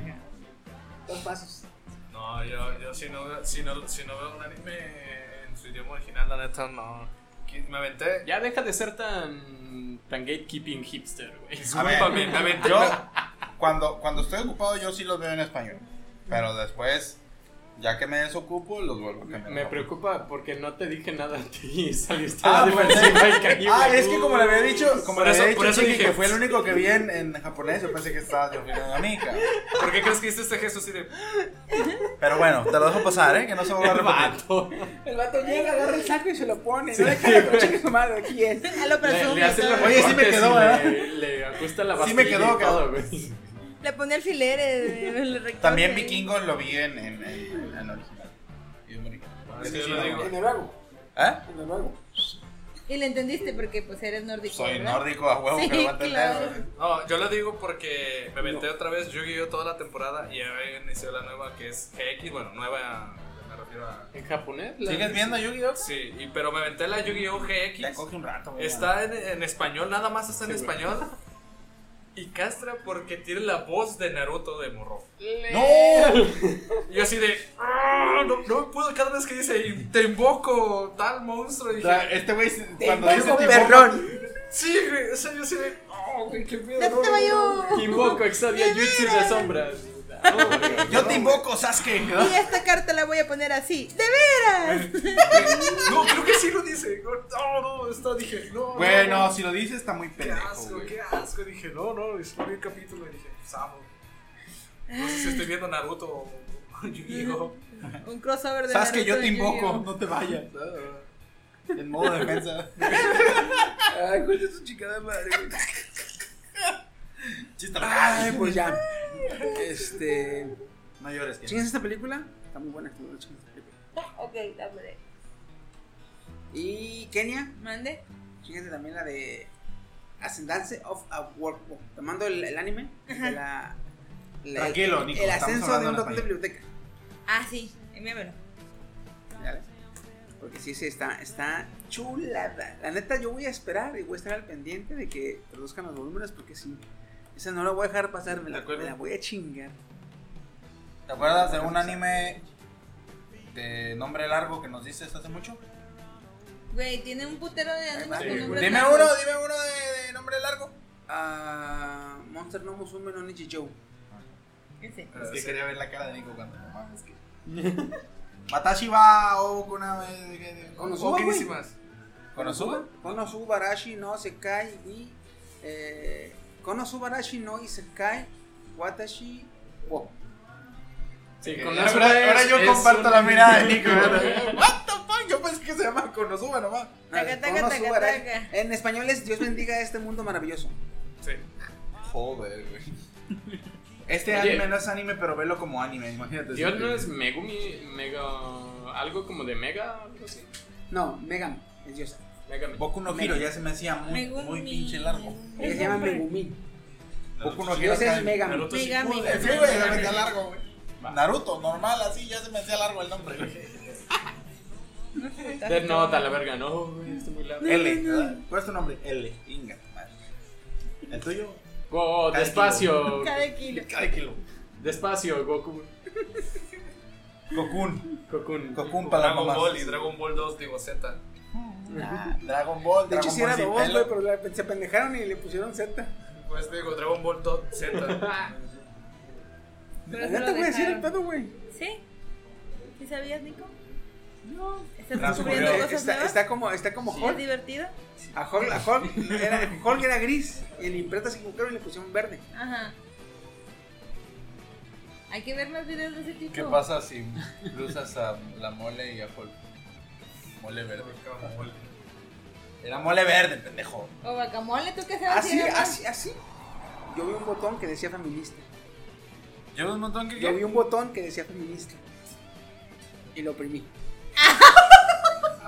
S2: Dos pasos.
S3: No, yo, yo si, no, si, no, si no veo un anime en su idioma original, la neta no. Qui- Me aventé.
S5: Ya deja de ser tan, tan gatekeeping hipster, güey.
S7: A ver,
S3: Discúlpame, me aventé.
S7: yo, cuando, cuando estoy ocupado, yo sí los veo en español. Pero después, ya que me desocupo, los vuelvo a cambiar.
S5: Me preocupa porque no te dije nada a ti y saliste
S7: Ah,
S5: a la
S7: pensé-
S5: defensiva y caí,
S7: Ah,
S5: güey.
S7: es que como le había dicho, como
S3: Por
S7: le
S3: eso-
S7: había dicho
S3: por eso
S7: Chiqui,
S3: dije-
S7: que fue el único que vi en, en japonés, yo pensé que estabas refiriendo a mí, cabrón.
S3: ¿Por qué crees que hice este gesto así de.?
S7: Pero bueno, te lo dejo pasar, ¿eh? Que no se va a
S5: El
S7: repetir.
S5: vato.
S2: El vato llega, agarra el saco y se lo pone. No le cae, chingue su madre, aquí es.
S4: Ah, lo
S5: Le,
S4: presume.
S5: le hace la
S4: ¿no?
S7: Oye, sí me
S5: recortes
S7: quedó,
S5: y
S7: ¿verdad?
S5: Le, le ajusta la
S7: Sí me
S5: bastilla
S7: quedó,
S5: y todo,
S7: cabrón.
S5: güey.
S4: Le pone alfileres. eh, le recorta
S7: También
S4: ahí.
S7: Vikingos lo vi en, en, en, en original. Y es bonito.
S3: Ah, Es que yo lo digo.
S2: En el lago,
S7: ¿Eh?
S2: en el lago.
S4: Y le entendiste porque pues eres nórdico.
S7: Soy
S4: ¿verdad?
S7: nórdico a huevo
S4: Sí,
S7: que lo va a entender.
S4: claro.
S7: güey.
S3: No, yo lo digo porque me aventé otra vez Yu-Gi-Oh! toda la temporada y ahora inició la nueva que es GX. Bueno, nueva, me refiero a.
S5: ¿En japonés? la-
S7: ¿Sigues viendo Yu-Gi-Oh?
S3: Sí, y- pero me aventé la Yu-Gi-Oh!
S7: Ya
S3: GX.
S7: coge un rato, güey.
S3: Está en, en español, nada más está en español. Y castra porque tiene la voz de Naruto de Morro.
S7: ¡No!
S3: Y yo así de. "Ah, No, no me puedo cada vez que dice "Y te invoco tal monstruo. Y
S7: O
S3: dije,
S7: sea, este güey se- cuando
S2: Tengo
S7: dice tipo-
S2: perrón.
S3: sí, güey. O sea, yo así de. "Oh, güey, qué miedo".
S4: ¡No te vayó!
S5: Invoco Exodia Jutsu de sombras. No, güey.
S7: Yo te invoco, Sasuke. ¿no?
S4: Y esta carta la voy a poner así. ¡De veras!
S3: No, creo que sí lo dice. No, no, está. Dije, no. no,
S7: Bueno,
S3: no,
S7: si lo dices está muy
S3: Qué
S7: pendejo,
S3: asco,
S7: güey.
S3: qué asco. Dije, no, no, es por el capítulo. Y dije, sabo. No sé si estoy viendo Naruto o Yu-Gi-Oh!
S4: Un crossover de
S7: Sasuke, yo
S4: Naruto
S7: te
S4: y Yu-Gi-Oh.
S7: invoco, no te vayas. En modo defensa.
S2: Ay, güey, es su chingada madre, güey.
S7: Chista
S2: Ay, pues ya. Este.
S7: No llores, tío.
S2: ¿Chingas esta película? Está muy buena. está muy buena, chingas esta película.
S4: Ok, dámele.
S2: Y Kenia,
S4: Mande.
S2: chingaste también la de Ascendance of a Workbook. Tomando el, el anime. de la- la-
S7: Tranquilo, Nico,
S2: El
S7: estamos
S2: ascenso de
S7: hablando
S2: un ratón
S7: en
S2: de
S7: español.
S2: biblioteca.
S4: Ah, sí, envíamelo.
S2: ¿Vale? Porque sí, sí, está, está chulada. La neta, yo voy a esperar y voy a estar al pendiente de que produzcan los volúmenes porque sí. Esa no la voy a dejar pasar, me la,
S7: De acuerdo.
S2: me la voy a chingar.
S7: ¿Te acuerdas de un anime de nombre largo que nos dices hace mucho?
S4: Güey, tiene un putero de animas con
S7: Dime uno,
S4: nombres
S7: dime
S4: largos.
S7: uno de, de nombre largo.
S2: Ah, Monster no Musume no Nichi Joe.
S4: Ese.
S7: Es que
S3: sí.
S7: quería ver la cara de Nico cuando no mames que. Matashi va o con una
S2: Konosuba, güey.
S7: ¿Konosuba?
S2: Konosubarashi no Sekai y. Eh, Konosubarashi no Isekai Watashi wo.
S5: Sí,
S7: Eh,
S5: con
S7: ahora-
S5: las
S7: ahora yo
S5: es
S7: comparto
S5: un-
S7: la mirada de Nico. güey. What the fuck? Yo pensé que se llama Konosuba nomás.
S4: Taca, taca,
S2: Konosubarashi-
S4: taca, taca.
S2: En español es Dios bendiga este mundo maravilloso.
S3: Sí.
S7: Joder, güey. Este
S5: Oye.
S7: anime no es anime, pero velo como anime, imagínate.
S5: Dios no es Megumi, Mega. Algo como de Mega, algo así.
S2: No, Megan es diosa.
S5: Mega Man.
S7: Boku no Hero ya se me hacía muy,
S4: Megumi.
S7: muy pinche largo.
S2: Ella se llama Megumin.
S7: Boku no Hero
S2: Dios es
S7: Academy.
S2: Megan.
S3: Naruto
S4: Mega
S3: Shippuden.
S4: Man.
S7: Sí, güey, ya me hacía largo, güey. Naruto, normal, así ya se me hacía largo el nombre, güey.
S5: Death Note a la verga, no, güey, está muy largo.
S7: L, ¿verdad? ¿cuál es tu nombre? L, Inga. madre. ¿El tuyo?
S5: Go,
S7: Cada
S5: despacio.
S4: Cada kilo.
S7: Cada kilo.
S5: Despacio, Goku.
S7: Cocoon.
S5: Cocoon.
S7: Cocoon para la
S3: Dragon
S7: mamá.
S3: Ball y Dragon Ball 2, digo Z.
S7: Ah, Dragon Ball,
S2: Ah. De hecho,
S7: Dragon
S2: sí
S7: Ball
S2: era
S7: sin
S2: dos, güey,
S7: pelo.
S2: pero la- se pendejaron y le pusieron Z.
S3: Pues digo, Dragon Ball Dot Z.
S4: Pero
S2: La
S4: se lo
S2: neta, güey, sí era el
S4: dejaron.
S2: pedo, güey.
S4: ¿Sí? ¿Sí sabías, Nico? No. ¿Estás
S7: Transcurrió.
S4: descubriendo cosas
S2: Está,
S4: nuevas?
S2: está como, está como
S4: ¿Es
S2: Hulk.
S4: divertido?
S2: A Hulk, a Hulk era, Hulk era gris. En imprenta se equivocaron y le pusieron verde.
S4: Ajá. Hay que ver más videos de ese tipo.
S7: ¿Qué pasa si cruzas a la mole y a Hulk? Mole verde. Era mole verde, pendejo.
S4: O guacamole, ¿tú qué sabes?
S2: Así,
S4: si era
S2: así, así. Yo vi un botón que decía feminista.
S7: Lleva un montón que
S2: Yo vi un botón que decía feminista. Y lo oprimí.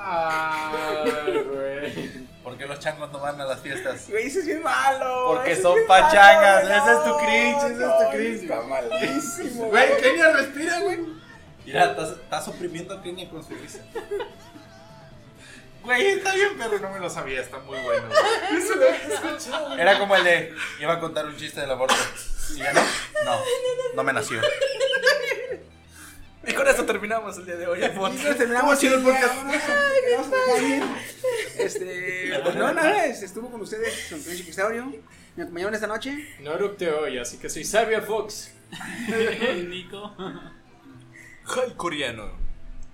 S7: Ah,
S5: Ay, güey.
S7: Porque los changos no van a las fiestas.
S2: Güey, eso es bien malo.
S7: Porque
S2: eso es
S7: son
S2: bien
S7: pachangas,
S2: malo,
S7: ese es tu
S2: no,
S7: cringe, ese
S2: no,
S7: es tu cringe.
S2: Está malísimo.
S7: Güey, Kenia, respira, güey. Mira, estás, estás oprimiendo a Kenia con su risa. Güey, está bien, pero no me lo sabía, está muy bueno. güey. Era como el de, iba a contar un chiste del aborto. ¿Y ganó? No, no me nació.
S3: Y con esto terminamos el día de hoy. el podcast.
S2: Entonces, terminamos chido el podcast. Queremos dejar bien. Este, pues no, nada, este, estuvo con ustedes Don Cringe Cristaurio. Me acompañaron esta noche.
S5: No erupte hoy, así que soy Xavier Fox.
S6: Nico.
S3: Hulk coreano.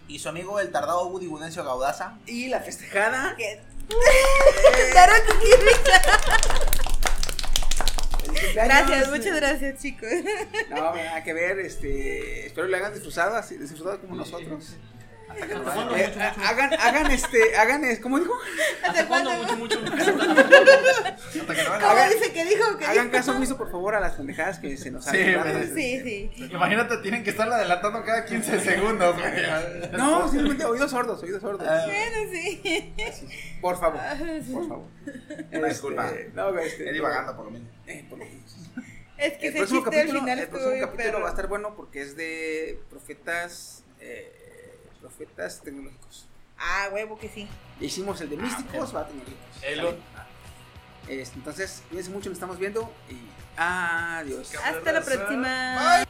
S7: Y su amigo el tardado Woody Budencio Gaudaza.
S2: Y la festejada. el cumpleaños,
S4: Gracias,
S2: este,
S4: muchas gracias, chicos.
S2: No, nada que ver, este, espero le hagan disfrutado, así, disfrutado como nosotros. Eh, hagan, hagan este, hagan, es- ¿cómo dijo?
S4: ¿Hasta cuándo?
S6: Mucho, mucho.
S7: Hasta que no me
S4: ¿Cómo
S2: Hagan-
S4: dice que dijo? que
S2: Hagan
S4: dijo?
S2: caso omiso, por favor, a las pendejadas que se nos
S7: Sí,
S2: han
S7: güey.
S4: Sí, sí.
S7: Imagínate, tienen que estarla adelantando cada 15 segundos, güey.
S2: No, simplemente oídos sordos, oídos sordos.
S7: Ah.
S4: Bueno, sí.
S2: Por favor, por favor. Este,
S7: disculpa.
S2: No, güey, este,
S7: Estoy divagando por lo menos.
S2: eh, por lo menos.
S4: Es que
S2: El
S4: ese
S2: próximo
S4: chiste al
S2: capítulo,
S4: final
S2: el
S4: estuvo
S2: próximo
S4: bien
S2: capítulo
S4: perro.
S2: va a estar bueno porque es de profetas, eh, profetas tecnológicos.
S4: Ah, huevo que sí.
S2: Hicimos
S7: Ah,
S2: el de místicos, va a tecnológicos.
S3: Elo.
S2: Este, entonces, cuídense mucho, nos estamos viendo y adiós.
S4: Hasta la próxima. Oh, Oh,